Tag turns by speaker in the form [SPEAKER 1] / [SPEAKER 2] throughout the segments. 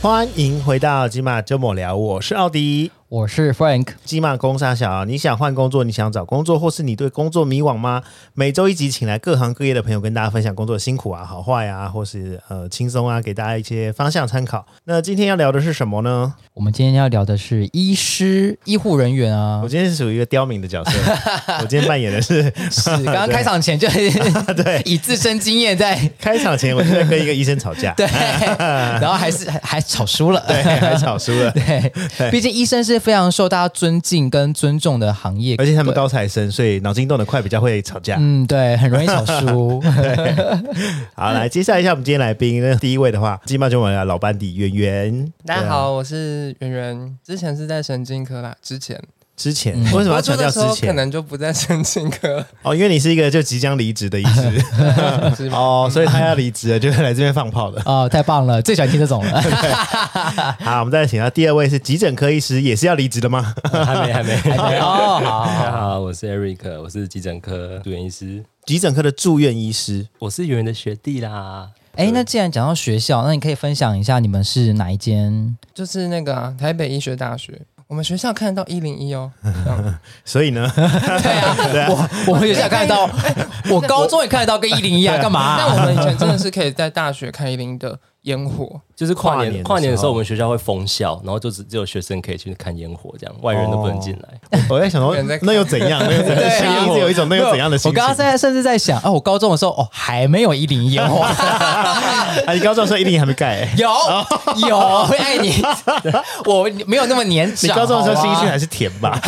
[SPEAKER 1] 欢迎回到金马周末聊，我是奥迪。
[SPEAKER 2] 我是 Frank，
[SPEAKER 1] 金马工沙小，你想换工作，你想找工作，或是你对工作迷惘吗？每周一集，请来各行各业的朋友跟大家分享工作的辛苦啊、好坏啊，或是呃轻松啊，给大家一些方向参考。那今天要聊的是什么呢？
[SPEAKER 2] 我们今天要聊的是医师、医护人员啊
[SPEAKER 1] 我。今天是属于一个刁民的角色，我今天扮演的是
[SPEAKER 2] 是， 刚刚开场前就
[SPEAKER 1] 对
[SPEAKER 2] 以自身经验在
[SPEAKER 1] 开场前我就在跟一个医生吵 架，
[SPEAKER 2] 对，然后还是还还吵输了。
[SPEAKER 1] 对，还吵输了，
[SPEAKER 2] 对，毕竟医生是非常受大家尊敬跟尊重的行业，
[SPEAKER 1] 而且他们高材生，所以脑筋动得快，比较会吵架。
[SPEAKER 2] 嗯，对，很容易吵 输。
[SPEAKER 1] 好，来接下来一下我们今天来宾，那第一位的话，金马就我们的老班底圆圆，
[SPEAKER 3] 大家好，我是圆圆，之前是在神经科啦，之前
[SPEAKER 1] 之前、
[SPEAKER 2] 嗯
[SPEAKER 1] 为什么要
[SPEAKER 3] 我
[SPEAKER 1] 强调之
[SPEAKER 3] 时候可
[SPEAKER 1] 前？
[SPEAKER 3] 能就不在神经 科，
[SPEAKER 1] 哦，因为你是一个就即将离职的医 师
[SPEAKER 3] 是吧
[SPEAKER 1] 哦，所以他要离职了，就会来这边放炮 的。
[SPEAKER 2] 哦，太棒了，最喜欢听这 种了。
[SPEAKER 1] 好，我们再请到第二位是急诊科医师，也是要离职的吗？
[SPEAKER 4] 还 没，还没，还没。
[SPEAKER 2] 哦，好，
[SPEAKER 4] 大家好，我是 Eric，我是急诊科住院医师，
[SPEAKER 1] 急诊科的住院医师，
[SPEAKER 4] 我是圆圆的学弟啦。
[SPEAKER 2] 哎，那既然讲到学校，那你可以分享一下你们是哪一间？
[SPEAKER 3] 就是那个、啊、台北医学大学，我们学校看得到一零 一哦，这样
[SPEAKER 1] 所以 呢，
[SPEAKER 2] 对啊，我我们学校 看得到，我高中也看得到，跟一零一啊，干嘛啊？
[SPEAKER 3] 但我们以前真的是可以在大学看一零的烟火，
[SPEAKER 4] 就是跨
[SPEAKER 1] 跨年的时
[SPEAKER 4] 年，
[SPEAKER 1] 候
[SPEAKER 4] 跨年的时候，我们学校会封校，然后就只只有学生可以去看烟火，这样外人都不能进来。
[SPEAKER 1] 我在想说
[SPEAKER 3] 有人在，看
[SPEAKER 1] 那又怎样？那又怎样？
[SPEAKER 2] 对啊
[SPEAKER 1] 心里一直有一种那又怎样的心
[SPEAKER 2] 我
[SPEAKER 1] 情？
[SPEAKER 2] 刚刚在甚至在想，哦，我高中的时候，哦，还没有一零一烟火，
[SPEAKER 1] 啊，你高中的时候一定还没盖、 欸，
[SPEAKER 2] 有有，会爱你，我没有那么年
[SPEAKER 1] 你
[SPEAKER 2] 长。
[SPEAKER 1] 高中的时候
[SPEAKER 2] 好
[SPEAKER 1] 心
[SPEAKER 2] 吗
[SPEAKER 1] 绪还是甜吧？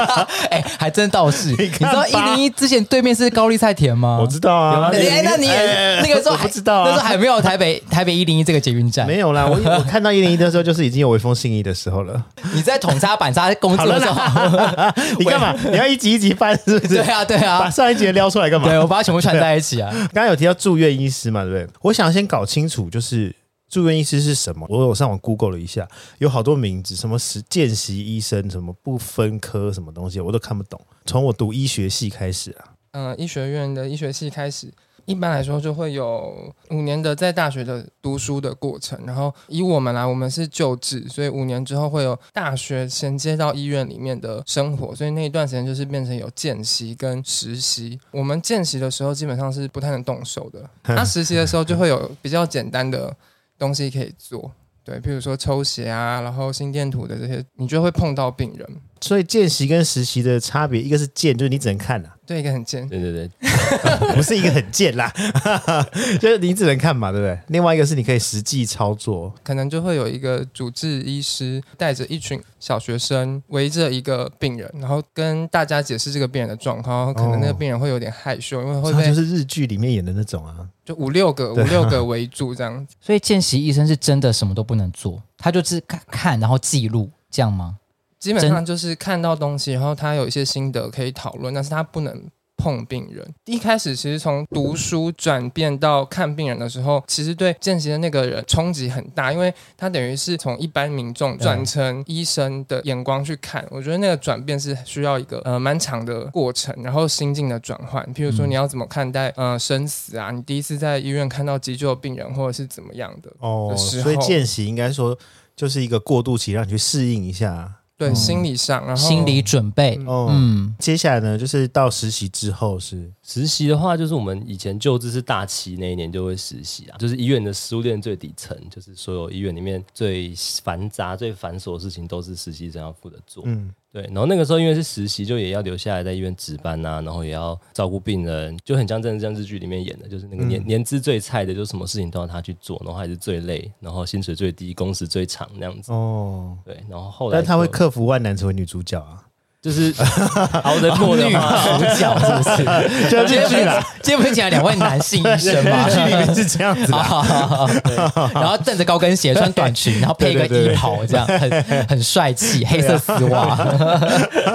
[SPEAKER 2] 哎、还真倒是。你知
[SPEAKER 1] 看吧
[SPEAKER 2] 道一零一之前对面是高丽菜田吗？
[SPEAKER 1] 我知道啊，
[SPEAKER 2] 哎、那你也、
[SPEAKER 1] 哎
[SPEAKER 2] 那个时候
[SPEAKER 1] 我
[SPEAKER 2] 还
[SPEAKER 1] 不知道
[SPEAKER 2] 那时候
[SPEAKER 1] 啊。
[SPEAKER 2] 还没有台北台北一零一这个捷运站。
[SPEAKER 1] 没有啦，我我看到一零一的时候，就是已经有微风信义的时候 了。
[SPEAKER 2] 你在统差板差工作的时候，
[SPEAKER 1] 你干嘛？你要一集一集翻是不是？
[SPEAKER 2] 对啊对
[SPEAKER 1] 把
[SPEAKER 2] 啊，
[SPEAKER 1] 上一集的撩出来干嘛？
[SPEAKER 2] 对我把它全部串在一起啊。
[SPEAKER 1] 刚刚有提到住院医师嘛，对不对？我想先搞清楚，就是住院医师是什么。我有上网 Google 了一下，有好多名字，什么实见习医生，什么不分科，什么东西我都看不懂。从我读医学系开始啊，
[SPEAKER 3] 嗯、医学院的医学系开始。一般来说，就会有五年的在大学的读书的过程。然后以我们来，我们是就职，所以五年之后会有大学衔接到医院里面的生活，所以那一段时间就是变成有见习跟实习。我们见习的时候基本上是不太能动手的，那实习的时候就会有比较简单的东西可以做，对，譬如说抽血啊，然后心电图的这些，你就会碰到病人。
[SPEAKER 1] 所以见习跟实习的差别，一个是见，就是你只能看 啊，
[SPEAKER 3] 对，一个很简
[SPEAKER 4] 对对对，
[SPEAKER 1] 不是一个很见啦， 就是你只能看嘛，对不对？另外一个是你可以实际操作，
[SPEAKER 3] 可能就会有一个主治医师带着一群小学生围着一个病人，然后跟大家解释这个病人的状况，然后可能那
[SPEAKER 1] 哦
[SPEAKER 3] 个病人会有点害羞，因为会
[SPEAKER 1] 它就
[SPEAKER 3] 被
[SPEAKER 1] 是日剧里面演的那种啊。
[SPEAKER 3] 就五六个五六个围住这样子。
[SPEAKER 2] 所以见习医生是真的什么都不能做，他就是看看然后记录这样吗？
[SPEAKER 3] 基本上就是看到东西，然后他有一些心得可以讨论，但是他不能碰病人。一开始其实从读书转变到看病人的时候，其实对见习的那个人冲击很大，因为他等于是从一般民众转成医生的眼光去看。我觉得那个转变是需要一个呃蛮长的过程，然后心境的转换。譬如说
[SPEAKER 2] 嗯
[SPEAKER 3] 你要怎么看待呃生死啊，你第一次在医院看到急救病人或者是怎么样的，
[SPEAKER 1] 哦，
[SPEAKER 3] 的时候
[SPEAKER 1] 所以见习应该说就是一个过渡期，让你去适应一下。
[SPEAKER 3] 对、
[SPEAKER 2] 嗯
[SPEAKER 3] 心理上，然后
[SPEAKER 2] 心理准备，
[SPEAKER 1] 哦，
[SPEAKER 2] 嗯，
[SPEAKER 1] 接下来呢，就是到实习之后是
[SPEAKER 4] 实习的话，就是我们以前就职是大七那一年就会实习啊，就是医院的食物链最底层，就是所有医院里面最繁杂、最繁琐的事情都是实习生要负责做。
[SPEAKER 1] 嗯，
[SPEAKER 4] 对，然后那个时候因为是实习，就也要留下来在医院值班呐、然后也要照顾病人，就很像真的像日剧里面演的，就是那个年、
[SPEAKER 1] 嗯
[SPEAKER 4] 年资最菜的，就什么事情都要他去做，然后还是最累，然后薪水最低，工时最长那样子。
[SPEAKER 1] 哦，
[SPEAKER 4] 对，然后后来
[SPEAKER 1] 但他
[SPEAKER 4] 就
[SPEAKER 1] 会克服万难成为女主角啊，
[SPEAKER 4] 就是 熬得 过的
[SPEAKER 2] 女
[SPEAKER 4] 话，
[SPEAKER 2] 主角是不是？
[SPEAKER 1] 就
[SPEAKER 2] 今
[SPEAKER 1] 进
[SPEAKER 2] 天不
[SPEAKER 1] 去
[SPEAKER 2] 是
[SPEAKER 1] 了。
[SPEAKER 2] 今天不是请来两位男性医生 吗？
[SPEAKER 1] 剧里 面是这样子啊的，
[SPEAKER 2] 好好好然后蹬着高跟鞋，穿短裙，然后配一个
[SPEAKER 1] 对对对
[SPEAKER 2] 衣袍，这样很很帅气，黑色丝袜。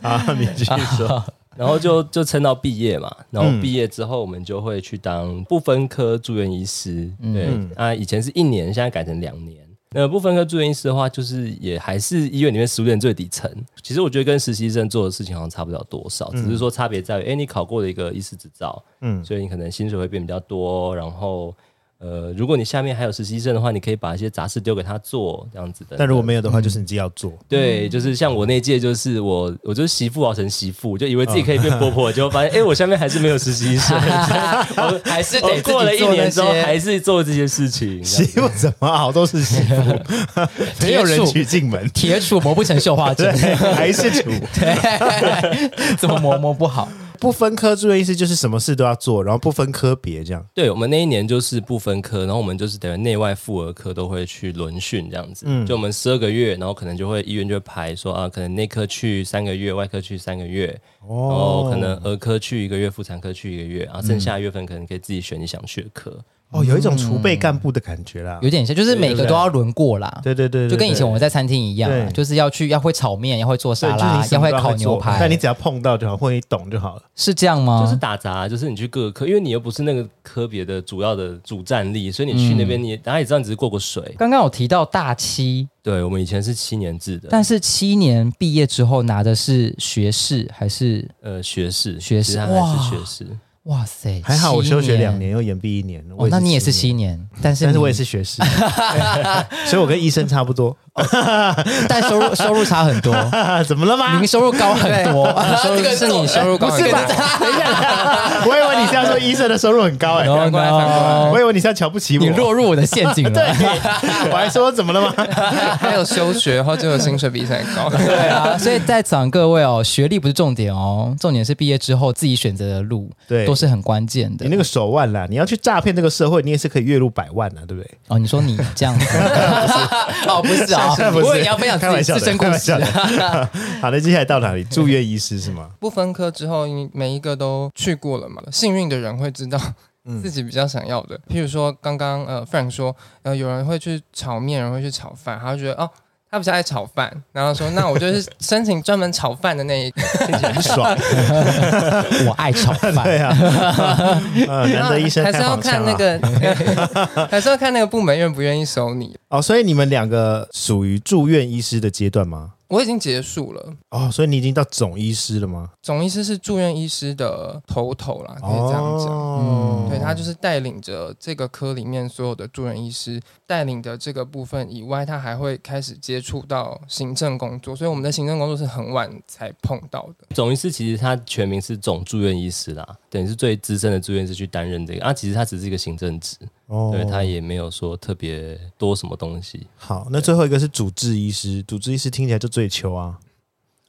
[SPEAKER 1] 啊，你继续说。
[SPEAKER 4] 然后就就撑到毕业嘛，然后毕业之后我们就会去当不分科住院医师，对、啊，以前是一年，现在改成两年。那不分科住院医师的话，就是也还是医院里面实务院最底层。其实我觉得跟实习生做的事情好像差不了多少，只是说差别在于，哎，你考过了一个医师执照，
[SPEAKER 1] 嗯
[SPEAKER 4] 嗯，所以你可能薪水会变比较多，然后呃，如果你下面还有实习生的话，你可以把一些杂事丢给他做，这样子 的。
[SPEAKER 1] 但如果没有的话，就是你自己要 做。
[SPEAKER 2] 嗯
[SPEAKER 4] 对，就是像我那届，就是我，我就是媳妇熬成媳妇，就以为自己可以变婆
[SPEAKER 2] 嗯
[SPEAKER 4] 婆，结果发现，哎、我下面还是没有实 习生。我
[SPEAKER 2] 还是
[SPEAKER 4] 我
[SPEAKER 2] 得自己
[SPEAKER 4] 过了一
[SPEAKER 2] 做那
[SPEAKER 4] 年之后，
[SPEAKER 2] 些
[SPEAKER 4] 还是做这些事情。这
[SPEAKER 1] 媳
[SPEAKER 4] 样
[SPEAKER 1] 妇怎么熬都是媳 妇，没有人娶进门，
[SPEAKER 2] 铁杵磨不成绣花针
[SPEAKER 1] 对，，还是主。
[SPEAKER 2] 对， 怎么磨磨不好？
[SPEAKER 1] 不分科住院医师就是什么事都要做，然后不分科别这样。
[SPEAKER 4] 对我们那一年就是不分科，然后我们就是等于内外妇儿科都会去轮训这样子。
[SPEAKER 2] 嗯
[SPEAKER 4] 就我们十二个月，然后可能就会医院就会排说啊，可能内科去三个月，外科去三个月，
[SPEAKER 2] 哦
[SPEAKER 4] 然
[SPEAKER 1] 哦
[SPEAKER 4] 后可能儿科去一个月，妇产科去一个月，然后
[SPEAKER 2] 嗯
[SPEAKER 4] 剩下的月份可能可以自己选你想去的科。
[SPEAKER 1] 哦，有一种储备干部的感觉啦。
[SPEAKER 2] 有点像，就是每个都要轮过啦。
[SPEAKER 1] 对对对，对
[SPEAKER 2] 就跟以前我们在餐厅一样啊
[SPEAKER 1] 对，
[SPEAKER 2] 就是要去要会炒面，要会做
[SPEAKER 1] 对
[SPEAKER 2] 沙
[SPEAKER 1] 就是
[SPEAKER 2] 拉
[SPEAKER 1] 你，什
[SPEAKER 2] 要
[SPEAKER 1] 么
[SPEAKER 2] 会
[SPEAKER 1] 都
[SPEAKER 2] 烤
[SPEAKER 1] 做
[SPEAKER 2] 牛排。
[SPEAKER 1] 但你只要碰到就好，或者你懂就好了。
[SPEAKER 2] 是这样
[SPEAKER 1] 啊
[SPEAKER 4] 就是
[SPEAKER 2] 吗？
[SPEAKER 4] 打杂，就是你去各个科，因为你又不是那个科别的主要的主战力，所以你去那
[SPEAKER 1] 嗯
[SPEAKER 4] 边你也大家也知道你只是过过水。
[SPEAKER 2] 刚刚有提到大七，
[SPEAKER 4] 对我们以前是七年制的，
[SPEAKER 1] 嗯
[SPEAKER 2] 但是七年毕业之后拿的是学士还是？
[SPEAKER 4] 呃，学士，
[SPEAKER 2] 学
[SPEAKER 4] 其
[SPEAKER 2] 士
[SPEAKER 4] 实它还
[SPEAKER 2] 哇
[SPEAKER 4] 是学士。
[SPEAKER 2] 哇塞，
[SPEAKER 1] 还好我
[SPEAKER 2] 七
[SPEAKER 1] 休学两。年又延毕一年，我
[SPEAKER 2] 哦，那你也是
[SPEAKER 1] 七
[SPEAKER 2] 七
[SPEAKER 1] 年，
[SPEAKER 2] 年，但是
[SPEAKER 1] 但是
[SPEAKER 2] 你
[SPEAKER 1] 我也是学 士，所以我跟医生差不多。
[SPEAKER 2] 但 收入收入差很多，
[SPEAKER 1] 啊， 怎么了吗？
[SPEAKER 2] 您收入高很多，啊
[SPEAKER 3] 收入是你收入高
[SPEAKER 2] 不是吧？
[SPEAKER 1] 我以为你是要说医生的收入很高 哎、
[SPEAKER 2] No
[SPEAKER 3] 反过来反过
[SPEAKER 2] no，
[SPEAKER 1] 我以为你是要瞧不起我，
[SPEAKER 2] 你落入我的陷阱了。
[SPEAKER 1] 我还说怎么了吗？
[SPEAKER 3] 还有休学，然后就有薪水比以前高。
[SPEAKER 2] 对啊，所以在场各位哦，学历不是重点哦，重点是毕业之后自己选择的路，
[SPEAKER 1] 对
[SPEAKER 2] 都是很关键的
[SPEAKER 1] 你。那个手腕啦，你要去诈骗这个社会，你也是可以月入百万呐、对不 对？
[SPEAKER 2] 哦，你说你 这样子， 哦，不是啊，
[SPEAKER 1] 不是
[SPEAKER 2] 我也要分享
[SPEAKER 1] 开玩
[SPEAKER 2] 自己
[SPEAKER 1] 笑
[SPEAKER 2] 自
[SPEAKER 1] 的，
[SPEAKER 2] 身
[SPEAKER 1] 开
[SPEAKER 2] 故
[SPEAKER 1] 玩
[SPEAKER 2] 事
[SPEAKER 3] 啊
[SPEAKER 2] 啊
[SPEAKER 1] 笑。的。 好的，接下来到哪里？住院医师是 吗？
[SPEAKER 3] 不分科之后，你每一个都去过了嘛？幸运的人会知道
[SPEAKER 1] 嗯
[SPEAKER 3] 自己比较想要的。譬如说，刚刚呃，Frank 说，呃，有人会去炒面，有人会去炒饭，他就觉得哦。他比较爱炒饭，然后说：“那我就是申请专门炒饭的那一个。
[SPEAKER 1] 很 爽，
[SPEAKER 2] 我爱炒
[SPEAKER 1] 对
[SPEAKER 2] 饭，
[SPEAKER 1] 啊，嗯， 难得医生
[SPEAKER 3] 还是
[SPEAKER 1] 开
[SPEAKER 3] 要
[SPEAKER 1] 黄腔
[SPEAKER 3] 看那
[SPEAKER 1] 啊
[SPEAKER 3] 个， 还是要看那个部门愿不愿意收你。
[SPEAKER 1] 哦，所以你们两个属于住院医师的阶段吗？
[SPEAKER 3] 我已经结束了，
[SPEAKER 1] 哦，所以你已经到总医师了吗？
[SPEAKER 3] 总医师是住院医师的头头啦，可以这样讲。嗯
[SPEAKER 1] 哦，
[SPEAKER 3] 对他就是带领着这个科里面所有的住院医师，带领的这个部分以外，他还会开始接触到行政工作，所以我们的行政工作是很晚才碰到的。
[SPEAKER 4] 总医师其实他全名是总住院医师啦，等于是最资深的住院医师去担任这个啊。其实他只是一个行政职，
[SPEAKER 1] 哦
[SPEAKER 4] 对他也没有说特别多什么东西
[SPEAKER 1] 好。那最后一个是主治医师，主治医师听起来就最秋啊。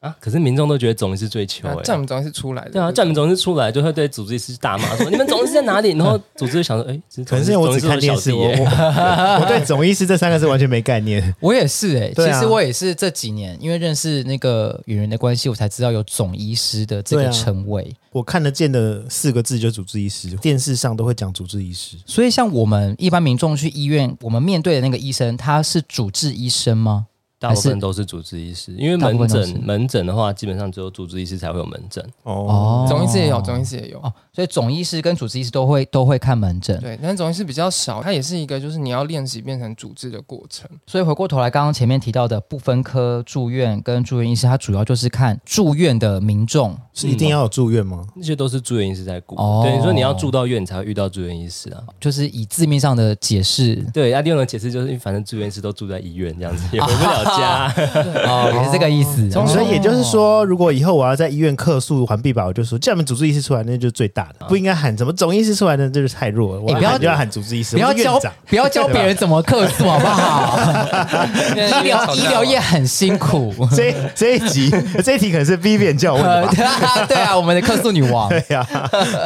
[SPEAKER 4] 啊。可是民众都觉得总医师最糗
[SPEAKER 3] 那
[SPEAKER 4] 哎、
[SPEAKER 3] 站总是出来的，
[SPEAKER 1] 呃
[SPEAKER 4] 对啊，站民总医师出来就会对主治医师大 骂说：“你们总医师在哪里？”然后主治医师想说：“哎、其实
[SPEAKER 1] 可
[SPEAKER 4] 总
[SPEAKER 1] 能是
[SPEAKER 4] 医师
[SPEAKER 1] 因为我
[SPEAKER 4] 总
[SPEAKER 1] 只
[SPEAKER 4] 医师是
[SPEAKER 1] 看电
[SPEAKER 4] 小
[SPEAKER 1] 视，
[SPEAKER 4] 弟
[SPEAKER 1] 我
[SPEAKER 4] 耶、
[SPEAKER 1] 我我对总医师这三个字完全没概 念。
[SPEAKER 2] 我也是哎。
[SPEAKER 1] 对
[SPEAKER 2] 其
[SPEAKER 1] 啊
[SPEAKER 2] 实我也是这几年，因为认识那个演员的关系，我才知道有总医师的这
[SPEAKER 1] 对
[SPEAKER 2] 个
[SPEAKER 1] 啊
[SPEAKER 2] 称谓。
[SPEAKER 1] 我看得见的四个字就是主治医师，电视上都会讲主治医师。
[SPEAKER 2] 所以，像我们一般民众去医院，我们面对的那个医生，他是主治医生吗？
[SPEAKER 4] 大部
[SPEAKER 2] 还是
[SPEAKER 4] 分都是主治医师，因为
[SPEAKER 2] 大部
[SPEAKER 4] 门
[SPEAKER 2] 分都是
[SPEAKER 4] 诊门诊的话，基本上只有主治医师才会有门诊。
[SPEAKER 1] 哦，
[SPEAKER 3] 总医师也有，总医师也有。
[SPEAKER 2] 哦，所以总医师跟主治医师都会都会看门诊。
[SPEAKER 3] 对，但总医师比较少，它也是一个就是你要练习变成主治的过程。
[SPEAKER 2] 所以回过头来，刚刚前面提到的不分科住院跟住院医师，他主要就是看住院的民众。
[SPEAKER 1] 是一定要有住院吗？
[SPEAKER 4] 那些都是住院医师在顾。
[SPEAKER 2] 哦
[SPEAKER 4] 对，你说你要住到院，你才会遇到住院医师啊。
[SPEAKER 2] 就是以字面上的解释
[SPEAKER 4] 对，阿弟用的解释就是，因为反正住院医师都住在医院这 样子，也回不了家。
[SPEAKER 2] 哦，也是这个意思。
[SPEAKER 3] 从
[SPEAKER 1] 所以也就是说，如果以后我要在医院客诉环必保，我就说叫你们主治医师出来，那就是最大的，不应该喊什么总医师出来的，这就是太弱了。我
[SPEAKER 2] 不要
[SPEAKER 1] 喊哎就要喊主治医师，
[SPEAKER 2] 不要
[SPEAKER 1] 我是
[SPEAKER 2] 教
[SPEAKER 1] 院长。
[SPEAKER 2] 不要教别人怎么客 诉好不 好？医疗医疗业很辛苦。
[SPEAKER 1] 这这一集 这一题可能是 Vivian 叫我问的吧？
[SPEAKER 2] 对啊，我们的客诉女王。
[SPEAKER 1] 对啊呀、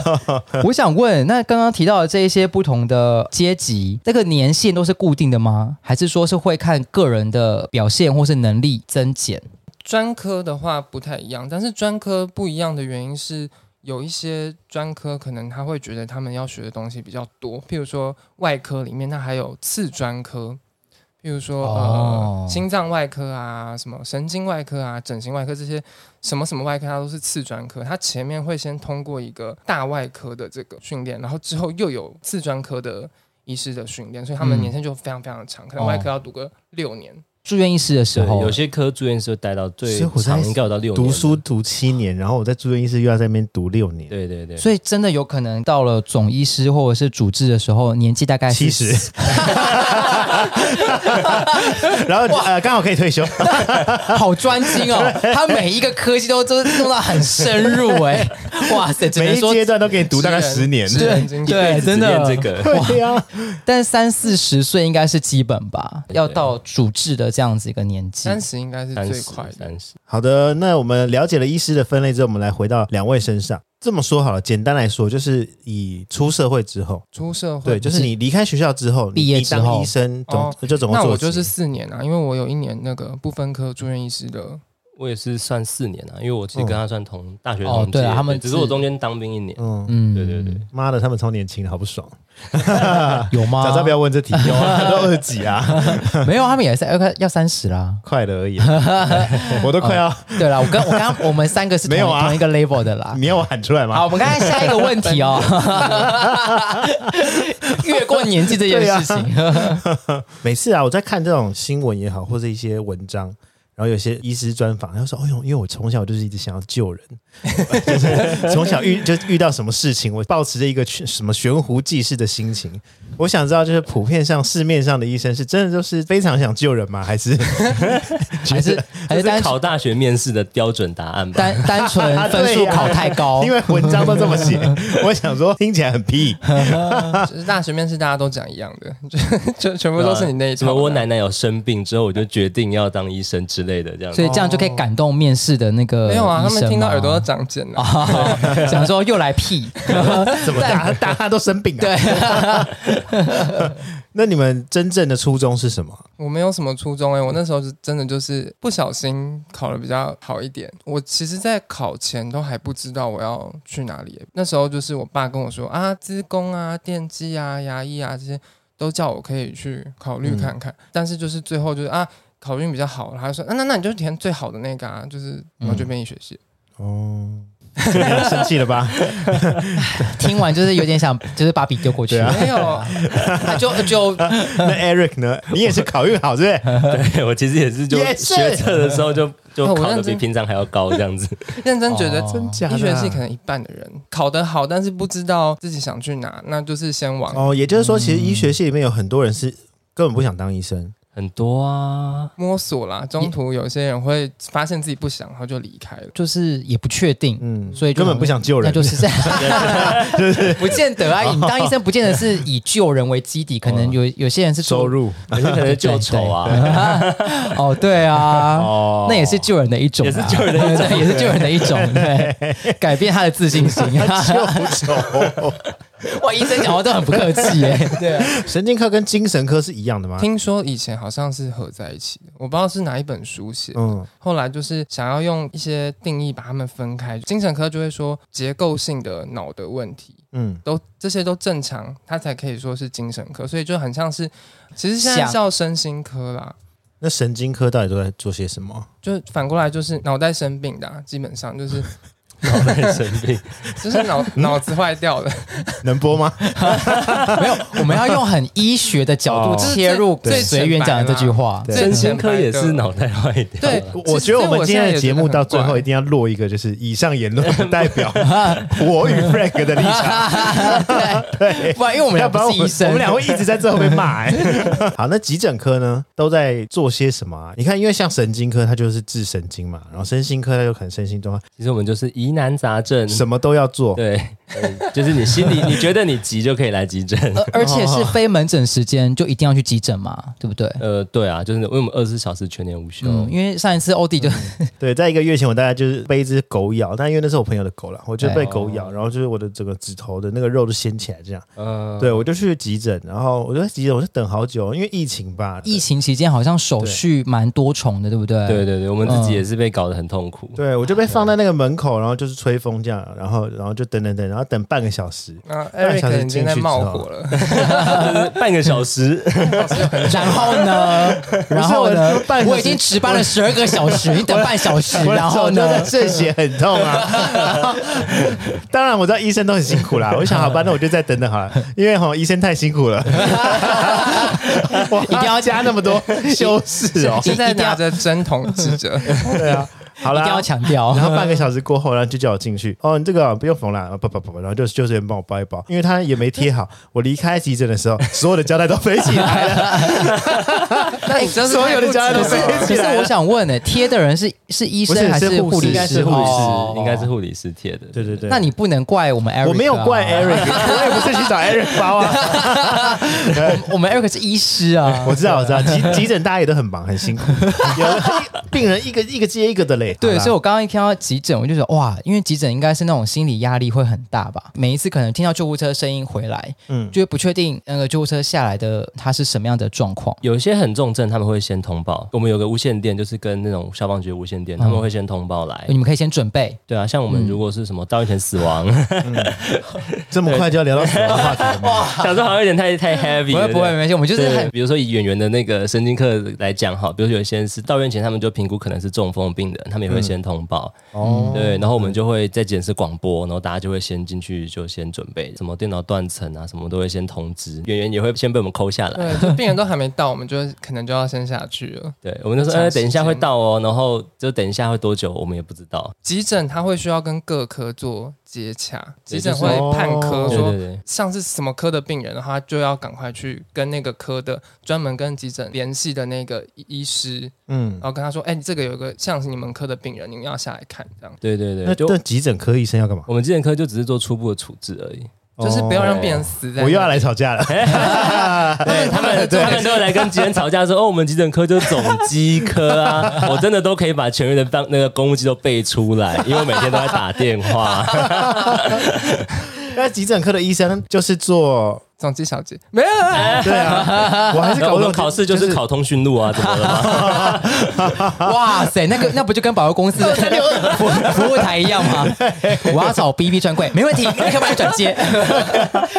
[SPEAKER 2] 我想问，那刚刚提到的这一些不同的阶级，这个年限都是固定的吗？还是说是会看个人的表现或是能力增减？
[SPEAKER 3] 专科的话不太一样，但是专科不一样的原因是，有一些专科可能他会觉得他们要学的东西比较多，譬如说外科里面它还有次专科，譬如说、
[SPEAKER 2] 哦
[SPEAKER 3] 呃心脏外科啊、什么神经外科啊、整形外科这些什么什么外科，它都是次专科，它前面会先通过一个大外科的这个训练，然后之后又有次专科的医师的训练，所以他们
[SPEAKER 2] 嗯
[SPEAKER 3] 年限就非常非常的长，可能
[SPEAKER 2] 哦
[SPEAKER 3] 外科要读个六年。
[SPEAKER 2] 住院医师的时
[SPEAKER 4] 对，
[SPEAKER 2] 候，
[SPEAKER 4] 有些科住院医师会待到最
[SPEAKER 1] 所以我在
[SPEAKER 4] 长应该有到六年
[SPEAKER 1] 读
[SPEAKER 4] 吧
[SPEAKER 1] 书读七年，然后我在住院医师又要在那边读六年，
[SPEAKER 4] 对对对，
[SPEAKER 2] 所以真的有可能到了总医师或者是主治的时候，年纪大概
[SPEAKER 1] 七
[SPEAKER 2] 是
[SPEAKER 1] 十， 然后呃刚好可以退休，
[SPEAKER 2] 好专 精哦，他每一个科技都都弄到很深入 哎、哇塞，只
[SPEAKER 1] 每
[SPEAKER 2] 能
[SPEAKER 1] 一
[SPEAKER 2] 说
[SPEAKER 1] 阶段都给你读大概十年，
[SPEAKER 3] 职人精神
[SPEAKER 2] 对，真的
[SPEAKER 4] 只练这个。
[SPEAKER 1] 对呀，
[SPEAKER 2] 但三四十岁应该是基本吧，要到主治的这样子一个年纪。
[SPEAKER 3] 三十应该是
[SPEAKER 4] 三
[SPEAKER 3] 最
[SPEAKER 4] 十
[SPEAKER 3] 快的。
[SPEAKER 4] 三十，
[SPEAKER 1] 好的，那我们了解了医师的分类之后，我们来回到两位身上。这么说好了，简单来说，就是以出社会之后，
[SPEAKER 3] 出社会
[SPEAKER 1] 对，就是你离开学校之后，你
[SPEAKER 2] 毕业
[SPEAKER 1] 你当
[SPEAKER 2] 之后
[SPEAKER 1] 医生，
[SPEAKER 3] 哦
[SPEAKER 1] 总就怎么
[SPEAKER 3] 那
[SPEAKER 1] 做？
[SPEAKER 3] 我就是四年啊，因为我有一年那个不分科住院医师的，
[SPEAKER 4] 我也是算四年啊，因为我其实跟他算同大学
[SPEAKER 2] 哦
[SPEAKER 4] 同届，
[SPEAKER 2] 对啊他们
[SPEAKER 4] 只是
[SPEAKER 2] 是
[SPEAKER 4] 我中间当兵一年。
[SPEAKER 1] 嗯，
[SPEAKER 2] 嗯
[SPEAKER 4] 对对对，
[SPEAKER 1] 妈的，他们超年轻的，好不爽。
[SPEAKER 2] 有吗？
[SPEAKER 1] 早知道不要问这题，有啊，都二十几啊，
[SPEAKER 2] 没有，他们也是呃要要三十啦。
[SPEAKER 1] 快了而已，我都快要，
[SPEAKER 2] 对啦，我跟我 刚我们三个是同
[SPEAKER 1] 没有啊
[SPEAKER 2] 同一个 level 的啦。
[SPEAKER 1] 你要我喊出来
[SPEAKER 2] 好，
[SPEAKER 1] 吗
[SPEAKER 2] 我？们刚才下一个问题哦， 越过年纪这件事 情，
[SPEAKER 1] 啊每次啊，我在看这种新闻也好，或者一些文章，然后有些医师专访，他就说：“哎呦，因为我从小就是一直想要救人， 就是从小遇就遇到什么事情，我保持着一个去什么悬壶济世的心情。我想知道，就是普遍上市面上的医生是真的就是非常想救人吗？还是
[SPEAKER 2] 还是还是
[SPEAKER 4] 这是
[SPEAKER 2] 单
[SPEAKER 4] 考大学面试的标准答案吧？
[SPEAKER 2] 单单
[SPEAKER 1] 啊
[SPEAKER 2] 纯分数考太高
[SPEAKER 1] 因？为文章都这么写，我想说听起来很屁。
[SPEAKER 4] 啊
[SPEAKER 3] 就是大学面试大家都讲一样的，就就全部都是你那一
[SPEAKER 4] 什
[SPEAKER 3] 套
[SPEAKER 4] 么
[SPEAKER 3] 的啊。
[SPEAKER 4] 我奶奶有生病之后，我就决定要当医生之类的这样
[SPEAKER 2] 所
[SPEAKER 4] 子
[SPEAKER 2] 以。这样就可以感动面试的那个
[SPEAKER 3] 没有啊，他
[SPEAKER 2] 医生
[SPEAKER 3] 们听到
[SPEAKER 2] 吗
[SPEAKER 3] 耳朵都长茧了。
[SPEAKER 2] 啊，想说又来 屁，
[SPEAKER 1] 怎么大大家都生病、啊？
[SPEAKER 2] 对，
[SPEAKER 1] 那你们真正的初衷是什么？
[SPEAKER 3] 我没有什么初衷哎、我那时候是真的就是不小心考的比较好一点。我其实，在考前都还不知道我要去哪里欸、那时候就是我爸跟我说啊，资工啊、电机啊、牙医啊这些都叫我可以去考虑看看。
[SPEAKER 1] 嗯
[SPEAKER 3] 但是就是最后就是啊，考运比较好，他就说、啊、那那你就填最好的那个啊，就是然后就变医学系。
[SPEAKER 1] 哦，你要生气了吧？
[SPEAKER 2] 听完就是有点想，就是把笔丢过去，
[SPEAKER 1] 对啊
[SPEAKER 3] 没有，啊
[SPEAKER 2] 他就就
[SPEAKER 1] 那 Eric 呢？你也是考运好，是不是？
[SPEAKER 4] 对 我其实也是就
[SPEAKER 1] 也是
[SPEAKER 4] 学测的时候就就
[SPEAKER 3] 哦我
[SPEAKER 4] 考的
[SPEAKER 3] 认
[SPEAKER 4] 比
[SPEAKER 3] 真
[SPEAKER 4] 平常还要高这样子。
[SPEAKER 3] 认真觉得
[SPEAKER 2] 哦
[SPEAKER 3] 真
[SPEAKER 1] 假的啊
[SPEAKER 3] 医学系可能一半的人考得好，但是不知道自己想去哪，那就是先往
[SPEAKER 1] 哦，也就是说，其实医学系里面有很多人是根本不想当医生。
[SPEAKER 4] 很多 啊，
[SPEAKER 3] 摸索啦，中途有些人会发现自己不想，然后就离开了。
[SPEAKER 2] 就是也不确定，
[SPEAKER 1] 嗯，
[SPEAKER 2] 所以就
[SPEAKER 1] 根本不想救
[SPEAKER 2] 那
[SPEAKER 1] 人，
[SPEAKER 2] 就是这样， 不见得啊。你当医生不见得是以救人为基底，可能有有些人是做
[SPEAKER 1] 收入
[SPEAKER 4] 有些可能是旧丑 啊，
[SPEAKER 2] 哦，对啊。
[SPEAKER 1] 哦
[SPEAKER 2] 那也是救人的一种啊，
[SPEAKER 4] 也是救人的一 种
[SPEAKER 2] 对也是救人的一种，对，改变他的自信心。
[SPEAKER 1] 不愁。
[SPEAKER 2] 哇，医生讲话都很不客气耶，对啊，
[SPEAKER 1] 神经科跟精神科是一样的吗？
[SPEAKER 3] 听说以前好像是合在一起的，我不知道是哪一本书写。
[SPEAKER 1] 嗯，
[SPEAKER 3] 后来就是想要用一些定义把它们分开，精神科就会说结构性的脑的问题，
[SPEAKER 1] 嗯，
[SPEAKER 3] 都这些都正常，它才可以说是精神科。所以就很像是，其实现在
[SPEAKER 2] 像
[SPEAKER 3] 叫身心科啦，
[SPEAKER 1] 那神经科到底都在做些什么？
[SPEAKER 3] 就反过来就是脑袋生病的啊、基本上就是
[SPEAKER 4] 脑袋生病，
[SPEAKER 3] 就是脑脑子坏掉了，
[SPEAKER 1] 能播 吗？
[SPEAKER 2] 没有，我们要用很医学的角度
[SPEAKER 1] 哦
[SPEAKER 2] 切入
[SPEAKER 3] 这是最
[SPEAKER 2] 随缘讲的这句话，
[SPEAKER 1] 对
[SPEAKER 4] 身心科也是脑袋坏掉
[SPEAKER 3] 对
[SPEAKER 4] 了。，
[SPEAKER 1] 我觉得我们今天的节目到最后一定
[SPEAKER 3] 定
[SPEAKER 1] 要落一个，就是以上言论不代 表我与 Frank 的立场。对，
[SPEAKER 2] 不然因 为我们俩
[SPEAKER 1] 要不
[SPEAKER 2] 不
[SPEAKER 1] 然我
[SPEAKER 2] 是医
[SPEAKER 1] 们
[SPEAKER 2] 生，
[SPEAKER 1] 我们俩会一直在最后被骂、 欸。 好，那急诊科呢，都在做些什么、啊？你看，因为像神经科，它就是治神经嘛，然后身心科它就可能身心状况，
[SPEAKER 4] 其实我们就是疑难杂症，
[SPEAKER 1] 什么都要做。
[SPEAKER 4] 对，呃 就是你心里你觉得你急就可以来急诊。
[SPEAKER 2] 呃而且是
[SPEAKER 1] 哦
[SPEAKER 2] 非门诊时间就一定要去急诊嘛，对不对？
[SPEAKER 4] 呃，对啊，就是因为我们二十四小时全年无休，
[SPEAKER 2] 嗯，因为上一次欧弟就
[SPEAKER 1] 对，在一个月前，我大概就是被一只狗咬，但因为那是我朋友的狗了，我就被
[SPEAKER 4] 对
[SPEAKER 1] 狗
[SPEAKER 2] 哎
[SPEAKER 1] 咬，然后就是我的整个指头的那个肉就掀起来，这样。
[SPEAKER 2] 嗯
[SPEAKER 4] 呃，
[SPEAKER 1] 对，我就去急诊，然后我就在急诊，我就等好久，因为疫情吧，
[SPEAKER 2] 疫。情期间好像手续蛮多重的，对不对？
[SPEAKER 4] 对对对，我们自己也是被搞得很痛苦。
[SPEAKER 1] 对，我就被放在那个门口，然后就是吹风这样，然后然后就等等等，然后等半个小时，
[SPEAKER 2] 嗯
[SPEAKER 3] 啊
[SPEAKER 1] 半小时
[SPEAKER 3] ，Eric 已经在
[SPEAKER 1] 进去之
[SPEAKER 3] 冒
[SPEAKER 1] 后
[SPEAKER 3] 火 了。
[SPEAKER 4] 半个小时，
[SPEAKER 2] 然后呢？ 然后呢
[SPEAKER 1] 我就半小？时
[SPEAKER 2] 我已经值班了十二个 小时，你等半小时，
[SPEAKER 1] 我
[SPEAKER 2] 然
[SPEAKER 1] 的手
[SPEAKER 2] 后
[SPEAKER 1] 就在
[SPEAKER 2] 呢？
[SPEAKER 1] 渗血很痛啊。 当然我知道 医生都很辛苦啦，我想好吧，那我就再等等好了，因为哈医生太辛苦了。哇，一
[SPEAKER 2] 定要
[SPEAKER 1] 加那么多修饰哦。
[SPEAKER 3] 现在拿着针筒指着，
[SPEAKER 1] 对啊，好
[SPEAKER 2] 一定
[SPEAKER 1] 啦
[SPEAKER 2] 要，强调。
[SPEAKER 1] 然后半个小时过后，然后就叫我进去。哦，你这个、啊不用缝了，啊不不不，不然后就就是有人帮我包一包，因为他也没贴好。我离开急诊的时候，所有的胶带都飞起来了。
[SPEAKER 3] 那你真是
[SPEAKER 1] 所有的家人都
[SPEAKER 3] 是
[SPEAKER 1] 是
[SPEAKER 2] 可
[SPEAKER 1] 起
[SPEAKER 2] 是
[SPEAKER 1] 来了
[SPEAKER 2] 我想问呢、贴的人是是医生
[SPEAKER 1] 不是
[SPEAKER 2] 还
[SPEAKER 1] 是护
[SPEAKER 2] 护
[SPEAKER 1] 士
[SPEAKER 2] 理
[SPEAKER 1] 应该
[SPEAKER 2] 师？
[SPEAKER 1] 是护理师
[SPEAKER 2] 哦
[SPEAKER 4] 应该是护理师贴的。
[SPEAKER 1] 对对对，
[SPEAKER 2] 那你不能怪我们 Eric，、
[SPEAKER 1] 我没有怪
[SPEAKER 2] 啊
[SPEAKER 1] Eric，我也不是去找 Eric 包啊。
[SPEAKER 2] 我们 Eric 是医师 啊。
[SPEAKER 1] 我知道，我知道，急急诊大家也都很忙，很辛苦，有的 病人一个一个接一个的嘞。
[SPEAKER 2] 对，
[SPEAKER 1] 好啦
[SPEAKER 2] 所以我刚刚一听到急诊，我就觉得哇，因为急诊应该是那种心理压力会很大吧。每一次可能听到救护车声音回来，
[SPEAKER 1] 嗯，
[SPEAKER 2] 就会不确定那个救护车下来的他是什么样的状况。
[SPEAKER 4] 有些很重症，他们会先通报。我们有个无线电，就是跟那种消防局的无
[SPEAKER 2] 嗯
[SPEAKER 4] 线电，他们会先通报来。
[SPEAKER 2] 你们可以先准备，
[SPEAKER 4] 对啊，像我们如果是什么到院前死亡，
[SPEAKER 2] 嗯
[SPEAKER 1] 这么快就要聊到死亡的话题了吗？
[SPEAKER 4] 想说好像有点太太 heavy
[SPEAKER 2] 不会
[SPEAKER 4] 了。
[SPEAKER 2] 不会，没关系，我们就是
[SPEAKER 4] 对
[SPEAKER 2] 很
[SPEAKER 4] 比如说以演员的那个神经科来讲哈，比如说有些人是到院前，他们就评估可能是中风病人，他们也会先通报。
[SPEAKER 2] 嗯
[SPEAKER 1] 哦，
[SPEAKER 4] 对，然后我们就会在检视广播，然后大家就会先进去就先准备，什么电脑断层啊，什么都会先通知，演员也会先被我们抠下
[SPEAKER 2] 嗯
[SPEAKER 4] 来。
[SPEAKER 3] 对，就病人都还没到，我们就可能就要先下去了。
[SPEAKER 4] 对，我们就说，
[SPEAKER 3] 长
[SPEAKER 4] 哎，
[SPEAKER 3] 时间
[SPEAKER 4] 等一下会到哦，然后就等一下会多久，我们也不知道。
[SPEAKER 3] 急诊他会需要跟各科做接洽，
[SPEAKER 4] 对
[SPEAKER 3] 急诊会判科
[SPEAKER 1] 我
[SPEAKER 4] 对
[SPEAKER 3] 说
[SPEAKER 4] 对对，
[SPEAKER 3] 像是什么科的病人的话，就要赶快去跟那个科的专门跟急诊联系的那个医医师，
[SPEAKER 1] 嗯
[SPEAKER 3] 然，后跟他说，哎、你这个有一个像是你们科的病人，你们要下来看，这样
[SPEAKER 4] 对对
[SPEAKER 1] 那
[SPEAKER 4] 对，就
[SPEAKER 1] 那急诊科医生要干嘛？
[SPEAKER 4] 我们急诊科就只是做初步的处置而已。
[SPEAKER 3] 就是不要让
[SPEAKER 1] 哦
[SPEAKER 3] 病人死在。
[SPEAKER 1] 我又要来。吵架了。
[SPEAKER 4] 对他们，他们都会来跟急诊吵架说：“哦，我们急诊科就是总机科啊， 我真的都可以把全院的当那个公务机都背出来，因为我每天都在打 电话。
[SPEAKER 1] 那急诊科的医生就是做，
[SPEAKER 3] 总机小姐没有 啊，
[SPEAKER 1] 对啊，我还是
[SPEAKER 4] 然
[SPEAKER 1] 搞
[SPEAKER 4] 后我
[SPEAKER 1] 不懂
[SPEAKER 4] 们考试就是考通讯录啊，怎么 了吗？
[SPEAKER 2] 哇塞，那个那不就跟保卫 公司的服 服务台一样吗？我要找 BP 专柜，没问题，立刻帮你转 接。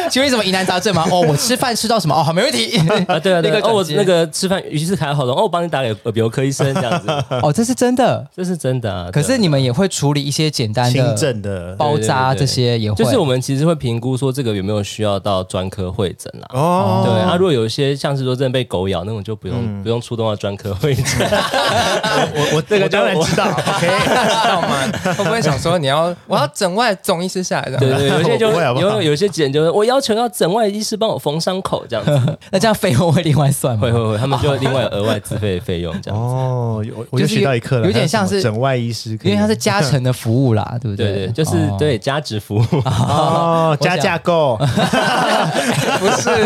[SPEAKER 2] 请问有什么疑难杂症吗？哦，我吃饭吃到什么？哦，好，没 问题。
[SPEAKER 4] 啊，对啊，对
[SPEAKER 2] 立刻
[SPEAKER 4] 啊。
[SPEAKER 2] 转
[SPEAKER 4] 哦，我
[SPEAKER 2] 接
[SPEAKER 4] 那个吃饭，于是凯好了，哦，我帮你打给耳鼻喉科医生这 样子，
[SPEAKER 2] 哦，这是真的。
[SPEAKER 4] 这是真的啊。
[SPEAKER 2] 可
[SPEAKER 4] 对啊
[SPEAKER 2] 是你们也会处理一些简单
[SPEAKER 1] 轻
[SPEAKER 2] 的
[SPEAKER 1] 症的
[SPEAKER 2] 包扎
[SPEAKER 4] 对对对对
[SPEAKER 2] 这些，也会。
[SPEAKER 4] 就是我们其实会评估说这个有没有需要到专科会诊啦。
[SPEAKER 1] 哦嗯
[SPEAKER 4] 对啊，如果有一些像是说真的被狗咬那种，就不用不用出动到专科会诊。
[SPEAKER 1] 我我这个当然知道，OK，
[SPEAKER 3] 知道吗？ 会不会想说你
[SPEAKER 1] 嗯
[SPEAKER 3] 要我要整外总医师下 来这
[SPEAKER 4] 对
[SPEAKER 3] 样？
[SPEAKER 4] 对，有些就
[SPEAKER 1] 不会好不好
[SPEAKER 4] 有有些急诊就是我要求要整外医师帮我缝伤口这样 子，
[SPEAKER 2] 那这样费用会另外算吗？
[SPEAKER 4] 会会会，他们就另外有额外自费的费用这样子。
[SPEAKER 1] 哦，有我就
[SPEAKER 2] 就是
[SPEAKER 1] 学到一课了，
[SPEAKER 2] 有点像是
[SPEAKER 1] 还有什么整外医师可
[SPEAKER 2] 因
[SPEAKER 1] 以，
[SPEAKER 2] 为它是加成的服务啦，对不
[SPEAKER 4] 对
[SPEAKER 2] 对
[SPEAKER 4] 对，就是
[SPEAKER 2] 哦
[SPEAKER 4] 对加值服务，
[SPEAKER 1] 哦，加架构，
[SPEAKER 2] 不 是，所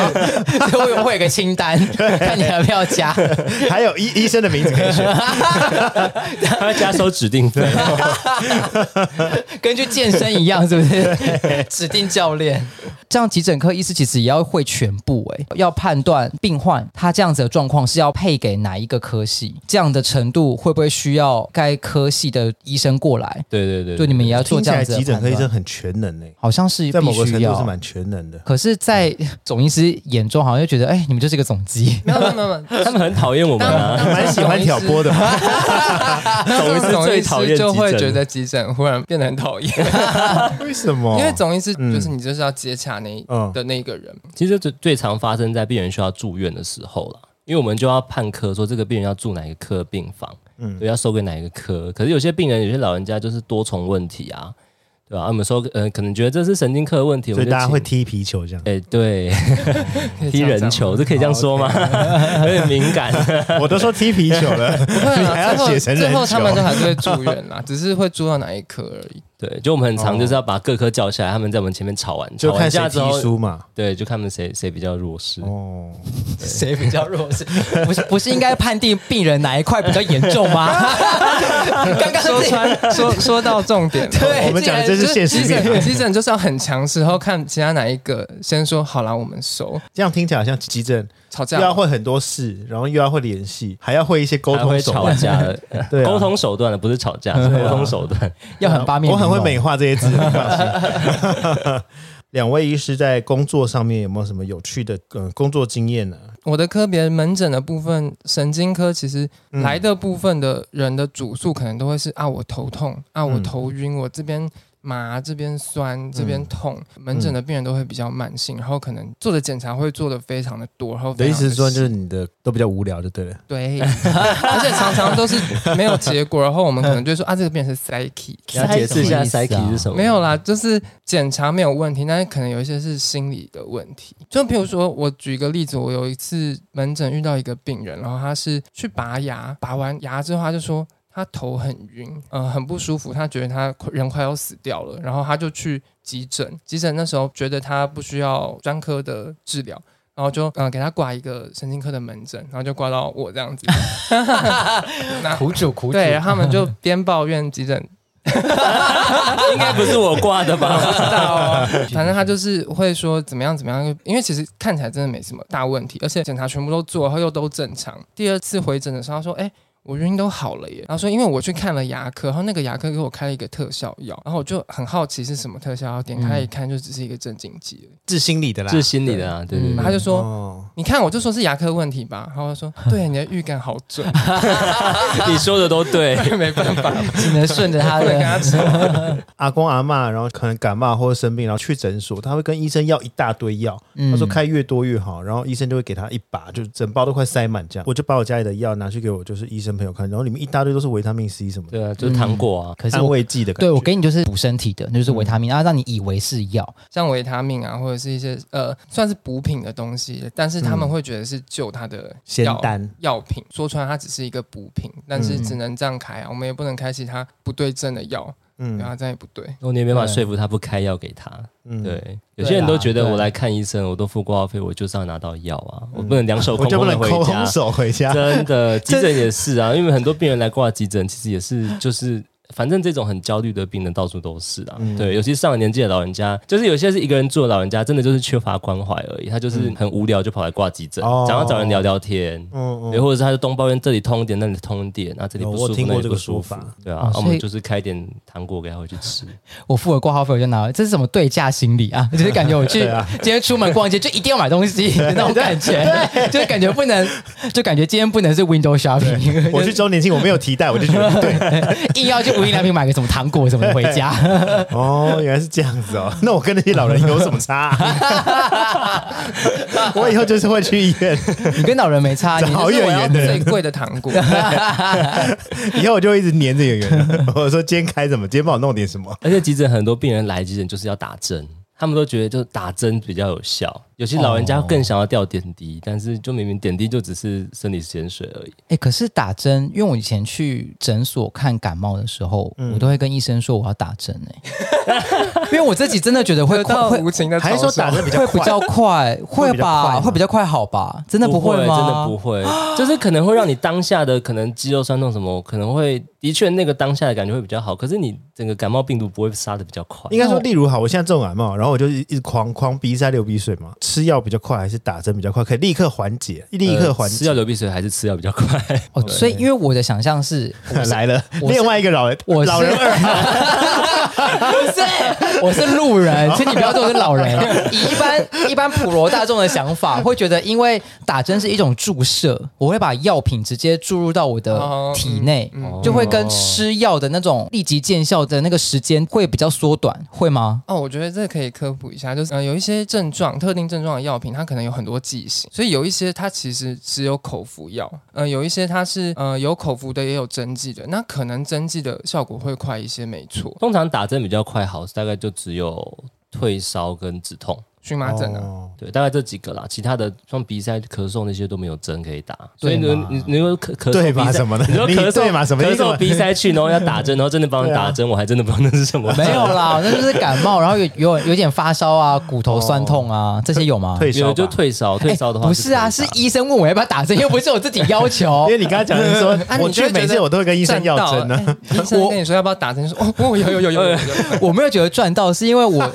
[SPEAKER 2] 以我会有个清单，看你要不要加。
[SPEAKER 1] 还有医医生的名字可以选，
[SPEAKER 4] 他会 加收指定费。
[SPEAKER 2] 跟去健身一样，是不是？ 指定教练，这样急诊科医师其实也要会全部、欸，要判断病患他这样子的状况是要配给哪一个科系，这样的程度会不会需要该科系的医生过来？
[SPEAKER 4] 对对对
[SPEAKER 2] 对，你们也要做
[SPEAKER 1] 听起
[SPEAKER 2] 这样
[SPEAKER 1] 来
[SPEAKER 2] 子的
[SPEAKER 1] 急诊科
[SPEAKER 2] 判
[SPEAKER 1] 医生
[SPEAKER 2] 断
[SPEAKER 1] 很全能诶，
[SPEAKER 2] 好像是
[SPEAKER 1] 在某
[SPEAKER 2] 必
[SPEAKER 1] 个程
[SPEAKER 2] 须
[SPEAKER 1] 度是
[SPEAKER 2] 要。
[SPEAKER 1] 蛮全能 的。
[SPEAKER 2] 可是，在
[SPEAKER 1] 嗯
[SPEAKER 2] 总医师眼中，好像就觉得，哎、你们就是个总机。
[SPEAKER 3] 没有没有没 有没有，
[SPEAKER 4] 他们很讨厌我们啊，
[SPEAKER 1] 蛮喜欢挑拨的嘛，
[SPEAKER 4] 总医师
[SPEAKER 3] 总
[SPEAKER 4] 最
[SPEAKER 3] 医
[SPEAKER 4] 讨厌
[SPEAKER 3] 师就会
[SPEAKER 4] 急诊
[SPEAKER 3] 觉得急诊忽然变得很讨厌，
[SPEAKER 1] 为什么？
[SPEAKER 3] 因为总医师
[SPEAKER 1] 嗯
[SPEAKER 3] 就是你就是要接洽那一
[SPEAKER 1] 嗯
[SPEAKER 3] 的那一个人，
[SPEAKER 4] 其实最最常发生在病人需要住院的时候了，因为我们就要判科说这个病人要住哪一个科病房，
[SPEAKER 1] 嗯
[SPEAKER 4] 嗯，对，要收给哪一个科。可是有些病人，有些老人家就是多重问题啊，对吧、啊？我们说，呃，可能觉得这是神经科的问题，我
[SPEAKER 1] 所以
[SPEAKER 4] 们就
[SPEAKER 1] 大家
[SPEAKER 4] 请
[SPEAKER 1] 会。踢皮球这 样。
[SPEAKER 4] 哎、对，
[SPEAKER 3] 可以这
[SPEAKER 4] 踢
[SPEAKER 3] 样
[SPEAKER 4] 人
[SPEAKER 3] 讲
[SPEAKER 4] 球，这可以这样说吗？ 有点敏感。
[SPEAKER 1] 我都说踢皮球了，
[SPEAKER 3] 不会
[SPEAKER 1] 你 还
[SPEAKER 3] 啊，
[SPEAKER 1] 要
[SPEAKER 3] 最后
[SPEAKER 1] 写成
[SPEAKER 3] 最
[SPEAKER 1] 人
[SPEAKER 3] 后他们
[SPEAKER 1] 球
[SPEAKER 3] 都。还是会住 院啦，只是会住到哪一科而已。
[SPEAKER 4] 对，就我们很常就是要把各科叫下来，他们在我们前面吵完，
[SPEAKER 1] 就
[SPEAKER 4] 吵完
[SPEAKER 1] 看谁
[SPEAKER 4] 架之
[SPEAKER 1] 踢
[SPEAKER 4] 后，
[SPEAKER 1] 输嘛。
[SPEAKER 4] 对，就看他们谁谁比较弱势。
[SPEAKER 1] 哦，
[SPEAKER 2] 谁比较弱势？不是不是应该判定病人哪一块比较严重吗？ 刚刚
[SPEAKER 3] 说
[SPEAKER 2] 是
[SPEAKER 3] 穿说说到重点了。
[SPEAKER 2] 对
[SPEAKER 1] 我们讲的
[SPEAKER 2] 竟
[SPEAKER 1] 这
[SPEAKER 2] 然
[SPEAKER 1] 是现
[SPEAKER 3] 急
[SPEAKER 1] 实面
[SPEAKER 3] 诊，急诊就是要很强势，然后看其他哪一个先说好啦，我们收
[SPEAKER 1] 这样听起来好像急诊
[SPEAKER 3] 吵
[SPEAKER 1] 又
[SPEAKER 3] 架。
[SPEAKER 1] 要会很多事，然后又要会联系，还要会一些沟
[SPEAKER 4] 还会
[SPEAKER 1] 通手
[SPEAKER 4] 吵
[SPEAKER 1] 段。
[SPEAKER 4] 架的，
[SPEAKER 1] 对啊
[SPEAKER 4] 沟通手段的不是吵架，是
[SPEAKER 1] 对啊
[SPEAKER 4] 沟通手段。
[SPEAKER 2] 要很八面
[SPEAKER 1] 我
[SPEAKER 2] 玲珑，
[SPEAKER 1] 很会美化这些字，你放心。 两位医师在工作上面有没有什么有趣的呃工作经验呢？
[SPEAKER 3] 我的科别门诊的部分，神经科其实
[SPEAKER 1] 嗯
[SPEAKER 3] 来的部分的人的主诉可能都会是啊，我头痛啊，我
[SPEAKER 1] 嗯
[SPEAKER 3] 头晕，我这边。麻，这边酸，这边痛，门诊的病人都会比较慢性，然后可能做的检查会做的非常的多，然后
[SPEAKER 1] 你嗯的意思是说，就是是你的都比较无聊就对了。
[SPEAKER 3] 对， 而且常常都是没有结果，然后我们可能就会说啊，这个病人是 psyche，
[SPEAKER 4] 你要解释一下
[SPEAKER 2] Psyche 啊
[SPEAKER 4] psyche 是什么？
[SPEAKER 3] 没有啦，就是检查没有问题，但是可能有一些是心理的问题。就比如说，我举一个例子，我有一次门诊遇到一个病人，然后他是去拔牙，拔完牙之后他就说。他头很晕，呃，很不舒服，他觉得他快人快要死掉了，然后他就去急诊。急诊那时候觉得他不需要专科的治疗，然后就呃给他挂一个神经科的门诊，然后就挂到我这样 子。
[SPEAKER 2] 苦主苦主，
[SPEAKER 3] 对，然后他们就边抱怨急诊
[SPEAKER 4] 应该不是我挂的吧？
[SPEAKER 3] 知 道哦，反正他就是会说怎么样怎么样，因为其实看起来真的没什么大问题，而且检查全部都做，然后又都正常。第二次回诊的时候，他说：“哎、我晕都好了耶。”然后说：“因为我去看了牙科，然后那个牙科给我开了一个特效药，然后我就很好奇是什么特效药，点开一看就只是一个镇静剂而已。
[SPEAKER 1] 治心理的啦，
[SPEAKER 4] 是心理的啊，对对
[SPEAKER 3] 然后他
[SPEAKER 4] 对。
[SPEAKER 3] 就说。
[SPEAKER 1] 嗯哦，
[SPEAKER 3] 你看，我就说是牙科问题吧。然后他说：“对，你的预感好 准，
[SPEAKER 4] 你说的都对，
[SPEAKER 3] 没办法，
[SPEAKER 2] 只能顺着
[SPEAKER 1] 哎
[SPEAKER 2] 他
[SPEAKER 3] 不能 跟
[SPEAKER 2] 的。
[SPEAKER 3] 他扯。
[SPEAKER 1] 阿公阿嬷，然后可能感冒或者生病，然后去诊所，他会跟医生要一大堆药，
[SPEAKER 2] 嗯
[SPEAKER 1] 他说开越多越好，然后医生就会给他一把，就是整包都快塞满这样。我就把我家里的药拿去给我就是医生朋友看，然后里面一大堆都是维他命 C 什么的，
[SPEAKER 4] 对啊，就是糖果啊。
[SPEAKER 2] 可是
[SPEAKER 1] 安
[SPEAKER 2] 我
[SPEAKER 1] 慰剂的感觉。
[SPEAKER 2] 对我给你就是补身体的，那就是维他命，然后让你以为是药，
[SPEAKER 3] 像维他命啊，或者是一些呃算是补品的东西，但是他们会觉得是救他的
[SPEAKER 1] 嗯仙
[SPEAKER 3] 药
[SPEAKER 1] 丹
[SPEAKER 3] 药品，说穿它只是一个补品，但是只能这样开啊，我们也不能开其他不对症的药，
[SPEAKER 1] 嗯
[SPEAKER 3] 然后这样也不对。啊
[SPEAKER 4] 我也没办法说服他不开药给他。
[SPEAKER 1] 嗯，
[SPEAKER 4] 对，有些人
[SPEAKER 2] 对
[SPEAKER 4] 都
[SPEAKER 2] 啊
[SPEAKER 4] 觉得
[SPEAKER 2] 对啊
[SPEAKER 4] 我来看医生，我都付挂号费，我就是要拿到药啊，我不能两手
[SPEAKER 1] 我
[SPEAKER 4] 空
[SPEAKER 1] 就不
[SPEAKER 4] 空的
[SPEAKER 1] 能
[SPEAKER 4] 回家
[SPEAKER 1] 空。手回 家。
[SPEAKER 4] 真的，急诊也 是啊，因为很多病人来挂急诊，其实也是就是。反正这种很焦虑的病人到处都是啊，
[SPEAKER 1] 嗯
[SPEAKER 4] 对，尤其上了年纪的老人家，就是有些是一个人住的老人家，真的就是缺乏关怀而已，他就是很无聊就跑来挂急诊，
[SPEAKER 1] 哦
[SPEAKER 4] 想要找人聊聊天，
[SPEAKER 1] 嗯
[SPEAKER 4] 对，或者是他就东抱怨这里痛一点，那里痛一点，然后这里
[SPEAKER 1] 有
[SPEAKER 4] 不
[SPEAKER 1] 我
[SPEAKER 4] 舒服，
[SPEAKER 1] 听过
[SPEAKER 4] 那里
[SPEAKER 1] 这
[SPEAKER 4] 不
[SPEAKER 1] 个
[SPEAKER 4] 舒
[SPEAKER 1] 说
[SPEAKER 4] 服
[SPEAKER 1] 法，
[SPEAKER 4] 对
[SPEAKER 2] 哦
[SPEAKER 4] 啊，啊我
[SPEAKER 2] 所
[SPEAKER 4] 们
[SPEAKER 2] 以
[SPEAKER 4] 就是开一点糖果给他回去吃，
[SPEAKER 2] 我付了挂号费我就拿了，这是什么对价心理啊？就是感觉 我去今天出门逛街就一定要买东西的那种感觉，就感觉不能，就感觉今天不能是 window shopping，
[SPEAKER 1] 我去周年庆，我没有提袋，我就觉 得对。
[SPEAKER 2] 硬要去无印良品买个什么糖果什么的回家。
[SPEAKER 1] 哦，原来是这样子哦。那我跟那些老人有什么差、 我以后就是会去医院，
[SPEAKER 2] 你跟老人没差，你
[SPEAKER 1] 找
[SPEAKER 2] 就是
[SPEAKER 1] 远
[SPEAKER 2] 我要
[SPEAKER 1] 远的人
[SPEAKER 3] 最贵的糖 果，
[SPEAKER 1] 以后我就会一直黏着演员。 我说今天开什么？今天帮我弄点什么？
[SPEAKER 4] 而且急诊很多病人来急诊就是要打针，他们都觉得就是打针比较有效。有些老人家更想要吊点滴，但是就明明点滴就只是生理盐水而已。
[SPEAKER 2] 哎、可是打针，因为我以前去诊所看感冒的时候，我都会跟医生说我要打针哎、 因为我自己真的觉得会
[SPEAKER 3] 得
[SPEAKER 2] 快
[SPEAKER 3] 到
[SPEAKER 2] 会
[SPEAKER 3] 无情的嘲
[SPEAKER 1] 还是说打
[SPEAKER 3] 笑。
[SPEAKER 1] 的比较
[SPEAKER 2] 会比
[SPEAKER 1] 快？
[SPEAKER 2] 较快，会
[SPEAKER 1] 会比较快
[SPEAKER 2] 吧，
[SPEAKER 1] 吗
[SPEAKER 2] 会比较快好吧？真的
[SPEAKER 4] 不
[SPEAKER 2] 会吗？
[SPEAKER 4] 真的不会， 就是可能会让你当下的可能肌肉酸痛什么，可能会的确那个当下的感觉会比较好，可是你整个感冒病毒不会杀的比较快。
[SPEAKER 1] 应该说，例如好，我现在重感冒，然后我就一直狂狂鼻塞、流鼻水嘛，吃药比较快还是打针比较快？可以立刻缓解，立刻缓
[SPEAKER 4] 呃吃
[SPEAKER 1] 解。
[SPEAKER 4] 药流鼻水还是吃药比较快，
[SPEAKER 2] 哦，所以因为我的想象是，
[SPEAKER 1] 来了，
[SPEAKER 2] 我是
[SPEAKER 1] 另外一个老人，
[SPEAKER 2] 我是
[SPEAKER 1] 老人二号，
[SPEAKER 2] 不是，我是路人，请你不要做我是老人。 以一般一般普罗大众的想法，会觉得因为打针是一种注射，我会把药品直接注入到我的
[SPEAKER 3] 哦
[SPEAKER 2] 体内，
[SPEAKER 4] 嗯
[SPEAKER 2] 就会跟吃药的那种立即见效的那个时间会比较缩短，会吗？
[SPEAKER 3] 哦，我觉得这可以科普一下，就是、呃、有一些症状、特定症状的药品，它可能有很多剂型，所以有一些它其实只有口服药，呃，有一些它是呃有口服的，也有针剂的，那可能针剂的效果会快一些，没错。
[SPEAKER 4] 通常打针比较快好，大概就只有退烧跟止痛。
[SPEAKER 3] 荨麻疹啊，
[SPEAKER 1] 哦
[SPEAKER 4] 对，大概这几个啦，其他的像鼻塞、咳嗽那些都没有针可以打，所以
[SPEAKER 2] 对
[SPEAKER 4] 你
[SPEAKER 2] 嘛
[SPEAKER 4] 你你说咳咳嗽
[SPEAKER 1] 对
[SPEAKER 4] 鼻
[SPEAKER 1] 嘛
[SPEAKER 4] 塞
[SPEAKER 1] 什么的
[SPEAKER 4] 你说
[SPEAKER 1] 你
[SPEAKER 4] 咳
[SPEAKER 1] 对
[SPEAKER 4] 嗽
[SPEAKER 1] 嘛什么
[SPEAKER 4] 咳
[SPEAKER 1] 你怎么
[SPEAKER 4] 嗽鼻塞去，然后要打针，然后真的帮你打针，我还真的不知道那是什么 针。
[SPEAKER 2] 没有啦，那就是感冒，然后有有有点发烧啊，骨头酸痛啊，这些有吗？
[SPEAKER 1] 退烧
[SPEAKER 4] 有
[SPEAKER 1] 吧
[SPEAKER 4] 就。退烧，退烧的话
[SPEAKER 2] 不是啊，
[SPEAKER 4] 可
[SPEAKER 2] 是
[SPEAKER 4] 以打
[SPEAKER 2] 医生问我要不要打针，又不是我自己要求
[SPEAKER 1] 因。为你刚才讲 的说，
[SPEAKER 3] 啊
[SPEAKER 1] 我
[SPEAKER 3] 你就
[SPEAKER 1] 去
[SPEAKER 3] 会觉
[SPEAKER 1] 每
[SPEAKER 3] 得
[SPEAKER 1] 次我都会跟医生要针啊
[SPEAKER 3] 呢
[SPEAKER 1] 呢。。
[SPEAKER 3] 哎医生跟你说要不要打针，你说哦，哦有有有有有有，
[SPEAKER 2] 我没有觉得赚到，是因为我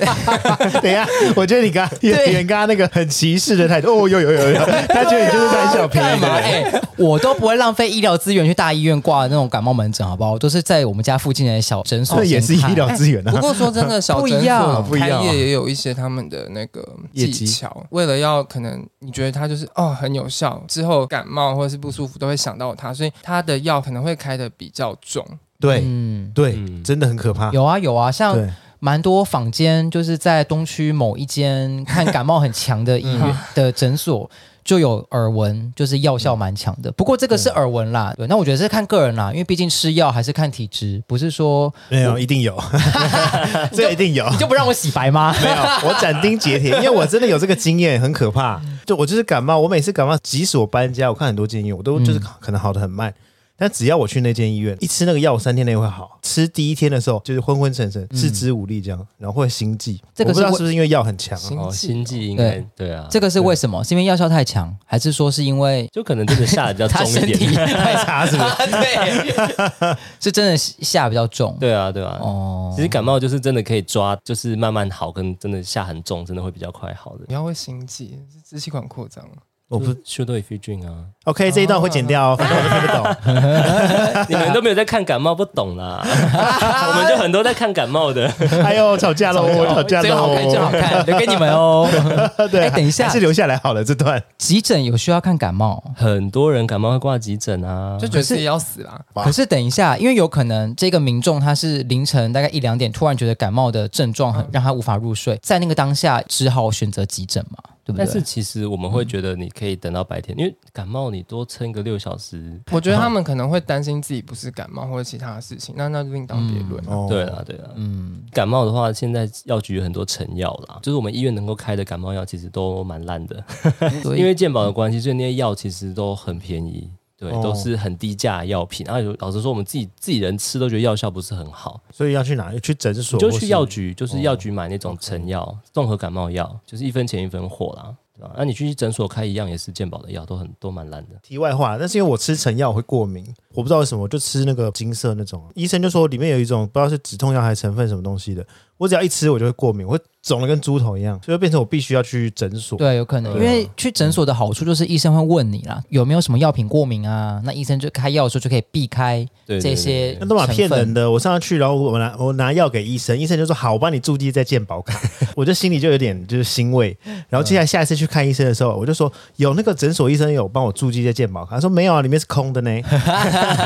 [SPEAKER 1] 等一下，我觉得你刚刚演
[SPEAKER 2] 对
[SPEAKER 1] 员刚刚那个很歧视的态度，哦，有有有 有，他觉得你 就是贪小便
[SPEAKER 2] 干
[SPEAKER 1] 宜
[SPEAKER 2] 嘛？
[SPEAKER 1] 的人。
[SPEAKER 2] 哎、我都不会浪费医疗资源去大医院挂那种感冒门诊，好不好？我都是在我们家附近的小诊所
[SPEAKER 1] 这也是
[SPEAKER 2] 先看
[SPEAKER 1] 医疗资源
[SPEAKER 2] 哎
[SPEAKER 3] 不
[SPEAKER 1] 啊。
[SPEAKER 3] 过说真的，小
[SPEAKER 2] 不一
[SPEAKER 3] 诊所
[SPEAKER 2] 样
[SPEAKER 1] 不一
[SPEAKER 3] 开
[SPEAKER 1] 样
[SPEAKER 3] 业也有一些他们的那个
[SPEAKER 1] 业
[SPEAKER 3] 技
[SPEAKER 1] 绩
[SPEAKER 3] 巧，为了要可能你觉得它就是哦很有效，之后感冒或者是不舒服都会想到它，所以它的药可能会开的比较重。
[SPEAKER 1] 对
[SPEAKER 2] 嗯，
[SPEAKER 1] 对，
[SPEAKER 4] 嗯
[SPEAKER 1] 真的很可怕。
[SPEAKER 2] 有啊有啊，像
[SPEAKER 1] 对，
[SPEAKER 2] 蛮多坊间就是在东区某一间看感冒很强的医
[SPEAKER 1] 嗯
[SPEAKER 2] 院 的诊所。就有耳闻，就是药效蛮强的。不过这个是耳闻啦，对。那我觉得是看个人啦，因为毕竟吃药还是看体质，不是说
[SPEAKER 1] 没有一定有， 这一定有。
[SPEAKER 2] 你就不让我洗白吗？
[SPEAKER 1] 没有，我斩钉截铁，因为我真的有这个经验，很可怕。就我就是感冒，我每次感冒，即使我搬家，我看很多间医院，我都就是可能好的很慢。但只要我去那间医院，一吃那个药，三天内会好。吃第一天的时候就是昏昏沉沉、四肢无力这样，然后会心悸。
[SPEAKER 2] 这个
[SPEAKER 1] 我不知
[SPEAKER 2] 是
[SPEAKER 1] 道
[SPEAKER 2] 为
[SPEAKER 1] 是不是因为药很强啊，
[SPEAKER 3] 心
[SPEAKER 4] 哦，
[SPEAKER 3] 悸
[SPEAKER 4] 心悸应该对啊，
[SPEAKER 2] 这个是为什么？是因为药效太强，还是说是因为
[SPEAKER 4] 就可能真的下的比较
[SPEAKER 2] 他
[SPEAKER 4] 重
[SPEAKER 2] 身
[SPEAKER 4] 一
[SPEAKER 2] 体
[SPEAKER 4] 点。
[SPEAKER 2] 太
[SPEAKER 1] 太差是不是？
[SPEAKER 2] 对，是真的下比较重。
[SPEAKER 4] 对啊，对啊。
[SPEAKER 2] 哦
[SPEAKER 4] 其，实感冒就是真的可以抓，就是慢慢好，跟真的下很重，真的会比较快好的
[SPEAKER 3] 不。要会心悸，是支气管扩张。
[SPEAKER 1] 我不
[SPEAKER 4] 修多一肺 菌啊，
[SPEAKER 1] OK，这一段会剪掉哦，反正我都听不懂。
[SPEAKER 4] 你们都没有在看感冒，不懂啦。 我们就很多在看感冒的，
[SPEAKER 1] 哎呦，吵架喽，我吵架
[SPEAKER 2] 最好看，最好
[SPEAKER 1] 喽。
[SPEAKER 2] 看，留给你们哦。
[SPEAKER 1] 对，
[SPEAKER 2] 哎等一下
[SPEAKER 1] 还是留下来好了这段。
[SPEAKER 2] 急诊有需要看感冒，
[SPEAKER 4] 很多人感冒会挂急诊啊
[SPEAKER 3] 就。觉得自己要死啦。
[SPEAKER 1] 哇
[SPEAKER 2] 可是等一下，因为有可能这个民众他是凌晨大概一两点突然觉得感冒的症状很让他无法入睡，在那个当下只好选择急诊嘛，对不
[SPEAKER 4] 但是
[SPEAKER 2] 对？
[SPEAKER 4] 其实我们会觉得你可以等到白天，因为感冒你多撑个六小时。
[SPEAKER 3] 我觉得他们可能会担心自己不是感冒或者其他的事情，那那就另当别论。
[SPEAKER 1] 哦
[SPEAKER 4] 对啦，对啦，
[SPEAKER 2] 嗯，
[SPEAKER 4] 感冒的话，现在药局有很多成药啦，就是我们医院能够开的感冒药，其实都蛮烂的。
[SPEAKER 2] 所
[SPEAKER 4] 嗯因
[SPEAKER 2] 以
[SPEAKER 4] 为健保的关系，所以那些药其实都很便宜，对，
[SPEAKER 1] 哦
[SPEAKER 4] 都是很低价的药品。然后有老实说，我们自己自己人吃都觉得药效不是很好，
[SPEAKER 1] 所以要去哪？去诊所
[SPEAKER 4] 你
[SPEAKER 1] 或，
[SPEAKER 4] 就是哦去药局，就是药局买那种成药、综合感冒药，就是一分钱一分货啦，对吧？那你去诊所开一样也是健保的药，都很都蛮烂的。
[SPEAKER 1] 题外话，但是因为我吃成药我会过敏，我不知道为什么，我就吃那个金色那种，医生就说里面有一种不知道是止痛药还是成分什么东西的，我只要一吃我就会过敏，我会肿的跟猪头一样，所以变成我必须要去诊所。
[SPEAKER 2] 对，有可能，因
[SPEAKER 4] 啊
[SPEAKER 2] 为去诊所的好处就是医生会问你啦，有没有什么药品过敏啊？那医生就开药的时候就可以避开
[SPEAKER 4] 对
[SPEAKER 2] 这些
[SPEAKER 4] 对
[SPEAKER 1] 那都蛮骗人的。我上次去，然后我拿我拿药给医生，医生就说好，我帮你注记在健保卡， 我就心里就有点就是欣慰。然后接下来下一次去看医生的时候，我就说有那个诊所医生有帮我注记在健保卡，他说没有啊，里面是空的呢。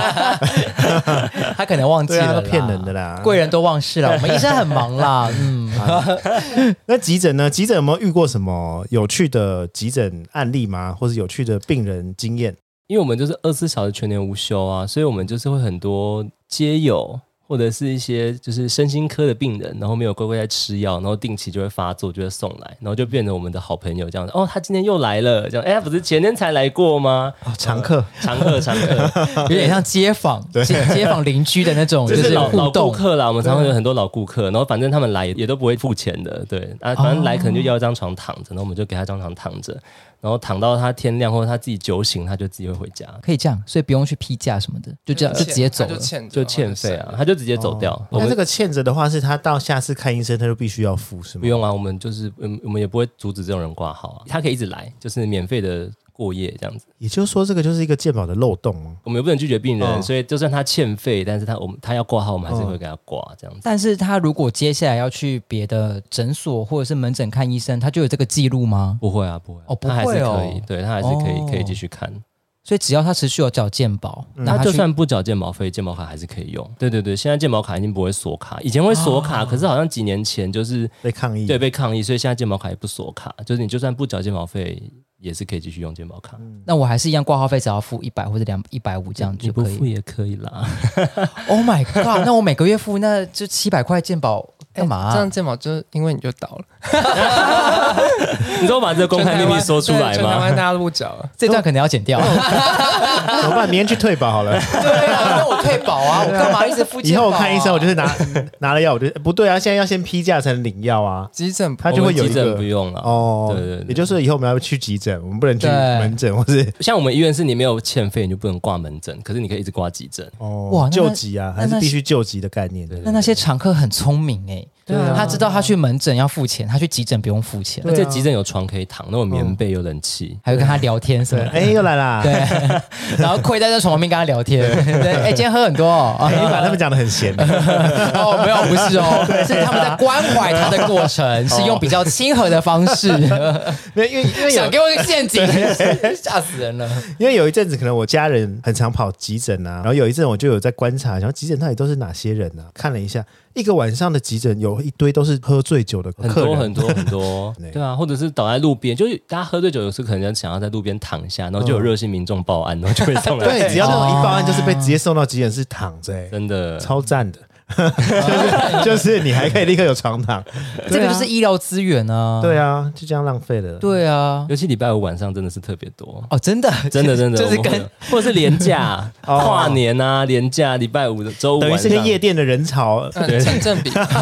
[SPEAKER 2] 他可能忘 记
[SPEAKER 1] 对啊，
[SPEAKER 2] 了
[SPEAKER 1] 都
[SPEAKER 2] 啦，
[SPEAKER 1] 骗人的啦。
[SPEAKER 2] 贵人都忘事了，我们医生很忙啦，嗯，
[SPEAKER 1] 那急诊呢？急诊有没有遇过什么有趣的急诊案例吗？或是有趣的病人经验？
[SPEAKER 4] 因为我们就是二十四小时全年无休啊，所以我们就是会很多街友或者是一些就是身心科的病人，然后没有乖乖在吃药，然后定期就会发作，就会送来，然后就变成我们的好朋友这样子。哦，他今天又来了，这样，哎，他不是前天才来过吗？
[SPEAKER 2] 哦
[SPEAKER 1] 啊，常客，
[SPEAKER 4] 常客，常客，
[SPEAKER 2] 有点像街坊街街坊邻居的那种，
[SPEAKER 4] 就
[SPEAKER 2] 哦就是是
[SPEAKER 4] 老
[SPEAKER 2] 互
[SPEAKER 4] 老顾
[SPEAKER 2] 动。
[SPEAKER 4] 客啦。我们常常有很多老顾客，然后反正他们来也都不会付钱的，对啊，反正来可能就要一张床躺着，然后我们就给他一张床躺着，然后躺到他天亮或者他自己酒醒，他就自己会回家，
[SPEAKER 2] 可以这样，所以不用去批价什么的，就这
[SPEAKER 3] 嗯
[SPEAKER 2] 样就直接走
[SPEAKER 3] 他
[SPEAKER 2] 了
[SPEAKER 3] 就。欠
[SPEAKER 4] 就欠费啊，他就直接走掉。
[SPEAKER 2] 哦
[SPEAKER 4] 我
[SPEAKER 1] 那
[SPEAKER 4] 们
[SPEAKER 1] 这个欠着的话，是他到下次看医生，他就必须要付，是吗？
[SPEAKER 4] 不用啊，我们就是嗯，我们也不会阻止这种人挂号啊，他可以一直来，就是免费的过夜这样子。
[SPEAKER 1] 也就是说，这个就是一个健保的漏洞哦。
[SPEAKER 4] 我们也不能拒绝病人，
[SPEAKER 1] 哦
[SPEAKER 4] 所以就算他欠费，但是他我们他要挂号，我们还是会给他挂这样子。
[SPEAKER 2] 但是他如果接下来要去别的诊所或者是门诊看医生，他就有这个记录吗？
[SPEAKER 4] 不会啊，不会啊、
[SPEAKER 2] 哦不
[SPEAKER 4] 他还是
[SPEAKER 2] 会哦
[SPEAKER 4] 可以，对他还是可以，
[SPEAKER 2] 哦
[SPEAKER 4] 可以继续看。
[SPEAKER 2] 所以只要他持续有缴健保，那
[SPEAKER 4] 他
[SPEAKER 2] 他
[SPEAKER 4] 嗯就
[SPEAKER 2] 去
[SPEAKER 4] 算不缴健保费，健保卡还是可以用。对对对，现在健保卡已经不会锁卡，以前会
[SPEAKER 2] 啊
[SPEAKER 4] 锁卡，可是好像几年前就是
[SPEAKER 1] 被抗议，
[SPEAKER 4] 对被抗议，所以现在健保卡也不锁卡，就是你就算不缴健保费，也是可以继续用健保卡。
[SPEAKER 2] 那我还是一样挂号费，只要付一百或者两一百五嗯这样
[SPEAKER 4] 你
[SPEAKER 2] 就
[SPEAKER 4] 不
[SPEAKER 2] 可
[SPEAKER 4] 付
[SPEAKER 2] 以。
[SPEAKER 4] 也可以啦。
[SPEAKER 2] Oh my god！那我每个月付那就七百块健保干嘛啊、
[SPEAKER 3] 哎这样健保就是因为你就倒了，
[SPEAKER 4] 你知道我把这个公开秘密说出来
[SPEAKER 3] 全台
[SPEAKER 4] 吗
[SPEAKER 3] 湾？大家都不缴了。
[SPEAKER 2] 这段可能要剪掉。
[SPEAKER 1] 怎么办？明天去退保好 了。
[SPEAKER 2] 对啊，那我退保啊，我干嘛一直付
[SPEAKER 1] 以
[SPEAKER 2] 健保、
[SPEAKER 1] 后我看医生，我就是拿
[SPEAKER 4] 啊
[SPEAKER 1] 拿了药，我就不对啊，现在要先批价才能领药啊。
[SPEAKER 3] 急诊不
[SPEAKER 1] 他就会有
[SPEAKER 4] 我
[SPEAKER 1] 一
[SPEAKER 4] 们急诊
[SPEAKER 1] 个
[SPEAKER 4] 不用了。
[SPEAKER 1] 哦，
[SPEAKER 4] 对对对
[SPEAKER 1] 也就是以后我们要去急诊，我们不能去
[SPEAKER 2] 对
[SPEAKER 1] 门诊或是
[SPEAKER 4] 像我们医院是你没有欠费，你就不能挂门诊，可是你可以一直挂急诊。
[SPEAKER 1] 哦
[SPEAKER 2] 哇那
[SPEAKER 1] 救急啊，
[SPEAKER 2] 那
[SPEAKER 1] 还是
[SPEAKER 2] 那
[SPEAKER 1] 必须救急的概念。
[SPEAKER 4] 对
[SPEAKER 2] 那那些常客很聪明哎、他知道他去门诊要付钱，他去急诊不用付钱，
[SPEAKER 4] 而
[SPEAKER 1] 啊对
[SPEAKER 4] 且
[SPEAKER 1] 啊
[SPEAKER 4] 急诊有床可以躺，那种棉被有冷气。
[SPEAKER 2] 还会跟他聊天什么
[SPEAKER 1] 对，
[SPEAKER 2] 的。
[SPEAKER 1] 哎，又来啦，
[SPEAKER 2] 对，然后跪在那床旁边跟他聊天。对，哎、今天喝很多哦。
[SPEAKER 1] 哎 你把他们讲的很闲，
[SPEAKER 2] 哦，没有，不是哦，是他们在关怀他的过程，是用比较亲和的方 式。
[SPEAKER 1] 没哦有因为因为
[SPEAKER 2] 想
[SPEAKER 1] 有
[SPEAKER 2] 给我一个陷阱，吓死人了。
[SPEAKER 1] 因为有一阵子，可能我家人很常跑急诊啊，然后有一阵我就有在观察，然后急诊到底都是哪些人呢、啊？看了一下，一个晚上的急诊有一堆都是喝醉酒的
[SPEAKER 4] 很
[SPEAKER 1] 哦客
[SPEAKER 4] 多
[SPEAKER 1] 人，
[SPEAKER 4] 很多很多
[SPEAKER 1] 对，
[SPEAKER 4] 对啊，或者是倒在路边，就是大家喝醉酒，有时可能想要在路边躺下，然后就有热心民众报案，然后就会上来。
[SPEAKER 1] 对，只要那种一报案就是被直接送到急诊室躺着、欸，
[SPEAKER 4] 真的，
[SPEAKER 1] 超赞 的。就是就是你还可以立刻有床 躺，
[SPEAKER 2] 这
[SPEAKER 1] 对
[SPEAKER 2] 个
[SPEAKER 1] 啊
[SPEAKER 2] 就是医疗资源啊。
[SPEAKER 1] 对啊，就这样浪费了。
[SPEAKER 2] 对啊，
[SPEAKER 4] 尤其礼拜五晚上真的是特别多。
[SPEAKER 2] 哦，真的，
[SPEAKER 4] 真的真 的，
[SPEAKER 2] 就是
[SPEAKER 4] 我们会
[SPEAKER 2] 跟
[SPEAKER 4] 有或者是 年假、
[SPEAKER 1] 哦
[SPEAKER 4] 跨年啊、年假、礼拜五的周五
[SPEAKER 1] 等于
[SPEAKER 4] 晚
[SPEAKER 1] 是
[SPEAKER 4] 上，
[SPEAKER 1] 个夜店的人潮
[SPEAKER 3] 嗯，成正比，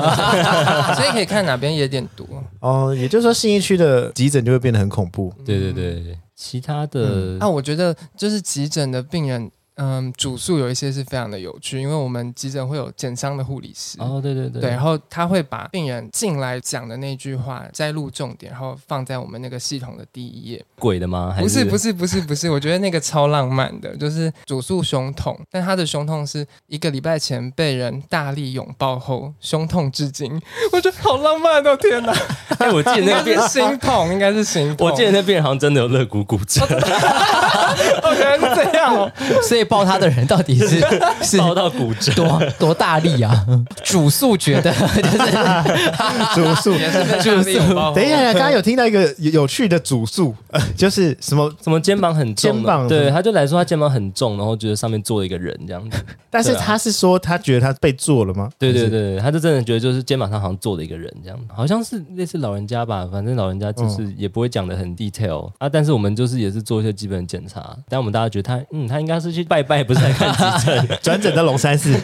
[SPEAKER 3] 所以可以看哪边夜店多。
[SPEAKER 1] 哦，也就是说信义区的急诊就会变得很恐怖。
[SPEAKER 4] 对对对，其他
[SPEAKER 1] 嗯
[SPEAKER 4] 的
[SPEAKER 3] 啊，我觉得就是急诊的病人，嗯，主诉有一些是非常的有趣，因为我们急诊会有减伤的护理师。
[SPEAKER 4] 哦，对对对，
[SPEAKER 3] 对，然后他会把病人进来讲的那句话摘录重点，然后放在我们那个系统的第一页。
[SPEAKER 4] 鬼的吗？还
[SPEAKER 3] 不是不
[SPEAKER 4] 是，
[SPEAKER 3] 是不是不是，我觉得那个超浪漫的，就是主诉胸痛，但他的胸痛是一个礼拜前被人大力拥抱后胸痛至今，我觉得好浪漫哦！天哪，
[SPEAKER 4] 哎， 我记得
[SPEAKER 3] 应
[SPEAKER 4] 那
[SPEAKER 3] 该
[SPEAKER 4] 边
[SPEAKER 3] 是，心痛，应该是心痛。
[SPEAKER 4] 我记得那边好像真的有肋骨骨折，
[SPEAKER 3] 哦，原来是这样哦。
[SPEAKER 2] 所以抱他的人到底 是是
[SPEAKER 4] 烧到骨折。
[SPEAKER 2] 多多大力 啊？主诉觉得 就是
[SPEAKER 1] 主诉，
[SPEAKER 3] 也是被大力拥抱后
[SPEAKER 1] 等一下，刚刚有听到一个有有趣的主诉， 呃就是什么？
[SPEAKER 4] 什么肩膀很重的？
[SPEAKER 1] 肩膀
[SPEAKER 4] 对，他就来说他肩膀很重，然后觉得上面坐了一个人这样子。
[SPEAKER 1] 但是
[SPEAKER 4] 对啊
[SPEAKER 1] 他是说他觉得他被做了吗？
[SPEAKER 4] 对对
[SPEAKER 1] 还是，。
[SPEAKER 4] 对，他就真的觉得就是肩膀上好像坐了一个人这样，好像是类似老人家吧，反正老人家就是也不会讲的很 detail、啊，但是我们就是也是做一些基本检查，但我们大家觉得他嗯，他应该是去拜拜，不是来看急诊
[SPEAKER 1] 转诊到龙山 寺，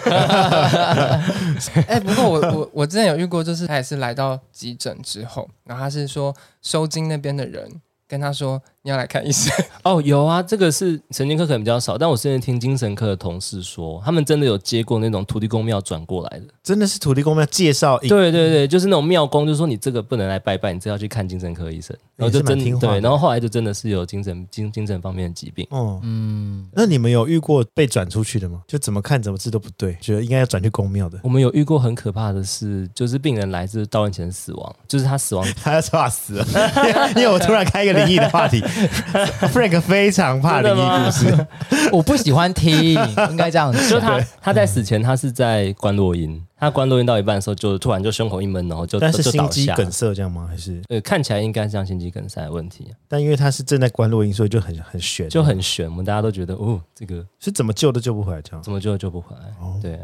[SPEAKER 3] 哎、不过我我我之前有遇过，就是他也是来到急诊之后，然后他是说收金那边的人跟他说你要来看医生，
[SPEAKER 4] 哦，有啊，这个是神经科可能比较少，但我之前听精神科的同事说，他们真的有接过那种土地公庙转过来的。
[SPEAKER 1] 真的是土地公庙介绍一
[SPEAKER 4] 对对对，就是那种庙公，就说你这个不能来拜拜，你这要去看精神科医生。然后就真
[SPEAKER 1] 也是蛮听话的
[SPEAKER 4] 对，然后后来就真的是有精神精精神方面的疾病。
[SPEAKER 1] 哦。
[SPEAKER 2] 嗯，
[SPEAKER 1] 那你们有遇过被转出去的吗？就怎么看怎么治都不对，觉得应该要转去公庙的，
[SPEAKER 4] 我们有遇过很可怕的事，就是病人来自到院前死亡，就是 他死亡。
[SPEAKER 1] 他要怕死了。 因为我突然开一个灵异的话 题，Frank 非常怕灵异故事。
[SPEAKER 2] 我不喜 欢听，应该这样
[SPEAKER 4] 就
[SPEAKER 2] 讲。
[SPEAKER 4] 他，他在死前，他是在关落音，他关落音到一半的时候，就突然就胸口一闷，然后就
[SPEAKER 1] 但是
[SPEAKER 4] 就
[SPEAKER 1] 心
[SPEAKER 4] 倒
[SPEAKER 1] 肌
[SPEAKER 4] 下。
[SPEAKER 1] 梗塞这样吗？还是？
[SPEAKER 4] 呃，看起来应该像心肌梗塞的问题，啊
[SPEAKER 1] 但因为他是正在关录音，所以就很很悬，
[SPEAKER 4] 就很悬。我们大家都觉得，哦，这个
[SPEAKER 1] 是怎么救都救不回来 这样。
[SPEAKER 4] 怎么救都救不回来？
[SPEAKER 1] 哦
[SPEAKER 4] 对啊，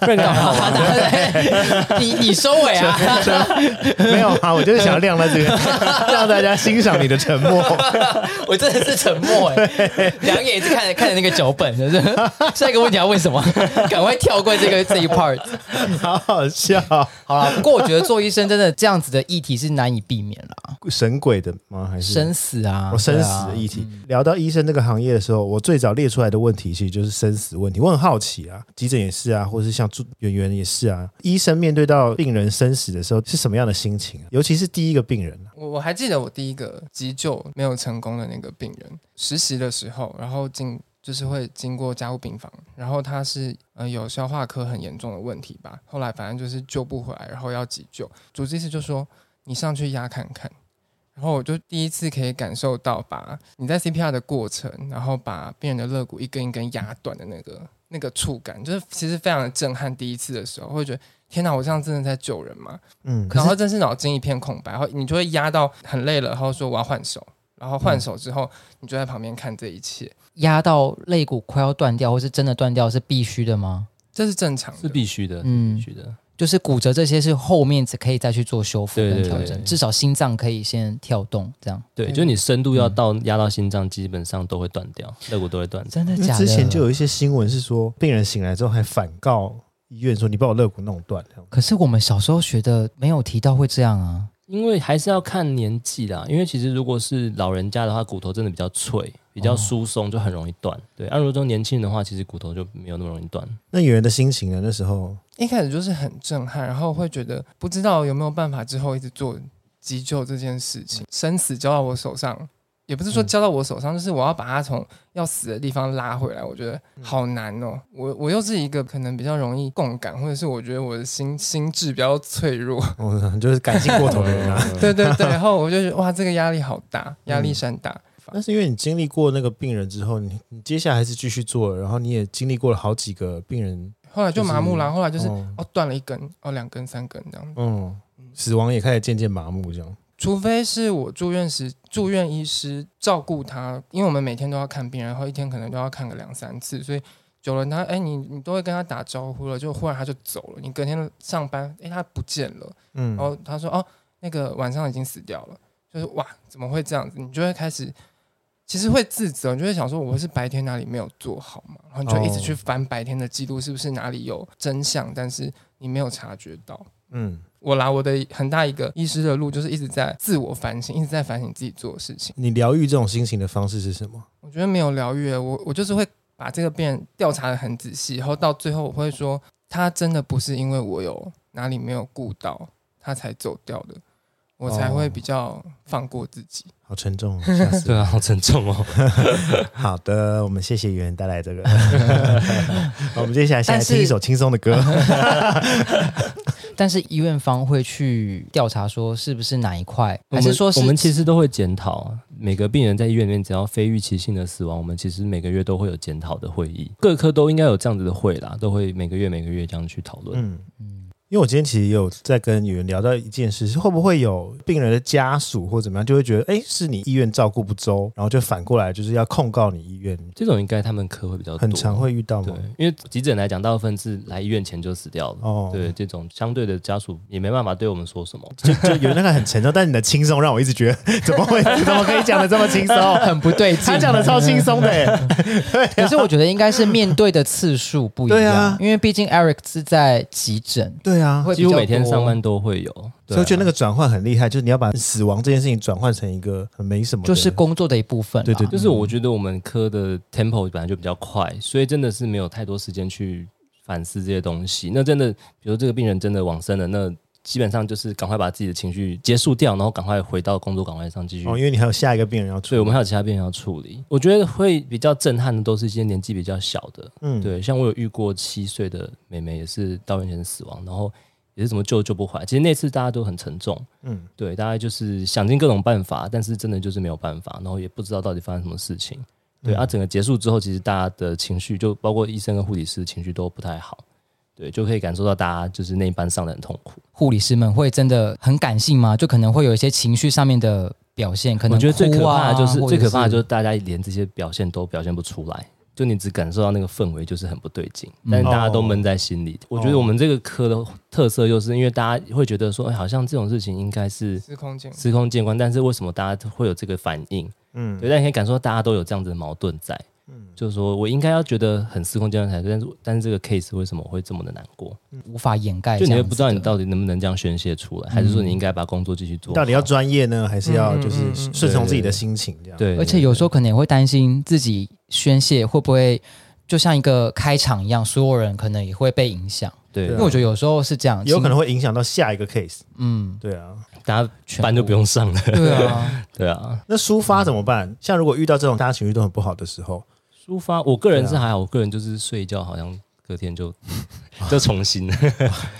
[SPEAKER 4] 不然干嘛？
[SPEAKER 1] 啊
[SPEAKER 2] 你你收尾 啊！
[SPEAKER 1] 没有啊，我就是想要晾在 这边，让大家欣赏你的沉默。
[SPEAKER 2] 我真的是沉默哎、两眼一直看着看着那个脚本，真的。 下一个问题要 问什么？赶快跳过这个这一 part。
[SPEAKER 1] 好好笑，
[SPEAKER 2] 好了，不过我觉得做医生真的这样子的议题是难以避免啦，
[SPEAKER 1] 神鬼的吗？还是
[SPEAKER 2] 生死啊，
[SPEAKER 1] 我生死
[SPEAKER 2] 对
[SPEAKER 1] 的
[SPEAKER 2] 啊
[SPEAKER 1] 议题。聊到医生这个行业的时候，我最早列出来的问题其实就是生死问题。我很好奇啊，急诊也是啊，或是像住演员也是啊，医生面对到病人生死的时候是什么样的心情啊？尤其是第一个病人啊，
[SPEAKER 3] 我我还记得我第一个急救没有成功的那个病人，实习的时候，然后进就是会经过加护病房，然后他是呃有消化科很严重的问题吧，后来反正就是救不回来，然后要急救，主治医师就说你上去压看看。然后我就第一次可以感受到，把你在 CPR 的过程，然后把病人的肋骨一根一根压断的那个那个触感，就是其实非常的震撼。第一次的时候会觉得，天哪，我这样真的在救人吗？
[SPEAKER 1] 嗯，
[SPEAKER 2] 可
[SPEAKER 3] 然
[SPEAKER 2] 是
[SPEAKER 3] 后真是脑筋一片空白，然后你就会压到很累了，然后说我要换手，然后换手之后，你就在旁边看这一切，
[SPEAKER 2] 压到肋骨快要断掉，或是真的断掉是必须的吗？
[SPEAKER 3] 这是正常的。
[SPEAKER 4] 是必须的，
[SPEAKER 2] 嗯
[SPEAKER 4] 嗯，必须的。
[SPEAKER 2] 就是骨折这些是后面才可以再去做修复
[SPEAKER 4] 对
[SPEAKER 2] 跟
[SPEAKER 4] 对
[SPEAKER 2] 调整，
[SPEAKER 4] 对
[SPEAKER 2] 至少心脏可以先跳动，这样
[SPEAKER 1] 嗯
[SPEAKER 4] 对，就你深度要到压到心脏，基本上都会断掉，肋骨都会断掉。
[SPEAKER 2] 真的
[SPEAKER 1] 因为
[SPEAKER 2] 假的？
[SPEAKER 1] 嗯之前就有一些新闻是说，病人醒来之后还反告医院说你把我肋骨弄断，这样
[SPEAKER 2] 可是我们小时候学的没有提到会这样啊。
[SPEAKER 4] 因为还是要看年纪啦，因为其实如果是老人家的话，骨头真的比较脆，比
[SPEAKER 1] 哦
[SPEAKER 4] 较疏松，就很容易断。对，啊按、如果说年轻人的话，其实骨头就没有那么容易断。
[SPEAKER 1] 那演员的心情呢？那时候
[SPEAKER 3] 一开始就是很震撼，然后会觉得不知道有没有办法之后一直做急救这件事情，生死交到我手上，也不是说交到我手上，就是我要把他从要死的地方拉回来，我觉得好难哦。我我又是一个可能比较容易共感，或者是我觉得我的心心智比较脆弱，
[SPEAKER 1] 我哦就是感性过头的人啊。
[SPEAKER 3] 对对对，然后我就觉得哇，这个压力好大，压力山大。
[SPEAKER 1] 那是因为你经历过那个病人之后，你你接下来还是继续做，然后你也经历过了好几个病人
[SPEAKER 3] 后来就麻木
[SPEAKER 1] 就
[SPEAKER 3] 啦，后来就是
[SPEAKER 1] 哦
[SPEAKER 3] 哦断了一根，哦两根三根这样。
[SPEAKER 1] 嗯，死亡也开始渐渐麻木，这样。
[SPEAKER 3] 除非是我住院时，住院医师照顾他，因为我们每天都要看病，然后一天可能都要看个两三次，所以久了他，哎，你你都会跟他打招呼了，就忽然他就走了，你隔天上班，哎，他不见了，
[SPEAKER 1] 嗯
[SPEAKER 3] 然，后他说，哦，那个晚上已经死掉了，就是哇，怎么会这样子？你就会开始，其实会自责，你就会想说，我是白天哪里没有做好嘛，然后你就一直
[SPEAKER 1] 哦
[SPEAKER 3] 去翻白天的记录，是不是哪里有真相，但是你没有察觉到。
[SPEAKER 1] 嗯，
[SPEAKER 3] 我啦，我的很大一个医师的路就是一直在自我反省，一直在反省自己做的事情。
[SPEAKER 1] 你疗愈这种心情的方式是什么？
[SPEAKER 3] 我觉得没有疗愈，欸我我就是会把这个病人调查的很仔细，然后到最后我会说，他真的不是因为我有哪里没有顾到，他才走掉的，我才会比较放过自己。
[SPEAKER 1] 好沉重、哦，吓死
[SPEAKER 4] 对
[SPEAKER 1] 人。
[SPEAKER 4] 啊，好沉 重哦。
[SPEAKER 1] 好的，我们谢谢袁带来这个。 好，我们接下来先来
[SPEAKER 2] 但是
[SPEAKER 1] 听一首轻松的歌。
[SPEAKER 2] 但是医院方会去调查说是不是哪一块，
[SPEAKER 4] 我
[SPEAKER 2] 还
[SPEAKER 4] 们
[SPEAKER 2] 是说是
[SPEAKER 4] 我们其实都会检讨啊每个病人在医院里面，只要非预期性的死亡，我们其实每个月都会有检讨的会议，各科都应该有这样子的会啦，都会每个月每个月这样去讨论。
[SPEAKER 1] 嗯，因为我今天其实也有在跟有人聊到一件事，是会不会有病人的家属或怎么样，就会觉得，哎、是你医院照顾不周，然后就反过来就是要控告你医院，
[SPEAKER 4] 这种应该他们科会比较多，
[SPEAKER 1] 很常会遇到
[SPEAKER 4] 对
[SPEAKER 1] 吗？，
[SPEAKER 4] 因为急诊来讲，大部分是来医院前就死掉了。
[SPEAKER 1] 哦，
[SPEAKER 4] 对，这种相对的家属也没办法对我们说什么，
[SPEAKER 1] 就就有那个很沉重，但你的轻松让我一直觉得， 怎么会怎么可以讲的这么 轻松？
[SPEAKER 2] 很不对劲。
[SPEAKER 1] 他讲的超轻松的、欸，
[SPEAKER 2] 可是我觉得应该是面对的次数不一样，
[SPEAKER 1] 对啊
[SPEAKER 2] 因为毕竟 Eric 是在急诊，
[SPEAKER 1] 对啊。
[SPEAKER 2] 会比
[SPEAKER 4] 几
[SPEAKER 2] 较
[SPEAKER 4] 乎每天
[SPEAKER 2] 多
[SPEAKER 4] 上班都会有。对啊
[SPEAKER 1] 所以我觉得那
[SPEAKER 4] 个
[SPEAKER 1] 个转换很厉害，就是你要把死亡这件事情转换成一个很没什么的，
[SPEAKER 2] 就是工作的一部分啦。
[SPEAKER 1] 对对对
[SPEAKER 4] 就是我觉得我们科的 tempo 本来就比较快，所以真的是没有太多时间去反思这些东西。那真的，比如这个病人真的往生了，那基本上就是赶快把自己的情绪结束掉，然后赶快回到工作岗位上继续
[SPEAKER 1] 哦，因为你还有下一个病人要处
[SPEAKER 4] 所
[SPEAKER 1] 理，
[SPEAKER 4] 以我们还有其他病人要处理。我觉得会比较震撼的都是一些年纪比较小的，
[SPEAKER 1] 嗯，
[SPEAKER 4] 对，像我有遇过七岁的妹妹，也是到院前死亡，然后也是怎么救都救不回来。其实那次大家都很沉重，
[SPEAKER 1] 嗯
[SPEAKER 4] 对，大家就是想尽各种办法，但是真的就是没有办法，然后也不知道到底发生什么事情。对，
[SPEAKER 1] 嗯
[SPEAKER 4] 啊，整个结束之后，其实大家的情绪，就包括医生跟护理师情绪都不太好，对，就可以感受到大家就是那一班上的很痛苦。
[SPEAKER 2] 护理师们会真的很感性吗？就可能会有一些情绪上面的表现，可能、
[SPEAKER 4] 我觉得最可怕的就是、
[SPEAKER 2] 啊或者
[SPEAKER 4] 最可怕的就是大家连这些表现都表现不出来，就你只感受到那个氛围就是很不对劲，
[SPEAKER 2] 嗯哦
[SPEAKER 4] 但是大家都闷在心里。我觉得我们这个科的特色就是因为大家会觉得说，哎，好像这种事情应该
[SPEAKER 2] 嗯
[SPEAKER 4] 是
[SPEAKER 3] 司空见惯
[SPEAKER 4] 司空见惯，但是为什么大家会有这个反应？
[SPEAKER 1] 嗯
[SPEAKER 4] 对，但你可以感受到大家都有这样子的矛盾在。
[SPEAKER 2] 嗯
[SPEAKER 4] 就是说我应该要觉得很司空见惯才对，但是但是这个 case 为什么会这么的难过？
[SPEAKER 2] 无法掩盖这
[SPEAKER 4] 就
[SPEAKER 2] 样子
[SPEAKER 4] 你
[SPEAKER 2] 的，
[SPEAKER 4] 会不知道你到底能不能这样宣泄出来，还是说
[SPEAKER 2] 嗯
[SPEAKER 4] 你应该把工作继续做好？
[SPEAKER 1] 到底要专业呢，还是要
[SPEAKER 3] 嗯嗯
[SPEAKER 1] 就是
[SPEAKER 3] 嗯嗯
[SPEAKER 1] 顺从自己的心情这样？
[SPEAKER 4] 对，
[SPEAKER 2] 而且有时候可能也会担心自己宣泄会不会就像一个开场一样，所有人可能也会被影响。
[SPEAKER 4] 对
[SPEAKER 1] 对
[SPEAKER 2] 因
[SPEAKER 1] 啊
[SPEAKER 2] 为我觉得有时候是这样，
[SPEAKER 1] 有可
[SPEAKER 2] 情
[SPEAKER 1] 能会影响到下一个 case。
[SPEAKER 2] 嗯，
[SPEAKER 1] 对啊，
[SPEAKER 4] 大家
[SPEAKER 2] 全
[SPEAKER 4] 班就不用上了。
[SPEAKER 2] 对 啊，
[SPEAKER 4] 对啊，
[SPEAKER 1] 那抒发怎么办？像如果遇到这种大家情绪都很不好的时候，
[SPEAKER 4] 抒发，我个人是
[SPEAKER 1] 对啊
[SPEAKER 4] 还好，我个人就是睡一觉，好像隔天就就重新了。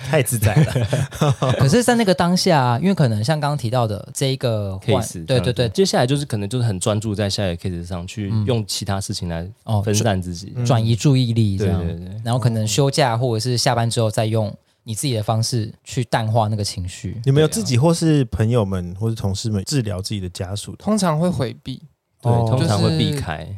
[SPEAKER 1] 太自在了。
[SPEAKER 2] 可是，在那个当下、啊，因为可能像刚刚提到的这一个患
[SPEAKER 4] case，
[SPEAKER 2] 对对
[SPEAKER 4] 这样子
[SPEAKER 2] 对，
[SPEAKER 4] 接下来就是可能就是很专注在下一个 case 上，去
[SPEAKER 2] 嗯
[SPEAKER 4] 用其他事情来
[SPEAKER 2] 哦，
[SPEAKER 4] 分散自己。
[SPEAKER 2] 转移注意力这
[SPEAKER 4] 对
[SPEAKER 2] 样，
[SPEAKER 4] 对对，
[SPEAKER 2] 然后可
[SPEAKER 1] 哦
[SPEAKER 2] 能休假或者是下班之后再用你自己的方式去淡化那个情绪。
[SPEAKER 1] 你们有自己或是朋友们或是同事们治疗自己的家属的？
[SPEAKER 3] 通常会回避
[SPEAKER 4] 对
[SPEAKER 1] 哦，
[SPEAKER 4] 通常
[SPEAKER 3] 就
[SPEAKER 4] 会
[SPEAKER 3] 是
[SPEAKER 4] 避开。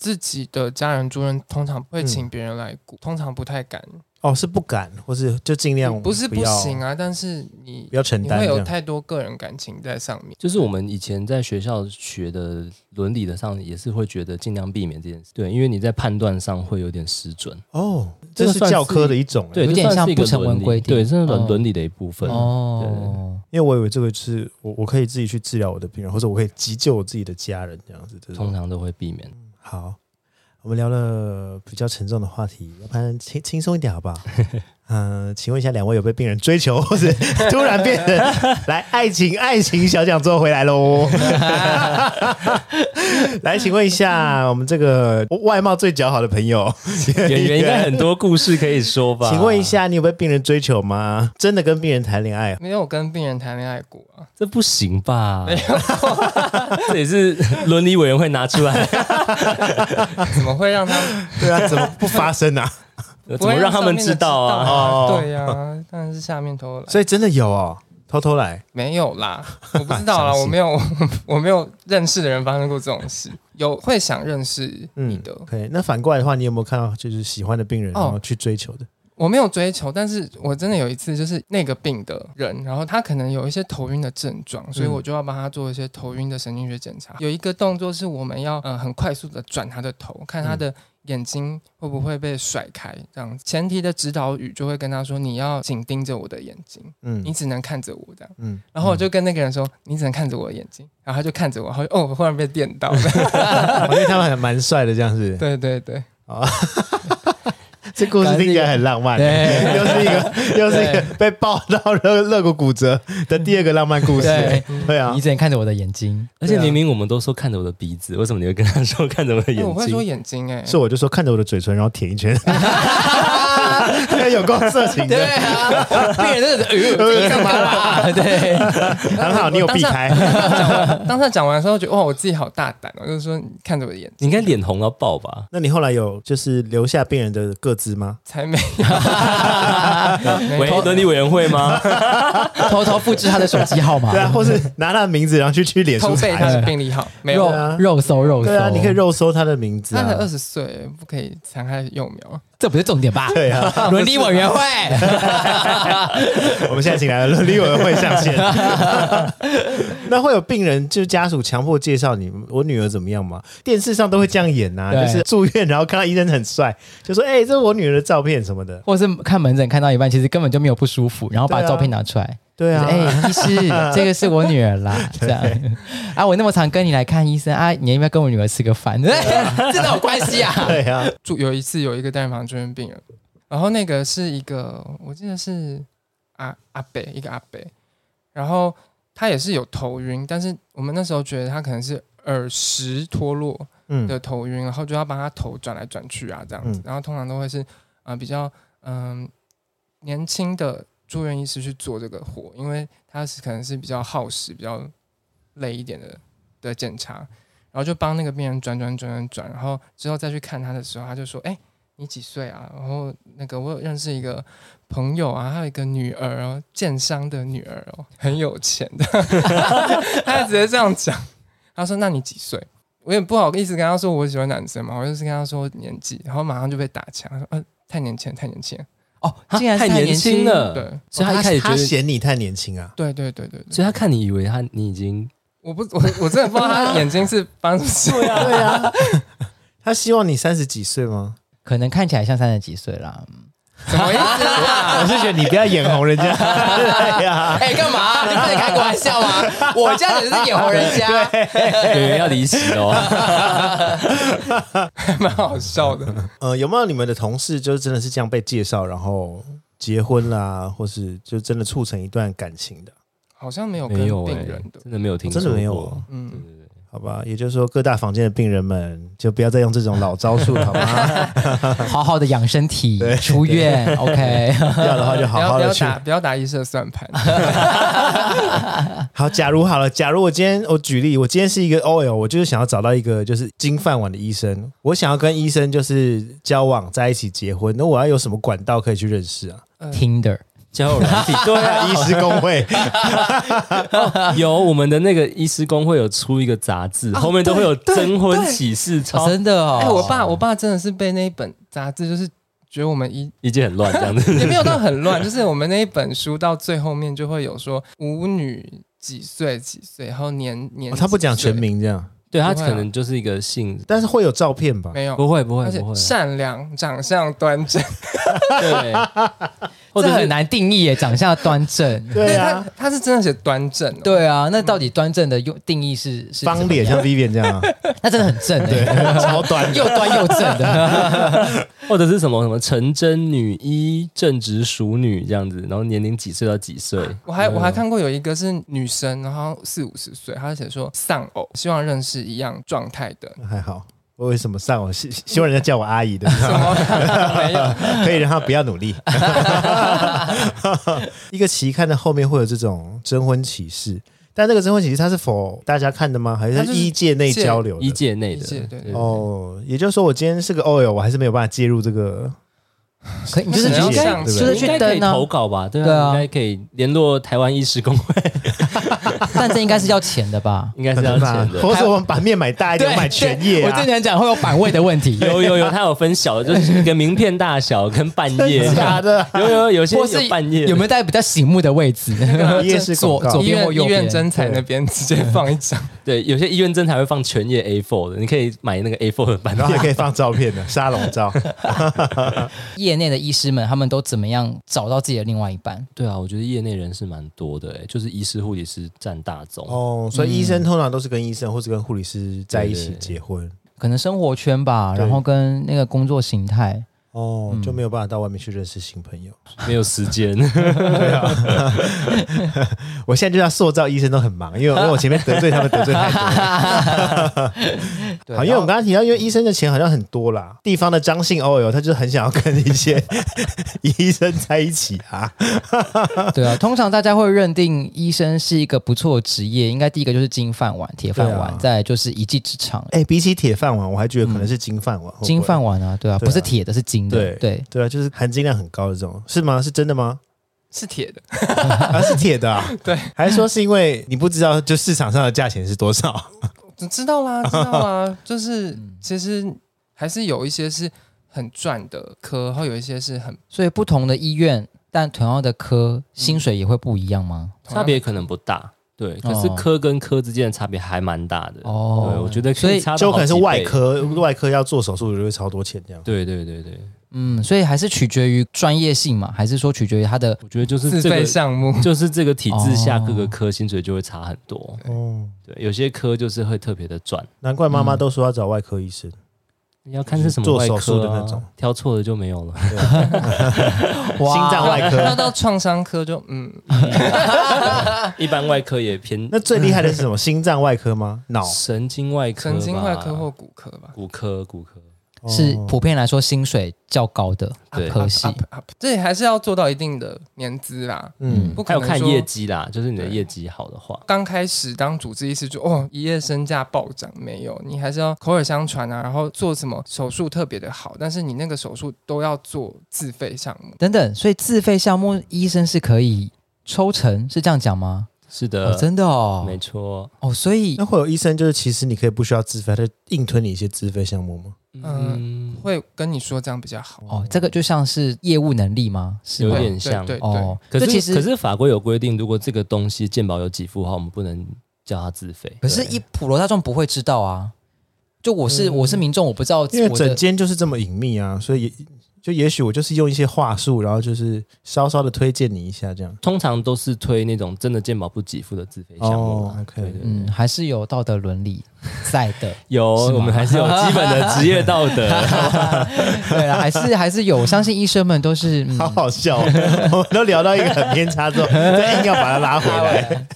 [SPEAKER 3] 自己的家人住院，通常会请别人来顾，通常不太敢。
[SPEAKER 1] 哦，是不敢，或是就尽量
[SPEAKER 3] 不是不
[SPEAKER 1] 要
[SPEAKER 3] 行，啊，但是你
[SPEAKER 1] 不要承
[SPEAKER 3] 你
[SPEAKER 1] 担
[SPEAKER 3] 会
[SPEAKER 1] 这
[SPEAKER 3] 有
[SPEAKER 1] 样。
[SPEAKER 3] 太多个人感情在上面。
[SPEAKER 4] 就是我们以前在学校学的伦理的上，也是会觉得尽量避免这件事。对，因为你在判断上会有点失准。
[SPEAKER 1] 哦，
[SPEAKER 4] 这
[SPEAKER 1] 这
[SPEAKER 4] 个
[SPEAKER 1] 是
[SPEAKER 4] 算
[SPEAKER 1] 教
[SPEAKER 4] 是
[SPEAKER 1] 科的一种。欸
[SPEAKER 4] 对，
[SPEAKER 2] 有
[SPEAKER 4] 这
[SPEAKER 2] 点
[SPEAKER 4] 算是
[SPEAKER 2] 像
[SPEAKER 4] 一个
[SPEAKER 2] 不成文
[SPEAKER 4] 伦理
[SPEAKER 2] 规定
[SPEAKER 4] 对，这是伦
[SPEAKER 2] 哦
[SPEAKER 4] 伦理的一部分。
[SPEAKER 2] 哦，
[SPEAKER 1] 因为我以为这个是我我可以自己去治疗我的病人，或者我可以急救我自己的家人这样子。这
[SPEAKER 4] 通
[SPEAKER 1] 种
[SPEAKER 4] 常都会避免。
[SPEAKER 1] 好，我们聊了比较沉重的话题，要不然轻轻松一点好 不好？嗯、请问一下，两位有被病人追求， 或是突然变成来爱情爱情小讲座回来喽？ 来，请问一下，我们这个外貌最姣好的朋友，
[SPEAKER 4] 演员应该很多故事可以说吧？
[SPEAKER 1] 请问一，下，你有被病人追求吗？真的跟病人谈恋爱？
[SPEAKER 3] 没有跟病人谈恋爱过啊，
[SPEAKER 4] 这不行吧？这也是伦理委员会拿出来。
[SPEAKER 3] 怎么会让他
[SPEAKER 1] 对啊，怎么不发生啊？
[SPEAKER 4] 怎么让他们知道啊？
[SPEAKER 1] 哦
[SPEAKER 3] 对呀、当然是下面偷来，
[SPEAKER 1] 所以真的有哦，偷偷来，
[SPEAKER 3] 没有 啦，我不知道啦，
[SPEAKER 1] 相信
[SPEAKER 3] 我没有， 我没有认识的人发生过这种事，有会想认识你的，
[SPEAKER 1] OK，那反过来的话，你有没有看到就是喜欢的病人，
[SPEAKER 3] 哦
[SPEAKER 1] 然后去追求的？
[SPEAKER 3] 我没有追求，但是我真的有一次就是那个病的人，然后他可能有一些头晕的症状，
[SPEAKER 1] 嗯
[SPEAKER 3] 所以我就要帮他做一些头晕的神经学检查。有一个动作是我们要呃很快速的转他的头，看他的眼睛会不会被甩开，这样子。前提的指导语就会跟他说：“你要紧盯着我的眼睛，
[SPEAKER 1] 嗯
[SPEAKER 3] 你只能看着我这样。”
[SPEAKER 1] 嗯，
[SPEAKER 3] 然后我就跟那个人说：“你只能看着我的眼睛。”然后他就看着我，然后哦，我忽然被电 到了。
[SPEAKER 1] 哦因为他们还蛮帅的这样子。
[SPEAKER 3] 对对对，
[SPEAKER 1] 这故事听起来很浪漫，
[SPEAKER 2] 对
[SPEAKER 1] 又是一个又是一个被爆到肋肋骨骨折的第二个浪漫故事。
[SPEAKER 2] 对，
[SPEAKER 1] 对啊
[SPEAKER 2] 你，只能看着我的眼睛，
[SPEAKER 4] 而且明明我们都说看着我的鼻子，为什么你会跟他说看着我的
[SPEAKER 3] 哎
[SPEAKER 4] 眼
[SPEAKER 3] 我会说
[SPEAKER 4] 睛？
[SPEAKER 3] 眼睛哎、
[SPEAKER 1] 所以我就说看着我的嘴唇，然后舔一 圈，有够色情
[SPEAKER 2] 对
[SPEAKER 1] 的，
[SPEAKER 2] 啊，病人真的 是呃，这个干嘛啦？ 对，
[SPEAKER 1] 很好，你有避开。
[SPEAKER 3] 当时讲完的 时候，觉得哇，我自己好大胆哦，就是说你看着我的 眼睛
[SPEAKER 4] 你应该脸红到爆吧？
[SPEAKER 1] 那你后来有就是留下病人的个资吗？
[SPEAKER 3] 才没
[SPEAKER 4] 喂，伦理委员会吗？
[SPEAKER 2] 偷偷复制他的手机号码
[SPEAKER 1] 对，啊，或是拿他的名字，然后去去脸
[SPEAKER 3] 偷
[SPEAKER 1] 书
[SPEAKER 3] 背他的
[SPEAKER 1] 查。
[SPEAKER 3] 病历号，没有
[SPEAKER 2] 肉
[SPEAKER 1] 啊
[SPEAKER 2] 肉搜肉搜，
[SPEAKER 1] 对啊，你可以肉搜他的名字
[SPEAKER 3] 他才
[SPEAKER 1] 啊
[SPEAKER 3] 二。十岁，不可以残害幼苗。
[SPEAKER 2] 这不是重点吧？
[SPEAKER 1] 对啊，
[SPEAKER 2] 伦理 委员会，
[SPEAKER 1] 我们现在请来了伦理委员会上 线。那会有病人就是家属强迫介绍你我女儿怎么样吗？电视上都会这样演呐、
[SPEAKER 2] 对
[SPEAKER 1] 就是住院然后看到医生很帅，就说：“哎、这是我女儿的照片什么的。
[SPEAKER 2] 或是看门诊看到一半，其实根本就没有不舒服，然后把
[SPEAKER 1] 对啊
[SPEAKER 2] 照片拿出来，”
[SPEAKER 1] 对啊，
[SPEAKER 2] 哎、医师，这个是我女儿啦，这样啊，我那么常跟你来看医生啊，你要不要跟我女儿吃个饭？ 这哪有关系啊？
[SPEAKER 1] 对啊，
[SPEAKER 3] 住有一次有一个单人房住院病人，然后那个是一个我记得是阿阿北一个阿北，然后他也是有头晕，但是我们那时候觉得他可能是耳石脱落
[SPEAKER 1] 嗯，
[SPEAKER 3] 的头晕，然后就要帮他头转来转去啊这样子
[SPEAKER 1] 嗯，
[SPEAKER 3] 然后通常都会是啊、呃比较嗯、年轻的住院医师去做这个活，因为他是可能是比较耗时、比较累一点的的检查，然后就帮那个病人转转转转转，然后之后再去看他的时候，他就说：“哎、你几岁啊？”然后那个我有认识一个朋友啊，他有一个女儿哦，建商的女儿哦，很有钱的，他直接这样讲。他说：“那你几岁？”我也不好意思跟他说我喜欢男生嘛，我就是跟他说年纪，然后马上就被打枪，他说：“呃，太年轻了，太年轻了。
[SPEAKER 2] 哦，
[SPEAKER 4] 他
[SPEAKER 2] 竟然是
[SPEAKER 4] 太年轻了，
[SPEAKER 3] 对，
[SPEAKER 4] 所以他一开始觉
[SPEAKER 1] 他
[SPEAKER 4] 得，
[SPEAKER 1] 哦嫌你太年轻啊。
[SPEAKER 3] 对对对对对，
[SPEAKER 4] 所以他看你以为他你已经
[SPEAKER 3] 我不我我真的不知道他眼睛是发生什么事。
[SPEAKER 1] 对啊， 他希望你三十几岁吗？
[SPEAKER 2] 可能看起来像三十几岁啦。
[SPEAKER 1] 啊
[SPEAKER 3] 什么意思
[SPEAKER 1] 我
[SPEAKER 3] 啊？
[SPEAKER 1] 是觉得你不要眼红人家。对呀，
[SPEAKER 2] 哎、干嘛？你不能开个玩笑吗？我这样只是眼红人家。
[SPEAKER 4] 有哎人要离席哦。
[SPEAKER 3] 蛮好笑的。
[SPEAKER 1] 呃，有没有你们的同事就是真的是这样被介绍，然后结婚啦，或是就真的促成一段感情的？
[SPEAKER 3] 好像没有跟
[SPEAKER 4] 没有
[SPEAKER 3] 病
[SPEAKER 4] 哎
[SPEAKER 3] 人的，
[SPEAKER 4] 真的没有听说
[SPEAKER 1] 真
[SPEAKER 4] 过，
[SPEAKER 1] 的没有啊。
[SPEAKER 3] 嗯，
[SPEAKER 1] 好吧，也就是说，各大房间的病人们就不要再用这种老招数了，好吗？
[SPEAKER 2] 好好的养身体，出院，OK。
[SPEAKER 1] 要的话就
[SPEAKER 3] 不
[SPEAKER 1] 好
[SPEAKER 3] 要
[SPEAKER 1] 好
[SPEAKER 3] 不
[SPEAKER 1] 的
[SPEAKER 3] 要
[SPEAKER 1] 去。
[SPEAKER 3] 打不要打医生的算盘，
[SPEAKER 1] 好，假如好了，假如我今天我举例，我今天是一个 OL，我就是想要找到一个就是金饭碗的医生，我想要跟医生就是交往在一起结婚，那我要有什么管道可以去认识啊？
[SPEAKER 2] Tinder，
[SPEAKER 4] 交友软体，对啊，
[SPEAKER 1] 医师工 会，
[SPEAKER 4] 有我们的那个医师工会有出一个杂志，后面都会有征婚启事，
[SPEAKER 2] 哦
[SPEAKER 4] 超
[SPEAKER 2] 真的哦。
[SPEAKER 3] 哎，我爸我爸真的是被那一本杂志，就是觉得我们医
[SPEAKER 4] 已经很乱这样子。
[SPEAKER 3] 也没有到很乱，就是我们那一本书到最后面就会有说舞女几岁几岁，然后年年
[SPEAKER 1] 哦他不讲
[SPEAKER 3] 几岁
[SPEAKER 1] 全，名这样，
[SPEAKER 4] 对他
[SPEAKER 3] 不会啊
[SPEAKER 4] 可能就是一个性，
[SPEAKER 1] 但是会有照片吧？
[SPEAKER 3] 没有，
[SPEAKER 4] 不会不会
[SPEAKER 3] 而且
[SPEAKER 4] 不会，
[SPEAKER 3] 善良，长相端正，
[SPEAKER 4] 对，
[SPEAKER 2] 哦
[SPEAKER 4] 或者
[SPEAKER 2] 这
[SPEAKER 4] 是
[SPEAKER 2] 很难定义耶，长相端正。
[SPEAKER 1] 对
[SPEAKER 3] 他
[SPEAKER 1] 啊，
[SPEAKER 3] 他是真的写端正哦，
[SPEAKER 2] 对啊，那到底端正的用定义是是
[SPEAKER 1] 方脸
[SPEAKER 2] 怎
[SPEAKER 1] 像 Vivian 这样啊，
[SPEAKER 2] 么样，那真的很正
[SPEAKER 1] 对
[SPEAKER 2] 哎，，
[SPEAKER 1] 超短
[SPEAKER 2] 又端又正的。
[SPEAKER 4] 或者是什么什么成真女医正直熟女这样子，然后年龄几岁到几岁，
[SPEAKER 3] 我还我还看过有一个是女生，然后四五十岁，她写说丧偶，希望认识一样状态 的，
[SPEAKER 1] 还好。我为什么上我希希望人家叫我阿姨的，
[SPEAKER 3] 什么没 有，
[SPEAKER 1] 可以让他不要努力。一个期刊的后面会有这种征婚启事，但这个征婚启事它是否大家看的吗？还是它是医界内交流
[SPEAKER 4] 医
[SPEAKER 1] 的？
[SPEAKER 4] 界内
[SPEAKER 3] 医界
[SPEAKER 4] 的，
[SPEAKER 3] 对
[SPEAKER 4] 对
[SPEAKER 1] 哦，也就是说，我今天是个 OL，我还是没有办法介入这个
[SPEAKER 2] 可你就是
[SPEAKER 1] 那
[SPEAKER 2] 你应
[SPEAKER 1] 你要
[SPEAKER 2] 该
[SPEAKER 1] 上
[SPEAKER 2] 就
[SPEAKER 1] 对
[SPEAKER 2] 是
[SPEAKER 4] 应
[SPEAKER 2] 去
[SPEAKER 4] 该可以
[SPEAKER 2] 登啊
[SPEAKER 4] 投，稿吧？对
[SPEAKER 2] 对
[SPEAKER 4] 啊，
[SPEAKER 2] 啊
[SPEAKER 4] 应该可以联络台湾医师工会，？
[SPEAKER 2] 但这应该是要钱的吧
[SPEAKER 4] 应该是
[SPEAKER 1] 很
[SPEAKER 4] 要
[SPEAKER 1] 难吧
[SPEAKER 4] 钱的。
[SPEAKER 1] 或者我们版面买大一点，买全页
[SPEAKER 2] 我
[SPEAKER 1] 啊
[SPEAKER 2] 正。想讲会有版位的问题，
[SPEAKER 4] 有有有，他有分小，就是跟名片大小，跟半 夜
[SPEAKER 1] 真的假 的啊
[SPEAKER 4] 有有有些
[SPEAKER 2] 或是
[SPEAKER 4] 有半夜
[SPEAKER 2] 有没有在比较醒目的位置？
[SPEAKER 1] 夜市广
[SPEAKER 2] 左
[SPEAKER 1] 告
[SPEAKER 2] 左
[SPEAKER 3] 医
[SPEAKER 2] 边或
[SPEAKER 3] 院
[SPEAKER 2] 右
[SPEAKER 3] 医
[SPEAKER 2] 边
[SPEAKER 3] 院？征才那边直接放一 张，
[SPEAKER 4] 对，有些医院真才会放全页 A4 的，你可以买那个 A4 的版
[SPEAKER 1] 然后
[SPEAKER 4] 面
[SPEAKER 1] 还。可以放照片的沙龙照，
[SPEAKER 2] 业内的医师们他们都怎么样找到自己的另外一半？
[SPEAKER 4] 对啊，我觉得业内人士蛮多的、欸，就是医师、护理师占大宗。
[SPEAKER 1] 哦，所以医生通常都是跟医生或是跟护理师在一起
[SPEAKER 4] 嗯对对对
[SPEAKER 1] 结婚，
[SPEAKER 2] 可能生活圈吧，
[SPEAKER 1] 对
[SPEAKER 2] 然后跟那个工作形态。
[SPEAKER 1] 哦，
[SPEAKER 4] 嗯
[SPEAKER 1] 就没有办法到外面去认识新朋友。
[SPEAKER 4] 没有时间，
[SPEAKER 1] 我现在就要塑造医生都很忙， 因为因为我前面得罪他们得罪太多了。
[SPEAKER 2] 对
[SPEAKER 1] 好，因为我们刚刚提到，因为医生的钱好像很多啦，地方的张姓 OL 他就是很想要跟一 些医生在一起啊。
[SPEAKER 2] 对啊，通常大家会认定医生是一个不错的职业，应该第一个就是金饭碗、铁饭碗，
[SPEAKER 1] 对啊
[SPEAKER 2] 再来就是一技之长。
[SPEAKER 1] 哎、比起铁饭碗，我还觉得可能是嗯金饭碗。会不会
[SPEAKER 2] 金饭碗啊，对啊，
[SPEAKER 1] 对啊
[SPEAKER 2] 不是铁的，是金的
[SPEAKER 1] 对，
[SPEAKER 2] 对，
[SPEAKER 1] 对啊，就是含金量很高的这种，是吗？是真的吗？
[SPEAKER 3] 是铁的，
[SPEAKER 1] 啊，是铁 的、啊，
[SPEAKER 3] 对，
[SPEAKER 1] 还是说是因为你不知道就市场上的价钱是多 少？
[SPEAKER 3] 知道 啦，知道啦，就是
[SPEAKER 4] 嗯
[SPEAKER 3] 其实还是有一些是很赚的科，然后有一些是很
[SPEAKER 2] 所以不同的医院，但同样的科，薪水也会不一样吗？
[SPEAKER 4] 差别可能不大。对，可是
[SPEAKER 2] 哦
[SPEAKER 4] 科跟科之间的差别还蛮大的。
[SPEAKER 2] 哦
[SPEAKER 4] 对，我觉得
[SPEAKER 2] 所以
[SPEAKER 4] 差到
[SPEAKER 1] 就可能是
[SPEAKER 4] 好几
[SPEAKER 1] 外
[SPEAKER 4] 倍。
[SPEAKER 1] 科，外科要做手术就会超多钱这样。
[SPEAKER 4] 对对对对，
[SPEAKER 2] 嗯，所以还是取决于专业性嘛，还是说取决于他的
[SPEAKER 4] 我觉得就是
[SPEAKER 3] 自
[SPEAKER 4] 这
[SPEAKER 3] 费
[SPEAKER 4] 个，
[SPEAKER 3] 项目。
[SPEAKER 4] 就是这个体制下
[SPEAKER 2] 哦
[SPEAKER 4] 各个科薪水就会差很多。
[SPEAKER 1] 哦，
[SPEAKER 4] 对，有些科就是会特别的赚，
[SPEAKER 1] 难怪妈妈都说要找外科医生。
[SPEAKER 4] 你要看是什么
[SPEAKER 1] 做
[SPEAKER 4] 外
[SPEAKER 1] 手术
[SPEAKER 4] 科
[SPEAKER 1] 的
[SPEAKER 4] 啊
[SPEAKER 1] 那种，
[SPEAKER 4] 挑错了就没有了。
[SPEAKER 1] 心脏外
[SPEAKER 3] 那
[SPEAKER 1] 科。
[SPEAKER 3] 到创伤科就嗯，
[SPEAKER 4] 一般外科也偏
[SPEAKER 1] 那最厉害的是什么？心脏外科 吗？脑
[SPEAKER 4] 神经外科吧，
[SPEAKER 3] 神经外科或骨科吧。
[SPEAKER 4] 骨科，骨科。
[SPEAKER 2] 是
[SPEAKER 1] 哦
[SPEAKER 2] 普遍来说薪水较高的
[SPEAKER 4] 对
[SPEAKER 2] 科系
[SPEAKER 3] up up，这也还是要做到一定的年资啦，
[SPEAKER 1] 嗯，
[SPEAKER 3] 不可
[SPEAKER 4] 还有
[SPEAKER 3] 能
[SPEAKER 4] 看
[SPEAKER 3] 说
[SPEAKER 4] 业绩啦，就是你的
[SPEAKER 3] 对
[SPEAKER 4] 业绩好的话，
[SPEAKER 3] 刚开始当主治医师就哦一夜身价暴涨，没有，你还是要口耳相传啊，然后做什么手术特别的好，但是你那个手术都要做自费项目，
[SPEAKER 2] 等等，所以自费项目医生是可以抽成，是这样讲吗？
[SPEAKER 4] 是
[SPEAKER 2] 哦，
[SPEAKER 4] 的，
[SPEAKER 2] 真的哦
[SPEAKER 4] 呃没，错。
[SPEAKER 2] 哦，所以
[SPEAKER 1] 那会有医生就是其实你可以不需要自费，他就硬推你一些自费项目吗？
[SPEAKER 2] 呃
[SPEAKER 4] 嗯，
[SPEAKER 3] 会跟你说这样比较好。
[SPEAKER 2] 哦，这个就像是业务能力吗？是
[SPEAKER 4] 有
[SPEAKER 2] 吗？
[SPEAKER 4] 点像
[SPEAKER 3] 对对对
[SPEAKER 2] 哦，
[SPEAKER 4] 可
[SPEAKER 2] 这
[SPEAKER 4] 是
[SPEAKER 2] 其实
[SPEAKER 4] 可是法规有规定，如果这个东西健保有给付的话，我们不能叫它自费。
[SPEAKER 2] 可是，一普罗大众不会知道啊。就我是、我是民众，我不知道我
[SPEAKER 1] 因为整
[SPEAKER 2] 的
[SPEAKER 1] 间就是这么隐秘啊，所以也就也许我就是用一些话术，然后就是稍稍的推荐你一下这样。
[SPEAKER 4] 通常都是推那种真的健保不给付的自费项目啦。
[SPEAKER 1] 哦，OK
[SPEAKER 4] 对对对
[SPEAKER 2] 嗯还是有道德伦理 在的。
[SPEAKER 4] 有
[SPEAKER 2] 是吗
[SPEAKER 4] 我们还是有基本的职业道德。
[SPEAKER 2] 嗯对啊，还是还是有，我相信医生们都是嗯。
[SPEAKER 1] 好好笑哦， 我们都聊到一个很偏差之后，再硬要把它拉回 来。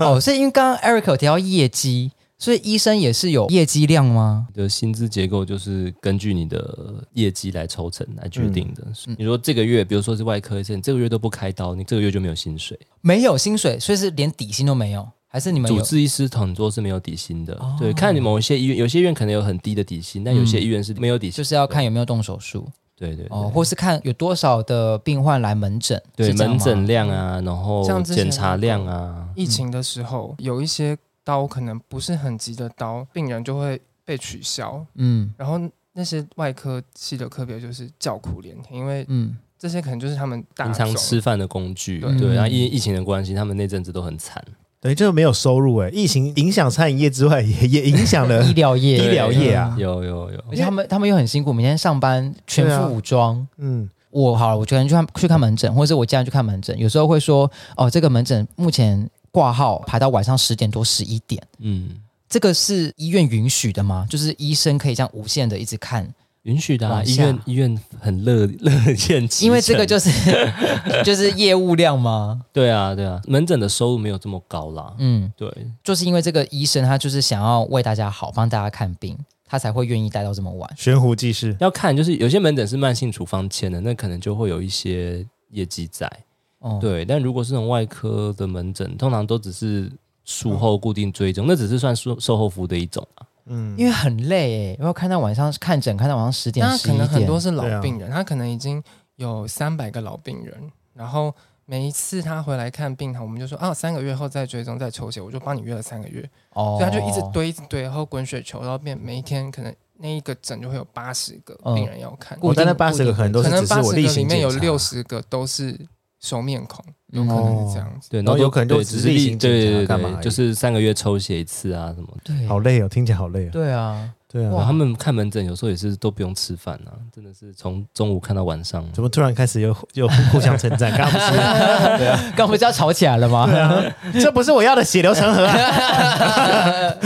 [SPEAKER 2] 哦，所以因为刚刚 Eric 有提到业绩，所以医生也是有业绩量吗？
[SPEAKER 4] 你的薪资结构就是根据你的业绩来抽成来决定的。
[SPEAKER 2] 嗯
[SPEAKER 4] 你说这个月，比如说是外科医生，这个月都不开刀，你这个月就没有薪水。
[SPEAKER 2] 没有薪水，所以是连底薪都没有，还是你们
[SPEAKER 4] 主
[SPEAKER 2] 有？哦
[SPEAKER 4] 治医师很多是没有底薪的，对，看你某一些医院，有些医院可能有很低的底薪，但有些医院是没有底薪，
[SPEAKER 2] 就是要看有没有动手术
[SPEAKER 4] 对对对
[SPEAKER 2] 嗯哦，或是看有多少的病患来门诊，
[SPEAKER 4] 对
[SPEAKER 2] 是这样
[SPEAKER 4] 门
[SPEAKER 2] 吗
[SPEAKER 4] 诊量啊，然后
[SPEAKER 3] 像之前
[SPEAKER 4] 检查量啊，
[SPEAKER 3] 疫情的时候，有一些刀可能不是很急的刀，病人就会被取消，
[SPEAKER 2] 嗯
[SPEAKER 3] 然后那些外科系的科别就是叫苦连天，因为
[SPEAKER 2] 嗯，
[SPEAKER 3] 这些可能就是他们大
[SPEAKER 4] 平常
[SPEAKER 3] 众
[SPEAKER 4] 吃饭的工具，
[SPEAKER 3] 对
[SPEAKER 4] 对，
[SPEAKER 2] 嗯
[SPEAKER 4] 然后因为疫情的关系，他们那阵子都很惨，
[SPEAKER 1] 等于就是没有收入哎、疫情影响餐饮业之外，也也影响了
[SPEAKER 2] 医疗业，
[SPEAKER 1] 医疗业啊
[SPEAKER 2] 嗯
[SPEAKER 4] 有有有，
[SPEAKER 2] 而且他们他们又很辛苦，每天上班全
[SPEAKER 1] 对啊
[SPEAKER 2] 副武装。
[SPEAKER 1] 嗯
[SPEAKER 4] 啊
[SPEAKER 2] 我好了，我可能去看去看门诊，或者是我家人去看门诊，有时候会说哦，这个门诊目前挂号排到晚上十点多十一点，
[SPEAKER 4] 嗯，
[SPEAKER 2] 这个是医院允许的吗？就是医生可以这样无限的一直看，
[SPEAKER 4] 允许的啊，
[SPEAKER 2] 往
[SPEAKER 4] 医
[SPEAKER 2] 下
[SPEAKER 4] 院医院很乐乐见其成，
[SPEAKER 2] 因为这个就是就是 业务量吗？
[SPEAKER 4] 对啊对啊，门诊的收入没有这么高啦，
[SPEAKER 2] 嗯，
[SPEAKER 4] 对，
[SPEAKER 2] 就是因为这个医生他就是想要为大家好，帮大家看病，他才会愿意待到这么晚。
[SPEAKER 1] 悬壶济世。
[SPEAKER 4] 要看就是有些门诊是慢性处方签的，那可能就会有一些业绩在，
[SPEAKER 2] 哦，
[SPEAKER 4] 对，但如果是那种外科的门诊，通常都只是术后固定追踪，那只是算术售后服务的一种啊。
[SPEAKER 1] 嗯
[SPEAKER 2] 因为很累哎、因为看到晚上看诊，看到晚上十点
[SPEAKER 3] 那
[SPEAKER 2] 十
[SPEAKER 3] 可
[SPEAKER 2] 一
[SPEAKER 3] 能
[SPEAKER 2] 点，
[SPEAKER 3] 很多是
[SPEAKER 1] 对
[SPEAKER 3] 老
[SPEAKER 1] 啊
[SPEAKER 3] 病人，他可能已经有三百个老病人，然后每一次他回来看病，我们就说啊，三个月后再追踪再抽血，我就帮你约了三个月，
[SPEAKER 2] 哦
[SPEAKER 3] 所以他就一直堆一直堆，然后滚雪球，然后变每一天可能那一个诊就会有八十个
[SPEAKER 2] 嗯
[SPEAKER 3] 病人要看，
[SPEAKER 1] 我
[SPEAKER 2] 固定
[SPEAKER 1] 大概八十个可能都
[SPEAKER 3] 可
[SPEAKER 1] 是
[SPEAKER 3] 能
[SPEAKER 1] 只是
[SPEAKER 3] 八
[SPEAKER 1] 我
[SPEAKER 3] 十
[SPEAKER 1] 例
[SPEAKER 3] 个里
[SPEAKER 1] 行
[SPEAKER 3] 面有
[SPEAKER 1] 检查，
[SPEAKER 3] 六十个都是熟面孔，有
[SPEAKER 2] 嗯
[SPEAKER 3] 可能是这样子。
[SPEAKER 4] 对，
[SPEAKER 1] 然后
[SPEAKER 4] 都
[SPEAKER 1] 有可能就
[SPEAKER 4] 对
[SPEAKER 1] 只
[SPEAKER 4] 只
[SPEAKER 1] 是
[SPEAKER 4] 是
[SPEAKER 1] 例
[SPEAKER 4] 例
[SPEAKER 1] 行
[SPEAKER 4] 对对
[SPEAKER 1] 检查
[SPEAKER 4] 对
[SPEAKER 1] 干
[SPEAKER 4] 对
[SPEAKER 1] 嘛而已
[SPEAKER 4] 就是三个月抽血一次啊什么的。
[SPEAKER 2] 对
[SPEAKER 1] 好累哦，听起来好累哦。
[SPEAKER 2] 对啊，
[SPEAKER 1] 对
[SPEAKER 4] 然后
[SPEAKER 1] 啊，
[SPEAKER 4] 他们看门诊有时候也是都不用吃饭啊，真的是从中午看到晚上。
[SPEAKER 1] 怎么突然开始又又互相称赞？刚刚不是
[SPEAKER 2] 啊
[SPEAKER 3] 啊
[SPEAKER 2] 刚不是要吵起来了吗？
[SPEAKER 1] 这不是我要的血流成河、啊。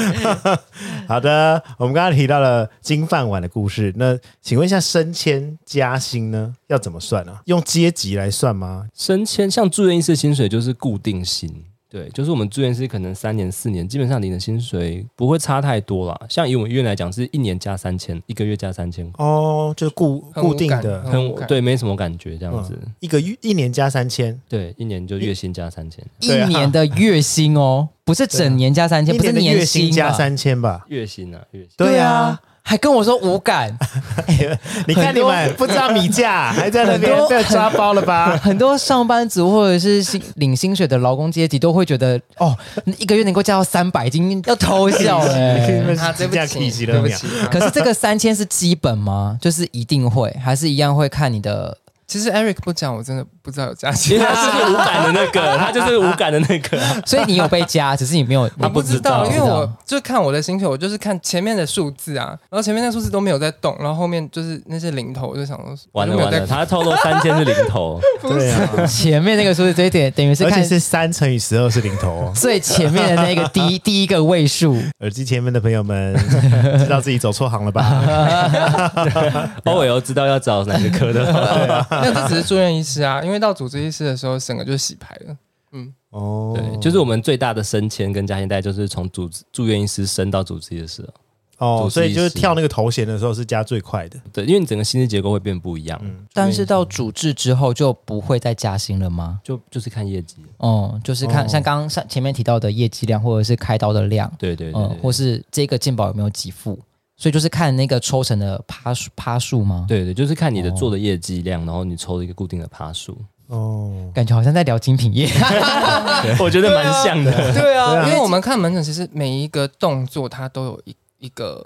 [SPEAKER 1] 好的，我们刚刚提到了金饭碗的故事，那请问一下升迁加薪呢，要怎么算呢、啊？用阶级来算吗？
[SPEAKER 4] 升迁像住院医师的薪水就是固定薪，对，就是我们住院医师可能三年四年，基本上领的薪水不会差太多啦。像以我们医院来讲，是一年加三千，一个月加三千，
[SPEAKER 1] 哦，就是固
[SPEAKER 3] 很无
[SPEAKER 1] 固定
[SPEAKER 3] 感
[SPEAKER 1] 的，
[SPEAKER 3] 很无
[SPEAKER 4] 很
[SPEAKER 3] 感
[SPEAKER 4] 对，没什么感觉这样子。
[SPEAKER 1] 一个月一年加三千，
[SPEAKER 4] 对，一年就月薪加三千，
[SPEAKER 2] 一年的月薪哦，不是
[SPEAKER 3] 啊
[SPEAKER 2] 整年加三千，
[SPEAKER 1] 一
[SPEAKER 2] 不是
[SPEAKER 1] 年的月薪
[SPEAKER 2] 薪
[SPEAKER 1] 加
[SPEAKER 2] 吧，
[SPEAKER 1] 三千吧？
[SPEAKER 4] 月薪啊，月薪。
[SPEAKER 2] 对
[SPEAKER 1] 啊
[SPEAKER 2] 啊，，还跟我说无感，
[SPEAKER 1] 你看你们不知道米价，还在那边
[SPEAKER 2] 很多
[SPEAKER 1] 被抓包了 吧？
[SPEAKER 2] 很多上班族或者是薪领薪水的劳工阶级都会觉得，哦，一个月能够加到三百，已经要偷笑了、欸
[SPEAKER 1] 你们
[SPEAKER 3] 啊，对不
[SPEAKER 1] 这样提
[SPEAKER 3] 起，
[SPEAKER 1] 及
[SPEAKER 3] 对
[SPEAKER 1] 了
[SPEAKER 3] 不
[SPEAKER 1] 没有
[SPEAKER 3] 起。啊
[SPEAKER 2] 可是这个三千是基本吗？ 就是一定会，还是一样会看你的？
[SPEAKER 3] 其实 Eric 不讲，我真的不知道有加
[SPEAKER 4] 因
[SPEAKER 3] 薪
[SPEAKER 4] 为。他是无感的那个，他就是无感的那个啊。
[SPEAKER 2] 所以你有被加，只是你没 有，
[SPEAKER 3] 我
[SPEAKER 2] 你
[SPEAKER 3] 不知道，因为
[SPEAKER 2] 不知道
[SPEAKER 3] 我就看我的薪水，我就是看前面的数字啊，然后前面那数字都没有在动，然后后面就是那些零头，我就想说，
[SPEAKER 4] 完了
[SPEAKER 3] 我就
[SPEAKER 4] 完
[SPEAKER 3] 没有
[SPEAKER 4] 了，
[SPEAKER 3] 在
[SPEAKER 4] 他透露三千是零头，
[SPEAKER 1] 对啊，
[SPEAKER 2] 前面那个数字，这一点等于是
[SPEAKER 1] 而且
[SPEAKER 2] 看
[SPEAKER 1] 是三乘以十二是零头哦。
[SPEAKER 2] 最前面的那个第一第一个位数。
[SPEAKER 1] 耳机前面的朋友们，知道自己走错行了吧？
[SPEAKER 4] 欧尔知道要找哪个科的。
[SPEAKER 3] 那这只是住院医师啊，因为 到主治医师的时候，整个就洗牌了。
[SPEAKER 1] 哦，
[SPEAKER 4] 对，就是我们最大的升迁跟加薪代，就是从主治住院医师升到主治医师了。
[SPEAKER 1] 哦，
[SPEAKER 4] 主治
[SPEAKER 1] 所以就是
[SPEAKER 4] 医师
[SPEAKER 1] 跳那个头衔的时候是加最快的。
[SPEAKER 4] 对，因为你整个薪资结构会变不一样，
[SPEAKER 2] 但是到主治之后就不会再加薪了吗？
[SPEAKER 4] 就就是看业绩。
[SPEAKER 2] 哦、就是看、
[SPEAKER 1] 哦
[SPEAKER 2] 像刚刚上前面提到的业绩量，或者是开刀的量，
[SPEAKER 4] 对对对
[SPEAKER 2] 嗯，或是这个健保有没有给付，所以就是看那个抽成的趴数趴数吗？，
[SPEAKER 4] 对对，就是看你的做的业绩量，然后你抽一个固定的趴数，
[SPEAKER 1] 哦，
[SPEAKER 2] 感觉好像在聊精品业。
[SPEAKER 4] 我觉得蛮像 的。
[SPEAKER 2] 对
[SPEAKER 1] 啊
[SPEAKER 3] 因为我们看门诊，其实每一个动作它都有一一个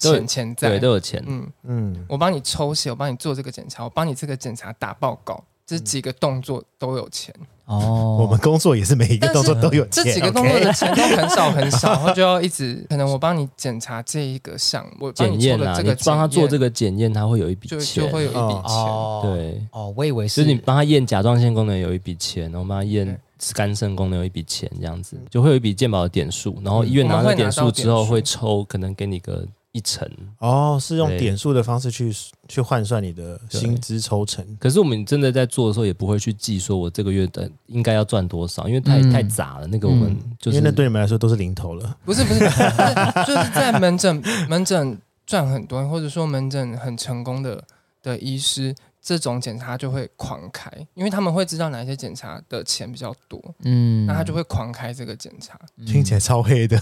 [SPEAKER 4] 都有
[SPEAKER 3] 钱钱
[SPEAKER 4] 对，
[SPEAKER 3] 在
[SPEAKER 4] 都。有钱。
[SPEAKER 3] 嗯，
[SPEAKER 1] 嗯，
[SPEAKER 3] 我帮你抽血，我帮你做这个检查，我帮你这个检查打报告，这几个动作都有钱。
[SPEAKER 2] 哦，
[SPEAKER 1] 我们工作也是每一嗯个动作都有
[SPEAKER 3] 这
[SPEAKER 1] 钱
[SPEAKER 3] 几个动作
[SPEAKER 1] OK？
[SPEAKER 3] 的钱都很少很少，然后就要一直可能我帮你检查这一个项，我帮
[SPEAKER 4] 检
[SPEAKER 3] 你抽
[SPEAKER 4] 验
[SPEAKER 3] 的
[SPEAKER 4] 啊，
[SPEAKER 3] 这
[SPEAKER 4] 你
[SPEAKER 3] 个
[SPEAKER 4] 帮他做这
[SPEAKER 3] 个
[SPEAKER 4] 个检验，他会有一笔
[SPEAKER 3] 就就
[SPEAKER 4] 钱。
[SPEAKER 3] 会有一笔
[SPEAKER 1] 哦
[SPEAKER 3] 钱。
[SPEAKER 2] 哦，，
[SPEAKER 4] 对，
[SPEAKER 2] 哦，我以为
[SPEAKER 4] 就是是你帮他验甲状腺功能有一笔钱，然后帮他验肝肾功能有一笔钱，这样子就会有一笔健保的点数，然后医院
[SPEAKER 3] 嗯我
[SPEAKER 4] 拿
[SPEAKER 3] 们
[SPEAKER 4] 到
[SPEAKER 3] 会拿到
[SPEAKER 4] 点数之后
[SPEAKER 3] 点数
[SPEAKER 4] 会抽，可能给你个一成。
[SPEAKER 1] 哦，是用
[SPEAKER 4] 对
[SPEAKER 1] 点数的方式去去换算你的薪资抽成。
[SPEAKER 4] 可是我们真的在做的时候，也不会去记说我这个月的应该要赚多少，因为太、
[SPEAKER 2] 嗯
[SPEAKER 4] 太杂了。那个我们就
[SPEAKER 1] 因
[SPEAKER 4] 是
[SPEAKER 1] 为那对你们来说都是零头了，
[SPEAKER 3] 不是不是，不是就是在门诊门诊赚很多，或者说门诊很成功的的医师，这种检查就会狂开，因为他们会知道哪一些检查的钱比较多，
[SPEAKER 2] 嗯，
[SPEAKER 3] 那他就会狂开这个检查。
[SPEAKER 4] 嗯
[SPEAKER 1] 听起来超黑的。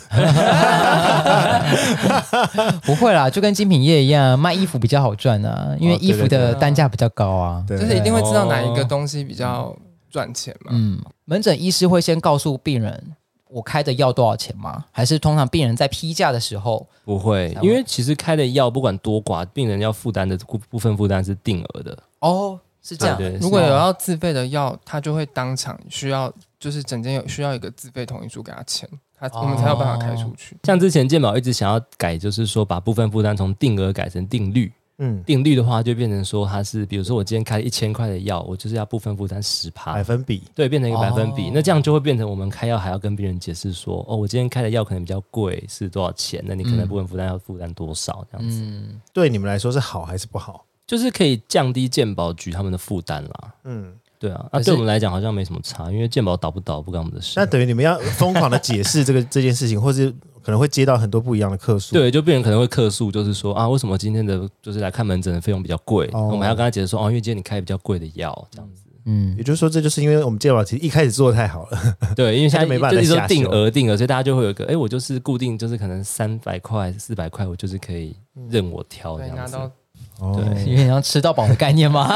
[SPEAKER 2] 不会啦，就跟精品业一样，卖衣服比较好赚啊，因为
[SPEAKER 1] 哦对
[SPEAKER 2] 衣服
[SPEAKER 1] 对
[SPEAKER 2] 的
[SPEAKER 3] 对
[SPEAKER 2] 单价比较高啊。
[SPEAKER 1] 对
[SPEAKER 3] 就是一定会知道哪一个
[SPEAKER 4] 哦
[SPEAKER 3] 东西比较赚钱嘛。
[SPEAKER 2] 嗯，门诊医师会先告诉病人我开的药多少钱吗？还是通常病人在批价的时候，
[SPEAKER 4] 不会
[SPEAKER 2] 才，会
[SPEAKER 4] 因为其实开的药不管多寡，病人要负担的部部分负担是定额的。
[SPEAKER 2] 哦，是这样，
[SPEAKER 4] 对对
[SPEAKER 3] 如果有
[SPEAKER 2] 是吗
[SPEAKER 3] 要自费的药，他就会当场需要，就是诊间有需要一个自费同意书给他签，他、
[SPEAKER 2] 哦
[SPEAKER 3] 我们才有办法开出去。
[SPEAKER 4] 像之前健保一直想要改，就是说把部分负担从定额改成定率。
[SPEAKER 1] 嗯，
[SPEAKER 4] 定率的话，就变成说它是，比如说我今天开了一千块的药，我就是要部分负担十趴
[SPEAKER 1] 百，分比
[SPEAKER 4] 对，变成一个百分比。
[SPEAKER 2] 哦
[SPEAKER 4] 那这样就会变成我们开药还要跟病人解释说，哦，我今天开的药可能比较贵，是多少钱？那你可能
[SPEAKER 2] 嗯
[SPEAKER 4] 部分负担要负担多少？这样子、
[SPEAKER 2] 嗯，
[SPEAKER 1] 对你们来说是好还是不好？
[SPEAKER 4] 就是可以降低健保局他们的负担啦。
[SPEAKER 1] 嗯，
[SPEAKER 4] 对啊，
[SPEAKER 2] 可
[SPEAKER 4] 那、
[SPEAKER 2] 是
[SPEAKER 4] 对我们来讲好像没什么差，因为健保倒不倒不干我们的事
[SPEAKER 1] 那。等于你们要疯狂的解释这个 这件事情，或是可能会接到很多不一样的客诉。
[SPEAKER 4] 对，就病人可能会客诉，就是说啊，为什么今天的就是来看门诊的费用比较贵？
[SPEAKER 1] 哦
[SPEAKER 4] 我们还要跟他解释说，哦，因为今天你开比较贵的药，这样子。
[SPEAKER 2] 嗯
[SPEAKER 1] 也就是说，这就是因为我们健保其实一开始做的太好了，
[SPEAKER 4] 对，因为现在
[SPEAKER 1] 没办法
[SPEAKER 4] 就一直
[SPEAKER 1] 再
[SPEAKER 4] 都
[SPEAKER 1] 下
[SPEAKER 4] 定
[SPEAKER 1] 修
[SPEAKER 4] 额定额，所以大家就会有一个，哎，我就是固定，就是可能三百块、四百块，我就是可以任我挑
[SPEAKER 3] 嗯
[SPEAKER 4] 这
[SPEAKER 3] 对，
[SPEAKER 4] 样
[SPEAKER 3] 拿
[SPEAKER 4] 子。
[SPEAKER 3] 到
[SPEAKER 1] 对
[SPEAKER 2] 有点像吃到饱的概念 吗？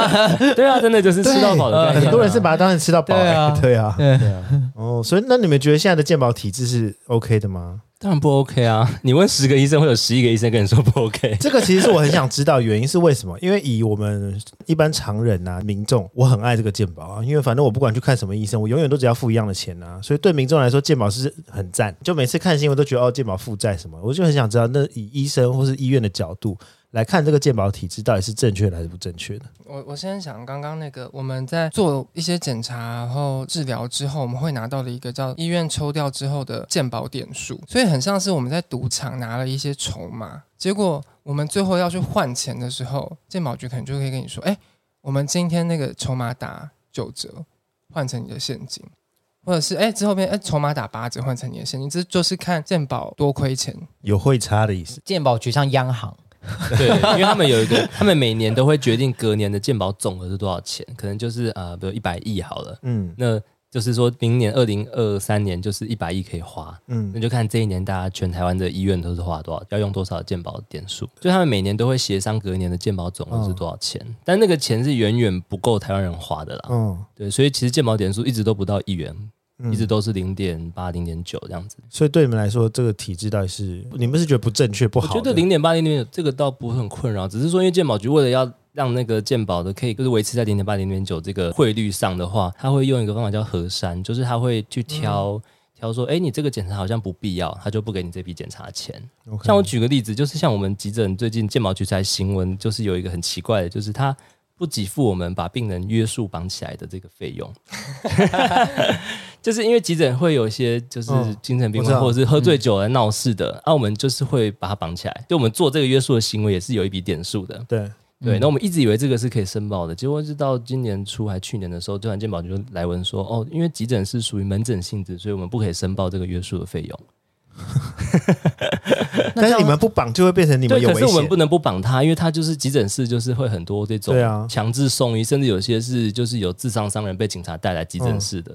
[SPEAKER 4] 对啊，真的就是吃到饱的概念啊。
[SPEAKER 1] 呃很多人是把它当成吃到饱、
[SPEAKER 2] 对啊
[SPEAKER 1] 欸，对啊，
[SPEAKER 2] 对
[SPEAKER 4] 对啊，
[SPEAKER 1] 哦，所以那你们觉得现在的健保体制是 OK 的吗？
[SPEAKER 4] 当然不 OK 啊！你问十个医生，会有十一个医生跟你说不 OK。
[SPEAKER 1] 这个其实是我很想知道原因是为什么，因为以我们一般常人啊、民众，我很爱这个健保啊，因为反正我不管去看什么医生，我永远都只要付一样的钱啊，所以对民众来说，健保是很赞。就每次看新闻都觉得哦，健保负债什么，我就很想知道，那以医生或是医院的角度来看这个健保体制到底是正确的还是不正确的？
[SPEAKER 3] 我我先想刚刚那个，我们在做一些检查，然后治疗之后，我们会拿到的一个叫医院抽掉之后的鉴保点数，所以很像是我们在赌场拿了一些筹码，结果我们最后要去换钱的时候，鉴保局可能就可以跟你说，哎，我们今天那个筹码打九折，换成你的现金。或者是哎、之后边哎、筹码打八折换成你的现金，这就是看鉴保多亏钱。
[SPEAKER 1] 有会差的意思，
[SPEAKER 2] 鉴宝局像央行，
[SPEAKER 4] 对，因为他们有一个，他们每年都会决定隔年的健保总额是多少钱，可能就是呃，比如一百亿好了，
[SPEAKER 1] 嗯
[SPEAKER 4] 那就是说明年二零二三年就是一百亿可以花，那
[SPEAKER 1] 嗯，
[SPEAKER 4] 就看这一年大家全台湾的医院都是花多少，要用多少健保点数，就他们每年都会协商隔年的健保总额是多少钱，但那个钱是远远不够台湾人花的啦，
[SPEAKER 1] 哦，
[SPEAKER 4] 对，所以其实健保点数一直都不到一元，
[SPEAKER 1] 嗯
[SPEAKER 4] 一直都是零点八、零点九这样子。
[SPEAKER 1] 所以对你们来说，这个体制到底是你们是觉得不正确、不
[SPEAKER 4] 我
[SPEAKER 1] 好的？
[SPEAKER 4] 觉得零点八零点九这个倒不是很困扰，只是说因为健保局为了要让那个健保的可以就是维持在零点八零点九这个汇率上的话，他会用一个方法叫核删，就是他会去挑、
[SPEAKER 1] 嗯
[SPEAKER 4] 挑说，哎、你这个检查好像不必要，他就不给你这笔检查钱。
[SPEAKER 1] OK
[SPEAKER 4] 像我举个例子，就是像我们急诊最近健保局才新闻，就是有一个很奇怪的，就是他不给付我们把病人约束绑起来的这个费用， 就是因为急诊会有一些就是
[SPEAKER 1] 嗯
[SPEAKER 4] 精神病
[SPEAKER 1] 我知
[SPEAKER 4] 患
[SPEAKER 1] 道嗯
[SPEAKER 4] 或者是喝醉酒来闹事的，啊那、我们就是会把他绑起来，就我们做这个约束的行为也是有一笔点数的。
[SPEAKER 1] 对，
[SPEAKER 4] 对，
[SPEAKER 2] 嗯
[SPEAKER 4] 那我们一直以为这个是可以申报的，结果是到今年初还去年的时候，突然健保局就来文说，哦，因为急诊是属于门诊性质，所以我们不可以申报这个约束的费用。
[SPEAKER 1] 但是你们不绑就会变成你们
[SPEAKER 4] 对，
[SPEAKER 1] 有
[SPEAKER 4] 可
[SPEAKER 1] 危
[SPEAKER 4] 是我们
[SPEAKER 1] 险
[SPEAKER 4] 不。能不绑他，因为他就是急诊室，就是会很多这种
[SPEAKER 1] 对啊
[SPEAKER 4] 强制送医，甚至有些是就是有智商商人被警察带来急诊室的，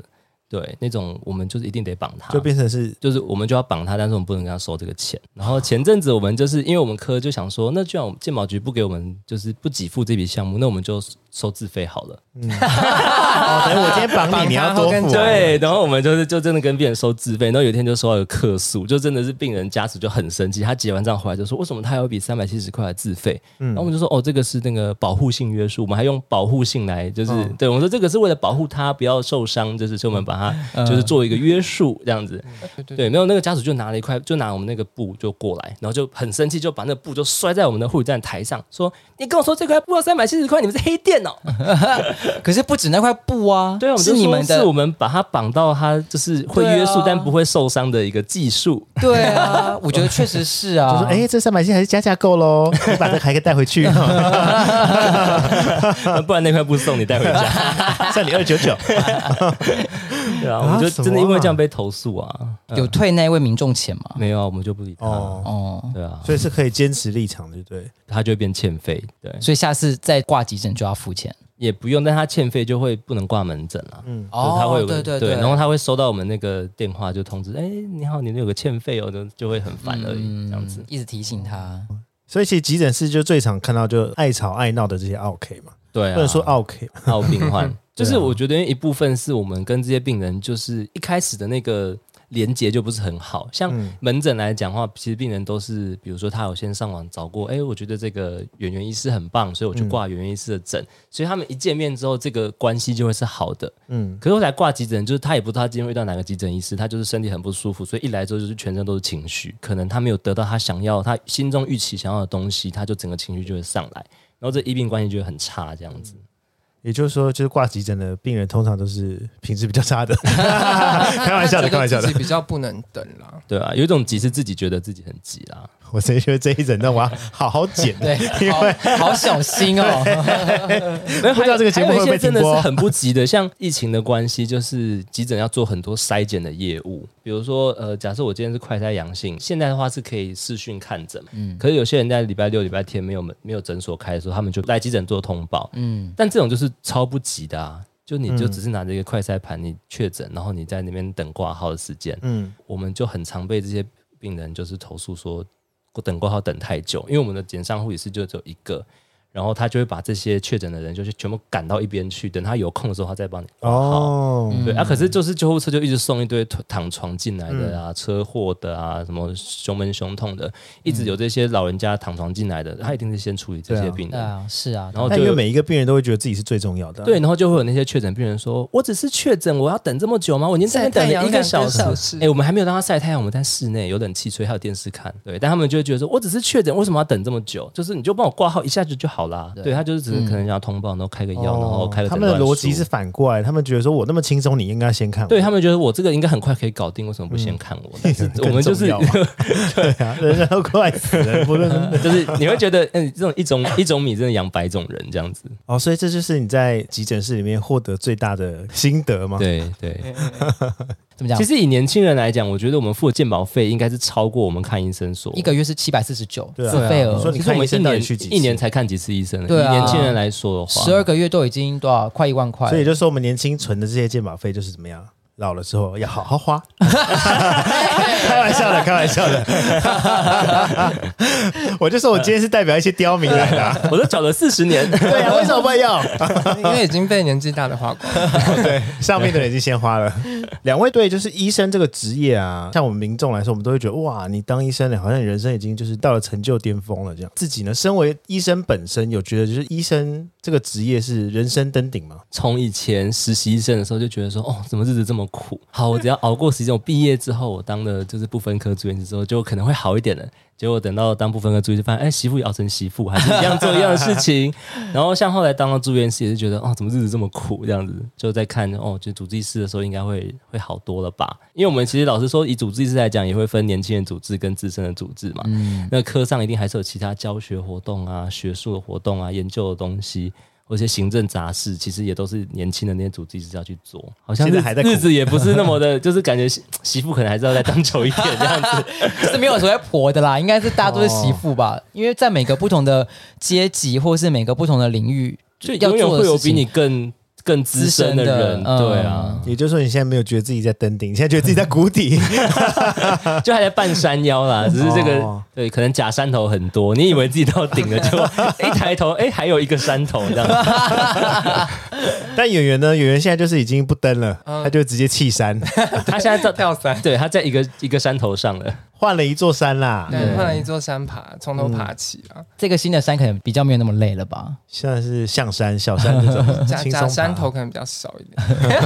[SPEAKER 4] 对，那种我们就是一定得绑他，
[SPEAKER 1] 嗯就变成是
[SPEAKER 4] 就是我们就要绑他，但是我们不能跟他收这个钱。然后前阵子我们就是因为我们科就想说，那既然我们健保局不给我们就是不给付这笔项目，那我们就收自费好了。
[SPEAKER 1] 哦，等于我今天绑你，你要多付。
[SPEAKER 4] 对，然后我们就是就真的跟病人收自费，然后有一天就收到一个客诉，就真的是病人家属就很生气，他结完账回来就说，为什么他要一笔三百七十块的自费？
[SPEAKER 3] 嗯
[SPEAKER 4] 然后我们就说，哦，这个是那个保护性约束，我们还用保护性来，就是、
[SPEAKER 1] 嗯
[SPEAKER 4] 对我们说这个是为了保护他不要受伤，就是所以我们把他就是做一个约束这样子。
[SPEAKER 3] 嗯对对
[SPEAKER 4] 对，没有那个家属就拿了一块，就拿我们那个布就过来，然后就很生气，就把那个布就摔在我们的护理站台上，说：“你跟我说这块布要三百七十块，你们是黑店哦。”
[SPEAKER 2] 可是不止那块布啊，
[SPEAKER 4] 对，我们
[SPEAKER 2] 是
[SPEAKER 4] 就
[SPEAKER 2] 你
[SPEAKER 4] 说
[SPEAKER 2] 们的，
[SPEAKER 4] 是我们把它绑到它就是会约束、
[SPEAKER 2] 对啊
[SPEAKER 4] 但不会受伤的一个技术。
[SPEAKER 2] 对啊，我觉得确实是
[SPEAKER 1] 就
[SPEAKER 2] 啊，
[SPEAKER 1] 说，哎、这三百斤还是加价够喽，你把这个还可以带回 去，
[SPEAKER 4] 不然那块布送你带 回家。
[SPEAKER 1] 算你二九 九。
[SPEAKER 4] 对啊，
[SPEAKER 1] 啊
[SPEAKER 4] 我们就
[SPEAKER 1] 什么啊
[SPEAKER 4] 真的因为这样被投诉啊。
[SPEAKER 2] 有退那位民众钱吗？
[SPEAKER 4] 没有啊，我们就不理他。
[SPEAKER 1] 哦，
[SPEAKER 2] 哦，
[SPEAKER 4] 对啊，
[SPEAKER 1] 所以是可以坚持立场的，对不对？
[SPEAKER 4] 他就会变欠费。对，
[SPEAKER 2] 所以下次再挂急诊就要付钱。
[SPEAKER 4] 也不用，但他欠费就会不能挂门诊了。
[SPEAKER 1] 嗯，
[SPEAKER 4] 就是他会有个
[SPEAKER 2] 哦对对
[SPEAKER 4] 对，然后他会收到我们那个电话，就通知，哎，你好，你有个欠费哦，就就会很烦而已，这样子。
[SPEAKER 2] 嗯一直提醒他，
[SPEAKER 1] 所以其实急诊室就最常看到就爱吵爱闹的这些 OK 嘛，
[SPEAKER 4] 对啊，
[SPEAKER 1] 不能说 OK，
[SPEAKER 4] 还有病患，就 是
[SPEAKER 1] 对啊
[SPEAKER 4] 我觉得一部分是我们跟这些病人就是一开始的那个连接就不是很好，像
[SPEAKER 1] 嗯
[SPEAKER 4] 门诊来讲的话，其实病人都是比如说他有先上网找过，哎，我觉得这个演员医师很棒，所以我
[SPEAKER 1] 嗯
[SPEAKER 4] 去挂演员医师的诊，所以他们一见面之后，这个关系就会是好的。
[SPEAKER 1] 嗯，
[SPEAKER 4] 可是我来挂急诊，就是他也不知道他今天会到哪个急诊医师，他就是身体很不舒服，所以一来之后就是全身都是情绪，可能他没有得到他想要他心中预期想要的东西，他就整个情绪就会上来，然后这医病关系就会很差这样子。
[SPEAKER 1] 也就是说，就是挂急诊的病人通常都是品质比较差 的， 开玩笑的，开玩笑的
[SPEAKER 3] 自己。比较不能等啦。
[SPEAKER 4] 对啊，有一种急是自己觉得自己很急 啦。
[SPEAKER 1] 我真觉得这一整段我 要好好剪，
[SPEAKER 4] 嗯
[SPEAKER 2] 对，好好小心哦。
[SPEAKER 4] 没有，
[SPEAKER 1] 不知道这个节目
[SPEAKER 4] 还有
[SPEAKER 1] 会不会
[SPEAKER 4] 还有一些真
[SPEAKER 1] 停
[SPEAKER 4] 的
[SPEAKER 1] 播
[SPEAKER 4] 是很不急的， 像疫情的关系，就是急诊要做很多筛检的业务，比如说呃，假设我今天是快筛阳性，现在的话是可以视讯看诊，嗯，可是有些人在礼拜六、礼拜天没有门没有诊所开的时候，他们就来急诊做通报，
[SPEAKER 2] 嗯，
[SPEAKER 4] 但这种就是超不急的啊。就你就
[SPEAKER 1] 嗯
[SPEAKER 4] 只是拿着一个快筛盘，你确诊，然后你在那边等挂号的时间，
[SPEAKER 1] 嗯
[SPEAKER 4] 我们就很常被这些病人就是投诉说，我等挂号等太久，因为我们的检伤护理师就只有一个，然后他就会把这些确诊的人就是全部赶到一边去，等他有空的时候，他再帮你挂号。
[SPEAKER 1] 哦，
[SPEAKER 4] 对啊，可是就是救护车就一直送一堆躺床进来的啊，车祸的啊，什么胸闷胸痛的，一直有这些老人家躺床进来的，他一定是先处理这
[SPEAKER 1] 对
[SPEAKER 4] 些
[SPEAKER 1] 啊
[SPEAKER 4] 病
[SPEAKER 2] 对
[SPEAKER 4] 人，
[SPEAKER 2] 啊，是啊，
[SPEAKER 4] 然后
[SPEAKER 1] 但因为
[SPEAKER 4] 就
[SPEAKER 1] 每一个病人都会觉得自己是最重要的啊，
[SPEAKER 4] 对，然后就会有那些确诊病人说：“我只是确诊，我要等这么久吗？我已经在那边等了一个小
[SPEAKER 3] 晒
[SPEAKER 4] 时。
[SPEAKER 3] 太阳两个小时
[SPEAKER 4] 哎、我们还没有让他晒太阳，我们在室内有冷气吹，还有电视看。对，但他们就会觉得说：“我只是确诊，为什么要等这么久？就是你就帮我挂号一下子就好啦。”对他就是只是可能想要通报，然后开个药，
[SPEAKER 1] 嗯哦，
[SPEAKER 4] 然后开个
[SPEAKER 1] 他
[SPEAKER 4] 诊
[SPEAKER 1] 们的
[SPEAKER 4] 断
[SPEAKER 1] 逻
[SPEAKER 4] 书
[SPEAKER 1] 辑是反过来，他们觉得说我那么轻松，你应该先看我。
[SPEAKER 4] 对他们觉得我这个应该很快可以搞定，为什么不先看 我？但是我们就
[SPEAKER 1] 嗯更重
[SPEAKER 4] 是
[SPEAKER 1] 要 嘛对啊，人家都快死了，不论
[SPEAKER 4] 就是你会觉得，嗯，这种一种一种米真的养百种人这样 子。
[SPEAKER 1] 哦，所以这就是你在急诊室里面获得最大的心得吗？，
[SPEAKER 4] 对对，
[SPEAKER 1] 哎
[SPEAKER 2] 怎么讲
[SPEAKER 4] 其？实以年轻人来讲，我觉得我们付的健保费应该是超过我们看医生所
[SPEAKER 2] 一个月是七百四十九
[SPEAKER 1] 对啊
[SPEAKER 2] 自费
[SPEAKER 1] 你说你
[SPEAKER 2] 额，
[SPEAKER 4] 其
[SPEAKER 1] 看
[SPEAKER 4] 实我
[SPEAKER 1] 医
[SPEAKER 4] 们一
[SPEAKER 1] 生到底
[SPEAKER 4] 年
[SPEAKER 1] 去几次
[SPEAKER 4] 一年才看几次医生呢？
[SPEAKER 2] 对啊
[SPEAKER 4] 以年轻人来说的话，
[SPEAKER 2] 十二个月都已经多少快一万块了，
[SPEAKER 1] 所以就说我们年轻存的这些健保费就是怎么样，老了之后要好好 花。开玩笑的，开玩笑的。 我就说我今天是代表一些刁民来的啊、
[SPEAKER 4] 我都缴了四十年。
[SPEAKER 1] 对啊，为什么不要？
[SPEAKER 3] 因为已经被年纪大的花光了。
[SPEAKER 1] 对，上面的人已经先花了。两位对，就是医生这个职业啊，像我们民众来说，我们都会觉得哇，你当医生了，好像你人生已经就是到了成就巅峰了这样。自己呢，身为医生本身，有觉得就是医生这个职业是人生登顶吗？
[SPEAKER 4] 从以前实习医生的时候就觉得说，哦，怎么日子这么苦？好，我只要熬过实习，我毕业之后，我当了就是不分科住院医师之后，就可能会好一点了。结果等到当不分科住院医师，发现哎，媳妇也熬成媳妇，还是一样做一样的事 情。然后像后来当了住院医师，也是觉得哦，怎么日子这么苦？这样子就在看哦，就主治医师的时候应该会会好多了吧？因为我们其实老实说，以主治医师来讲，也会分年轻人主治跟资深的主治嘛。
[SPEAKER 1] 嗯
[SPEAKER 4] 那科上一定还是有其他教学活动啊、学术的活动啊、研究的东西。或一些行政杂事，其实也都是年轻的那些主治医师要去做，好像
[SPEAKER 1] 现在
[SPEAKER 4] 日
[SPEAKER 1] 还在苦
[SPEAKER 4] 日子也不是那么的，就是感觉媳媳妇可能还是要再当久一点这样子。
[SPEAKER 2] 是没有所谓婆的啦，应该是大家都是媳妇吧，
[SPEAKER 4] 哦
[SPEAKER 2] 因为在每个不同的阶级或是每个不同的领域，
[SPEAKER 4] 就
[SPEAKER 2] 要
[SPEAKER 4] 永远
[SPEAKER 2] 做的
[SPEAKER 4] 会有
[SPEAKER 2] 事
[SPEAKER 4] 比你
[SPEAKER 2] 情。
[SPEAKER 4] 更更资深的
[SPEAKER 2] 资深的
[SPEAKER 4] 人，
[SPEAKER 2] 嗯
[SPEAKER 4] 对啊，
[SPEAKER 1] 也就是说，你现在没有觉得自己在登顶，你现在觉得自己在谷底。
[SPEAKER 4] 就还在半山腰啦，只是这个、
[SPEAKER 1] 哦
[SPEAKER 4] 对，可能假山头很多，你以为自己到顶 了，就一抬头，哎、还有一个山头这样子。
[SPEAKER 1] 但演员呢？演员现在就是已经不登了，他就直接弃山，
[SPEAKER 4] 他现在在
[SPEAKER 3] 跳伞
[SPEAKER 4] 对，他在一个一个山头上了。
[SPEAKER 1] 换了一座山啦。
[SPEAKER 3] 对，换了一座山爬，从头爬起啊。
[SPEAKER 2] 这个新的山可能比较没有那么累了吧？
[SPEAKER 1] 现在是象山、小山这 种
[SPEAKER 3] 假
[SPEAKER 1] 嗯轻松爬
[SPEAKER 3] 假山头可能比较少一点。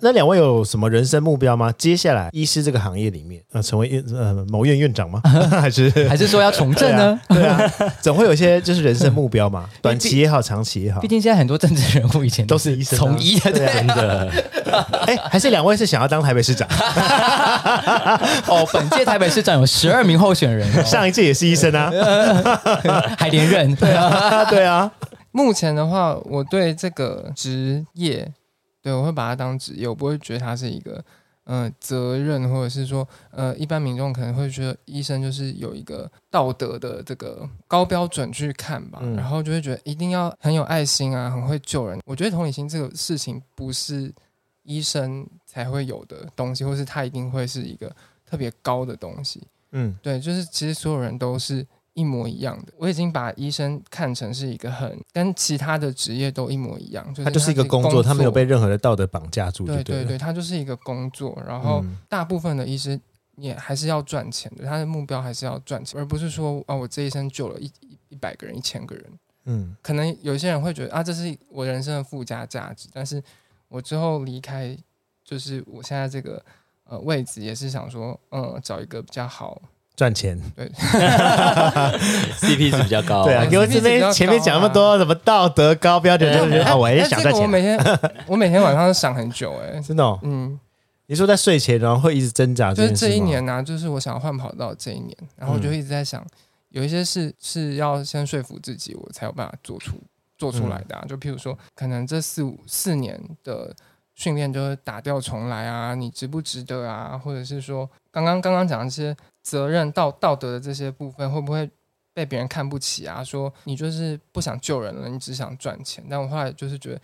[SPEAKER 1] 那两位有什么人生目标吗？接下来医师这个行业里面，呃，成为院呃某院院长吗？ 还是
[SPEAKER 2] 还是说要从政呢？
[SPEAKER 1] 啊对啊，总会有一些就是人生目标嘛，短期也好，长期也好
[SPEAKER 2] 毕，竟现在很多政治人物以前
[SPEAKER 1] 都是医生啊
[SPEAKER 2] 从医的，
[SPEAKER 1] 对
[SPEAKER 2] 对
[SPEAKER 1] 啊
[SPEAKER 4] 真 的，
[SPEAKER 1] 哎，还是两位是想要当台北市长？
[SPEAKER 2] 哦。本届台北市长有十二名候选人、 哦，
[SPEAKER 1] 上一届也是医生啊，
[SPEAKER 2] 还连任，对啊，
[SPEAKER 1] 对啊，
[SPEAKER 3] 目前的话，我对这个职业，对我会把它当职业，我不会觉得它是一个呃责任，或者是说呃一般民众可能会觉得医生就是有一个道德的这个高标准去看吧，
[SPEAKER 1] 嗯
[SPEAKER 3] 然后就会觉得一定要很有爱心啊，很会救人。我觉得同理心这个事情不是医生才会有的东西，或是他一定会是一个特别高的东西。
[SPEAKER 1] 嗯，
[SPEAKER 3] 对，就是其实所有人都是一模一样的。我已经把医生看成是一个很跟其他的职业都一模一样，就是
[SPEAKER 1] 他就是一个工作，他没有被任何的道德绑架住，
[SPEAKER 3] 对
[SPEAKER 1] 对
[SPEAKER 3] 对
[SPEAKER 1] 了
[SPEAKER 3] 对，他就是一个工作。然后
[SPEAKER 1] 嗯
[SPEAKER 3] 大部分的医师也还是要赚钱的，他的目标还是要赚钱，而不是说啊，我这一生救了一一一百个人、一千个人。
[SPEAKER 1] 嗯，
[SPEAKER 3] 可能有些人会觉得啊，这是我人生的附加价值，但是我之后离开，就是我现在这个呃位置，也是想说，嗯，找一个比较好
[SPEAKER 1] 赚钱，
[SPEAKER 4] CP 值比较高。
[SPEAKER 1] 对啊，给我这边前面讲那么多什么道德高标准， 就是觉得啊，我也
[SPEAKER 3] 哎
[SPEAKER 1] 想
[SPEAKER 3] 这
[SPEAKER 1] 赚
[SPEAKER 3] 个我
[SPEAKER 1] 钱，
[SPEAKER 3] 每天 我每天晚上都想很久哎、
[SPEAKER 1] 真的哦。
[SPEAKER 3] 嗯，
[SPEAKER 1] 你说在睡前然后会一直挣扎，
[SPEAKER 3] 就是
[SPEAKER 1] 啊这件
[SPEAKER 3] 这
[SPEAKER 1] 事
[SPEAKER 3] 一
[SPEAKER 1] 吗，嗯
[SPEAKER 3] 年呢、啊就是我想要换跑道这一年，然后我就一直在想，有一些事是要先说服自己，我才有办法做出做出
[SPEAKER 1] 嗯
[SPEAKER 3] 来的、啊。就譬如说，可能这四五四年的训练就是打掉重来啊，你值不值得啊，或者是说刚刚刚刚讲的这些责任道道德的这些部分，会不会被别人看不起啊？说你就是不想救人了，你只想赚钱。但我后来就是觉得，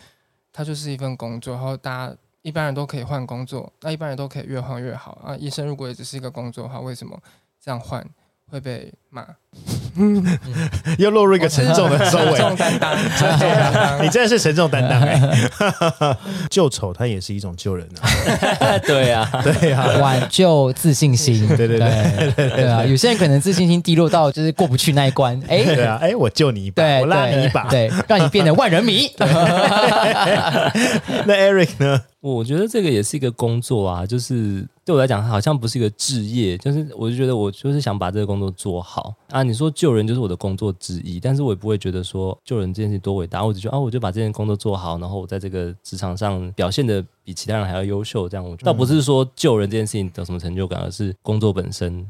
[SPEAKER 3] 它就是一份工作，然后大家一般人都可以换工作，那一般人都可以越换越好啊。医生如果也只是一个工作的话，为什么这样换会被骂？
[SPEAKER 1] 又落入一个沉重 的收
[SPEAKER 3] 沉
[SPEAKER 1] 尾。
[SPEAKER 3] 重担当，沉重担当
[SPEAKER 1] 你。真的是沉重担当哎、救丑它也是一种救人啊，
[SPEAKER 4] 对啊，
[SPEAKER 1] 对呀、啊，
[SPEAKER 2] 挽救自信心，
[SPEAKER 1] 对对对
[SPEAKER 2] 对对啊！有些人可能自信心低落到就是过不去那一关，哎，
[SPEAKER 1] 对啊，哎、我救你一把，
[SPEAKER 2] 对，
[SPEAKER 1] 我拉你一把。
[SPEAKER 2] 对，对让你变得万人 迷。
[SPEAKER 1] 那 Eric 呢？
[SPEAKER 4] 我觉得这个也是一个工作啊，就是对我来讲，它好像不是一个职业，就是我就觉得我就是想把这个工作做好啊。你说救人就是我的工作之一，但是我也不会觉得说救人这件事多伟大，我只觉得啊，我就把这件工作做好，然后我在这个职场上表现的比其他人还要优秀，这样我觉得倒不是说救人这件事情有什么成就感，而是工作本身带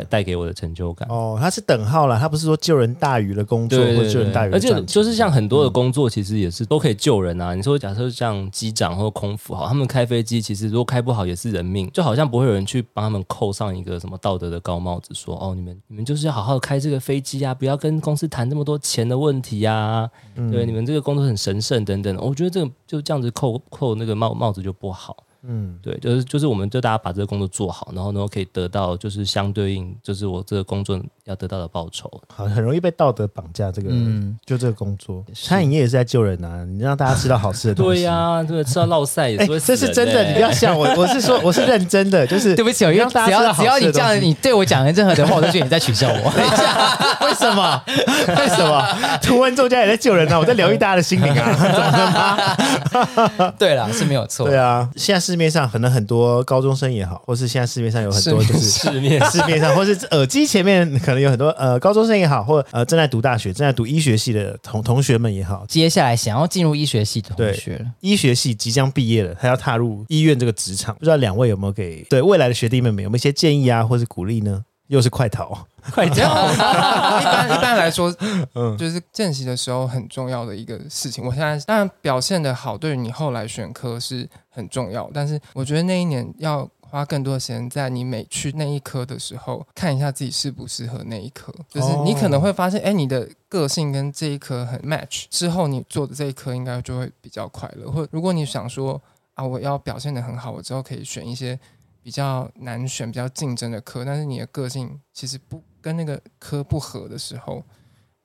[SPEAKER 1] 嗯，
[SPEAKER 4] 带给我的成就感。
[SPEAKER 1] 哦，他是等号啦，他不是说救人大于了工作，
[SPEAKER 4] 对
[SPEAKER 1] 或
[SPEAKER 4] 对
[SPEAKER 1] 救人大于了
[SPEAKER 4] 而且
[SPEAKER 1] 赚钱
[SPEAKER 4] 就是像很多的工作，其实也是都可以救人啊。你说，假设像机长或空服好，他们开飞机，其实如果开不好也是人命，就好像不会有人去帮他们扣上一个什么道德的高帽子，说哦，你们你们就是要好好开这个飞机啊，不要跟公司谈这么多钱的问题啊，
[SPEAKER 1] 嗯
[SPEAKER 4] 对，你们这个工作很神圣等等。我觉得这个就这样子扣扣那个帽帽子就不好。
[SPEAKER 1] 嗯，
[SPEAKER 4] 对，就是就是，我们就大家把这个工作做好，然后呢可以得到就是相对应，就是我这个工作要得到的报酬。
[SPEAKER 1] 好，很容易被道德绑架。这个，
[SPEAKER 2] 嗯
[SPEAKER 1] 就这个工作，餐饮业也是在救人啊，你让大家吃到好吃的东西。
[SPEAKER 4] 对呀、对，吃到落塞也
[SPEAKER 1] 哎、
[SPEAKER 4] 是会
[SPEAKER 1] 这
[SPEAKER 4] 死人、欸
[SPEAKER 1] 是真的，你不要想我，我是说我是认真的，就是
[SPEAKER 2] 对不起，我因为
[SPEAKER 1] 让大
[SPEAKER 2] 只
[SPEAKER 1] 家吃到
[SPEAKER 2] 要
[SPEAKER 1] 好
[SPEAKER 2] 只
[SPEAKER 1] 吃的
[SPEAKER 2] 要你这样，
[SPEAKER 1] 东西
[SPEAKER 2] 你对我讲了任何的话，我都觉得你在取 笑我。
[SPEAKER 1] 为什么？ 为什么？图文作家也在救人啊，我在疗愈大家的心灵 啊，怎么了吗？
[SPEAKER 2] 对啦，是没有错。
[SPEAKER 1] 对啊，现在市面上可能很多高中生也好，或是现在市面上有很多就是
[SPEAKER 4] 市面上
[SPEAKER 1] 市面上，或是耳机前面可能有很多呃高中生也好，或呃正在读大学、正在读医学系的同同学们也好，
[SPEAKER 2] 接下来想要进入医学系的同
[SPEAKER 1] 对
[SPEAKER 2] 学了，
[SPEAKER 1] 医学系即将毕业了，他要踏入医院这个职场，不知道两位有没有给对未来的学弟妹们有没有一些建议啊，或是鼓励呢？又是快逃，
[SPEAKER 4] 快
[SPEAKER 3] 这
[SPEAKER 4] 点，
[SPEAKER 3] 样一般一般来说，
[SPEAKER 1] 嗯
[SPEAKER 3] 就是见习的时候很重要的一个事情。我现在当然表现的好，对于你后来选科是很重要，但是我觉得那一年要花更多的时间在你每去那一科的时候，看一下自己适不适合那一科。就是你可能会发现，哎、你的个性跟这一科很 match，之后你做的这一科应该就会比较快乐。或如果你想说啊，我要表现的很好，我之后可以选一些比较难选、比较竞争的科，但是你的个性其实不跟那个科不合的时候，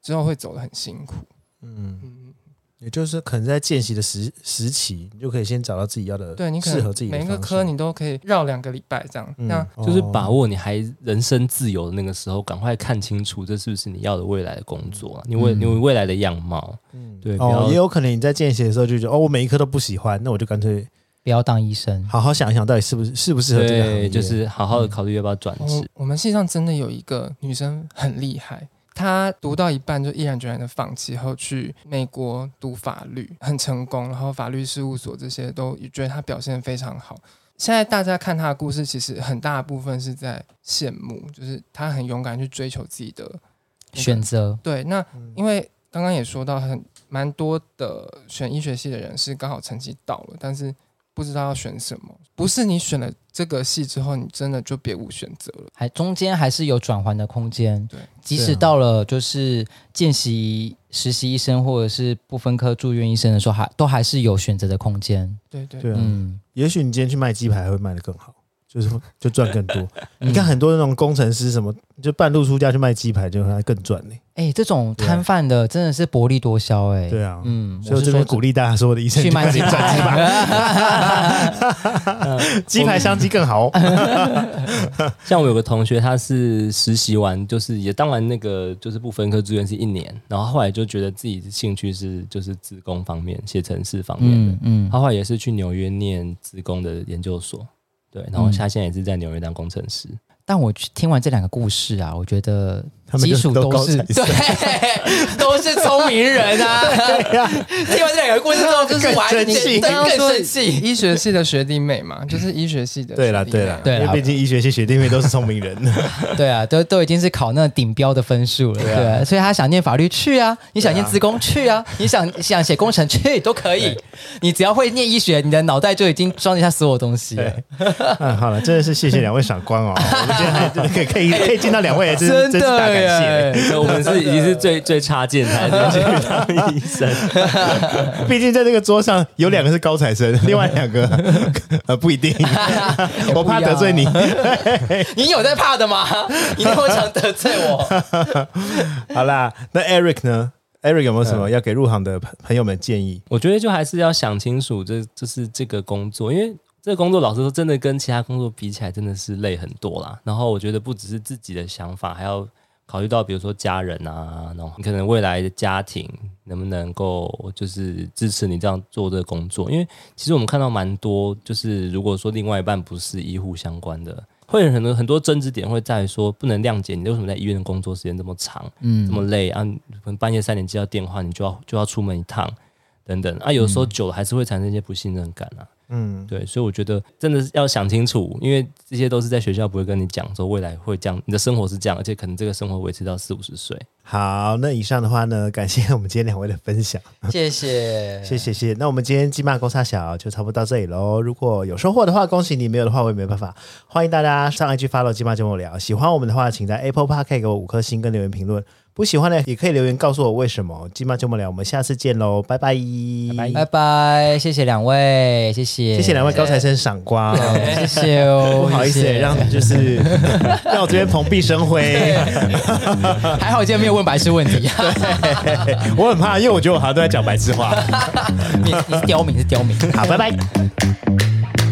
[SPEAKER 3] 之后会走得很辛苦。
[SPEAKER 1] 嗯，
[SPEAKER 3] 嗯，
[SPEAKER 1] 也就是可能在见习的时时期，你就可以先找到自己要的，
[SPEAKER 3] 对你可
[SPEAKER 1] 适合自己
[SPEAKER 3] 能
[SPEAKER 1] 的
[SPEAKER 3] 每一个
[SPEAKER 1] 方
[SPEAKER 3] 科
[SPEAKER 1] 向
[SPEAKER 3] 你都可以绕两个礼拜这样。那
[SPEAKER 1] 嗯
[SPEAKER 4] 就是把握你还人生自由的那个时候，赶快看清楚这是不是你要的未来的工作啊，你未
[SPEAKER 2] 嗯
[SPEAKER 4] 你未来的样貌。啊
[SPEAKER 1] 嗯
[SPEAKER 4] 对不
[SPEAKER 1] 哦，
[SPEAKER 4] 要
[SPEAKER 1] 也有可能你在见习的时候就觉得，哦，我每一科都不喜欢，那我就干脆
[SPEAKER 2] 不要当医生。
[SPEAKER 1] 好好想一想，到底适不适不适合这个行业嗯哦
[SPEAKER 4] 对，就是好好的考虑要不要转
[SPEAKER 3] 我
[SPEAKER 4] 职。
[SPEAKER 3] 我们系上真的有一个女生很厉害，她读到一半就毅然决然的放弃，后去美国读法律，很成功，然后法律事务所这些都觉得她表现得非常好。现在大家看她的故事，其实很大部分是在羡慕，就是她很勇敢去追求自己的那个
[SPEAKER 2] 选择
[SPEAKER 3] 对，那因为刚刚也说到很蛮多的选医学系的人是刚好成绩到了，但是不知道要选什么。不是你选了这个系之后，你真的就别无选择了。
[SPEAKER 2] 还中间还是有转换的空间，
[SPEAKER 3] 对，
[SPEAKER 2] 即
[SPEAKER 1] 对
[SPEAKER 2] 使
[SPEAKER 1] 啊
[SPEAKER 2] 到了就是见习实习医生或者是不分科住院医生的时候，还都还是有选择的空间。
[SPEAKER 3] 对对
[SPEAKER 1] 对啊，
[SPEAKER 2] 嗯，
[SPEAKER 1] 也许你今天去卖鸡排还会卖的更好，就是就赚 更多。你看
[SPEAKER 2] 嗯
[SPEAKER 1] 很多那种工程师什么，就半路出家去卖鸡排，就还更赚呢。
[SPEAKER 2] 哎、这种摊贩的真的是薄利多销哎、
[SPEAKER 1] 啊对啊，
[SPEAKER 2] 嗯，
[SPEAKER 1] 所以我这边鼓
[SPEAKER 2] 励
[SPEAKER 1] 励大家说的医生
[SPEAKER 2] 去卖鸡
[SPEAKER 1] 就赶紧转
[SPEAKER 2] 排。
[SPEAKER 1] 鸡排，鸡排相机更 好。
[SPEAKER 4] 像我有个同学，他是实习完，就是也当完那个就是不分科志愿是一年，然后后来就觉得自己的兴趣是就是自工方面、写程式方面的。
[SPEAKER 2] 嗯嗯，
[SPEAKER 4] 他后来也是去纽约念自工的研究所，对，然
[SPEAKER 2] 嗯
[SPEAKER 4] 后他现在也是在纽约当工程师。
[SPEAKER 2] 但我去听完这两个故事啊，我觉得
[SPEAKER 1] 他们
[SPEAKER 2] 基
[SPEAKER 1] 就
[SPEAKER 2] 础
[SPEAKER 1] 都高
[SPEAKER 2] 是
[SPEAKER 1] 材生
[SPEAKER 2] 对， 都是聪明人 啊。听完这两个故事之后，就是完全
[SPEAKER 1] 更生气
[SPEAKER 2] 对更生气。
[SPEAKER 3] 医学系的学弟妹嘛，就是医学系的
[SPEAKER 1] 对
[SPEAKER 3] 了
[SPEAKER 1] 啦对
[SPEAKER 3] 了
[SPEAKER 1] 啦，，
[SPEAKER 2] 对啦
[SPEAKER 1] 因为毕竟医学系学弟妹都是聪明人。
[SPEAKER 2] 对啊，都都已经是考那顶标的分数了，对,、
[SPEAKER 1] 对啊
[SPEAKER 2] 所以他想念法律去啊，你想念
[SPEAKER 1] 对啊
[SPEAKER 2] 职工去啊，你想 想写工程去都可以，你只要会念医学，你的脑袋就已经装得下所有东西了。
[SPEAKER 1] 嗯，好了，真的是谢谢两位赏光哦，我们今天还可以可以可以见到两位，真是
[SPEAKER 2] 真
[SPEAKER 1] 真是大感
[SPEAKER 2] 的
[SPEAKER 1] 谢。
[SPEAKER 2] 耶！
[SPEAKER 4] 对我们是已经是最最差劲才能去当医生。
[SPEAKER 1] 毕竟在这个桌上有两个是高材生，另外两个 呃不一定，我怕得罪你。
[SPEAKER 2] 你有在怕 的吗？你那么想得罪我？
[SPEAKER 1] 好啦，那 Eric 呢？Eric 有没有什么要给入行的朋朋友们建议？
[SPEAKER 4] 我觉得就还是要想清楚这，就是这个工作，因为这个工作老实说，真的跟其他工作比起来，真的是累很多啦。然后我觉得不只是自己的想法，还要考虑到比如说家人啊，然后你可能未来的家庭能不能够就是支持你这样做这个工作，因为其实我们看到蛮多，就是如果说另外一半不是医护相关的。会有很多很多争执点会在于说，不能谅解你为什么在医院的工作时间这么长，
[SPEAKER 2] 嗯
[SPEAKER 4] 这么累啊，你可能半夜三点接到电话，你就要就要出门一趟，等等啊，有时候久了还是会产生一些不信任感啊。
[SPEAKER 1] 嗯，
[SPEAKER 4] 对，所以我觉得真的是要想清楚，因为这些都是在学校不会跟你讲说未来会这样，你的生活是这样，而且可能这个生活维持到四五十岁。
[SPEAKER 1] 好，那以上的话呢，感谢我们今天两位的分享。
[SPEAKER 2] 谢谢，
[SPEAKER 1] 谢谢谢谢，那我们今天金马公差小就差不多到这里喽。如果有收获的话，恭喜你；没有的话，我也没办法。欢迎大家上 IG follow 金马跟我聊。喜欢我们的话，请在 Apple Park 给我五颗星跟留言评论。不喜欢的也可以留言告诉我为什么。金马跟我聊，我们下次见喽，拜拜，拜
[SPEAKER 2] 拜拜，谢谢两位，谢谢，
[SPEAKER 1] 谢谢两位高材生赏光。
[SPEAKER 2] 谢谢哦，
[SPEAKER 1] 不好意思，
[SPEAKER 2] 谢谢
[SPEAKER 1] 让就是 让我这边蓬荜生 辉。
[SPEAKER 2] 还好今天没有问白痴问 题，
[SPEAKER 1] 我很怕，因为 我觉得我好像都在讲白痴话。
[SPEAKER 2] 你你是刁民，你是刁民。
[SPEAKER 1] 好，拜拜。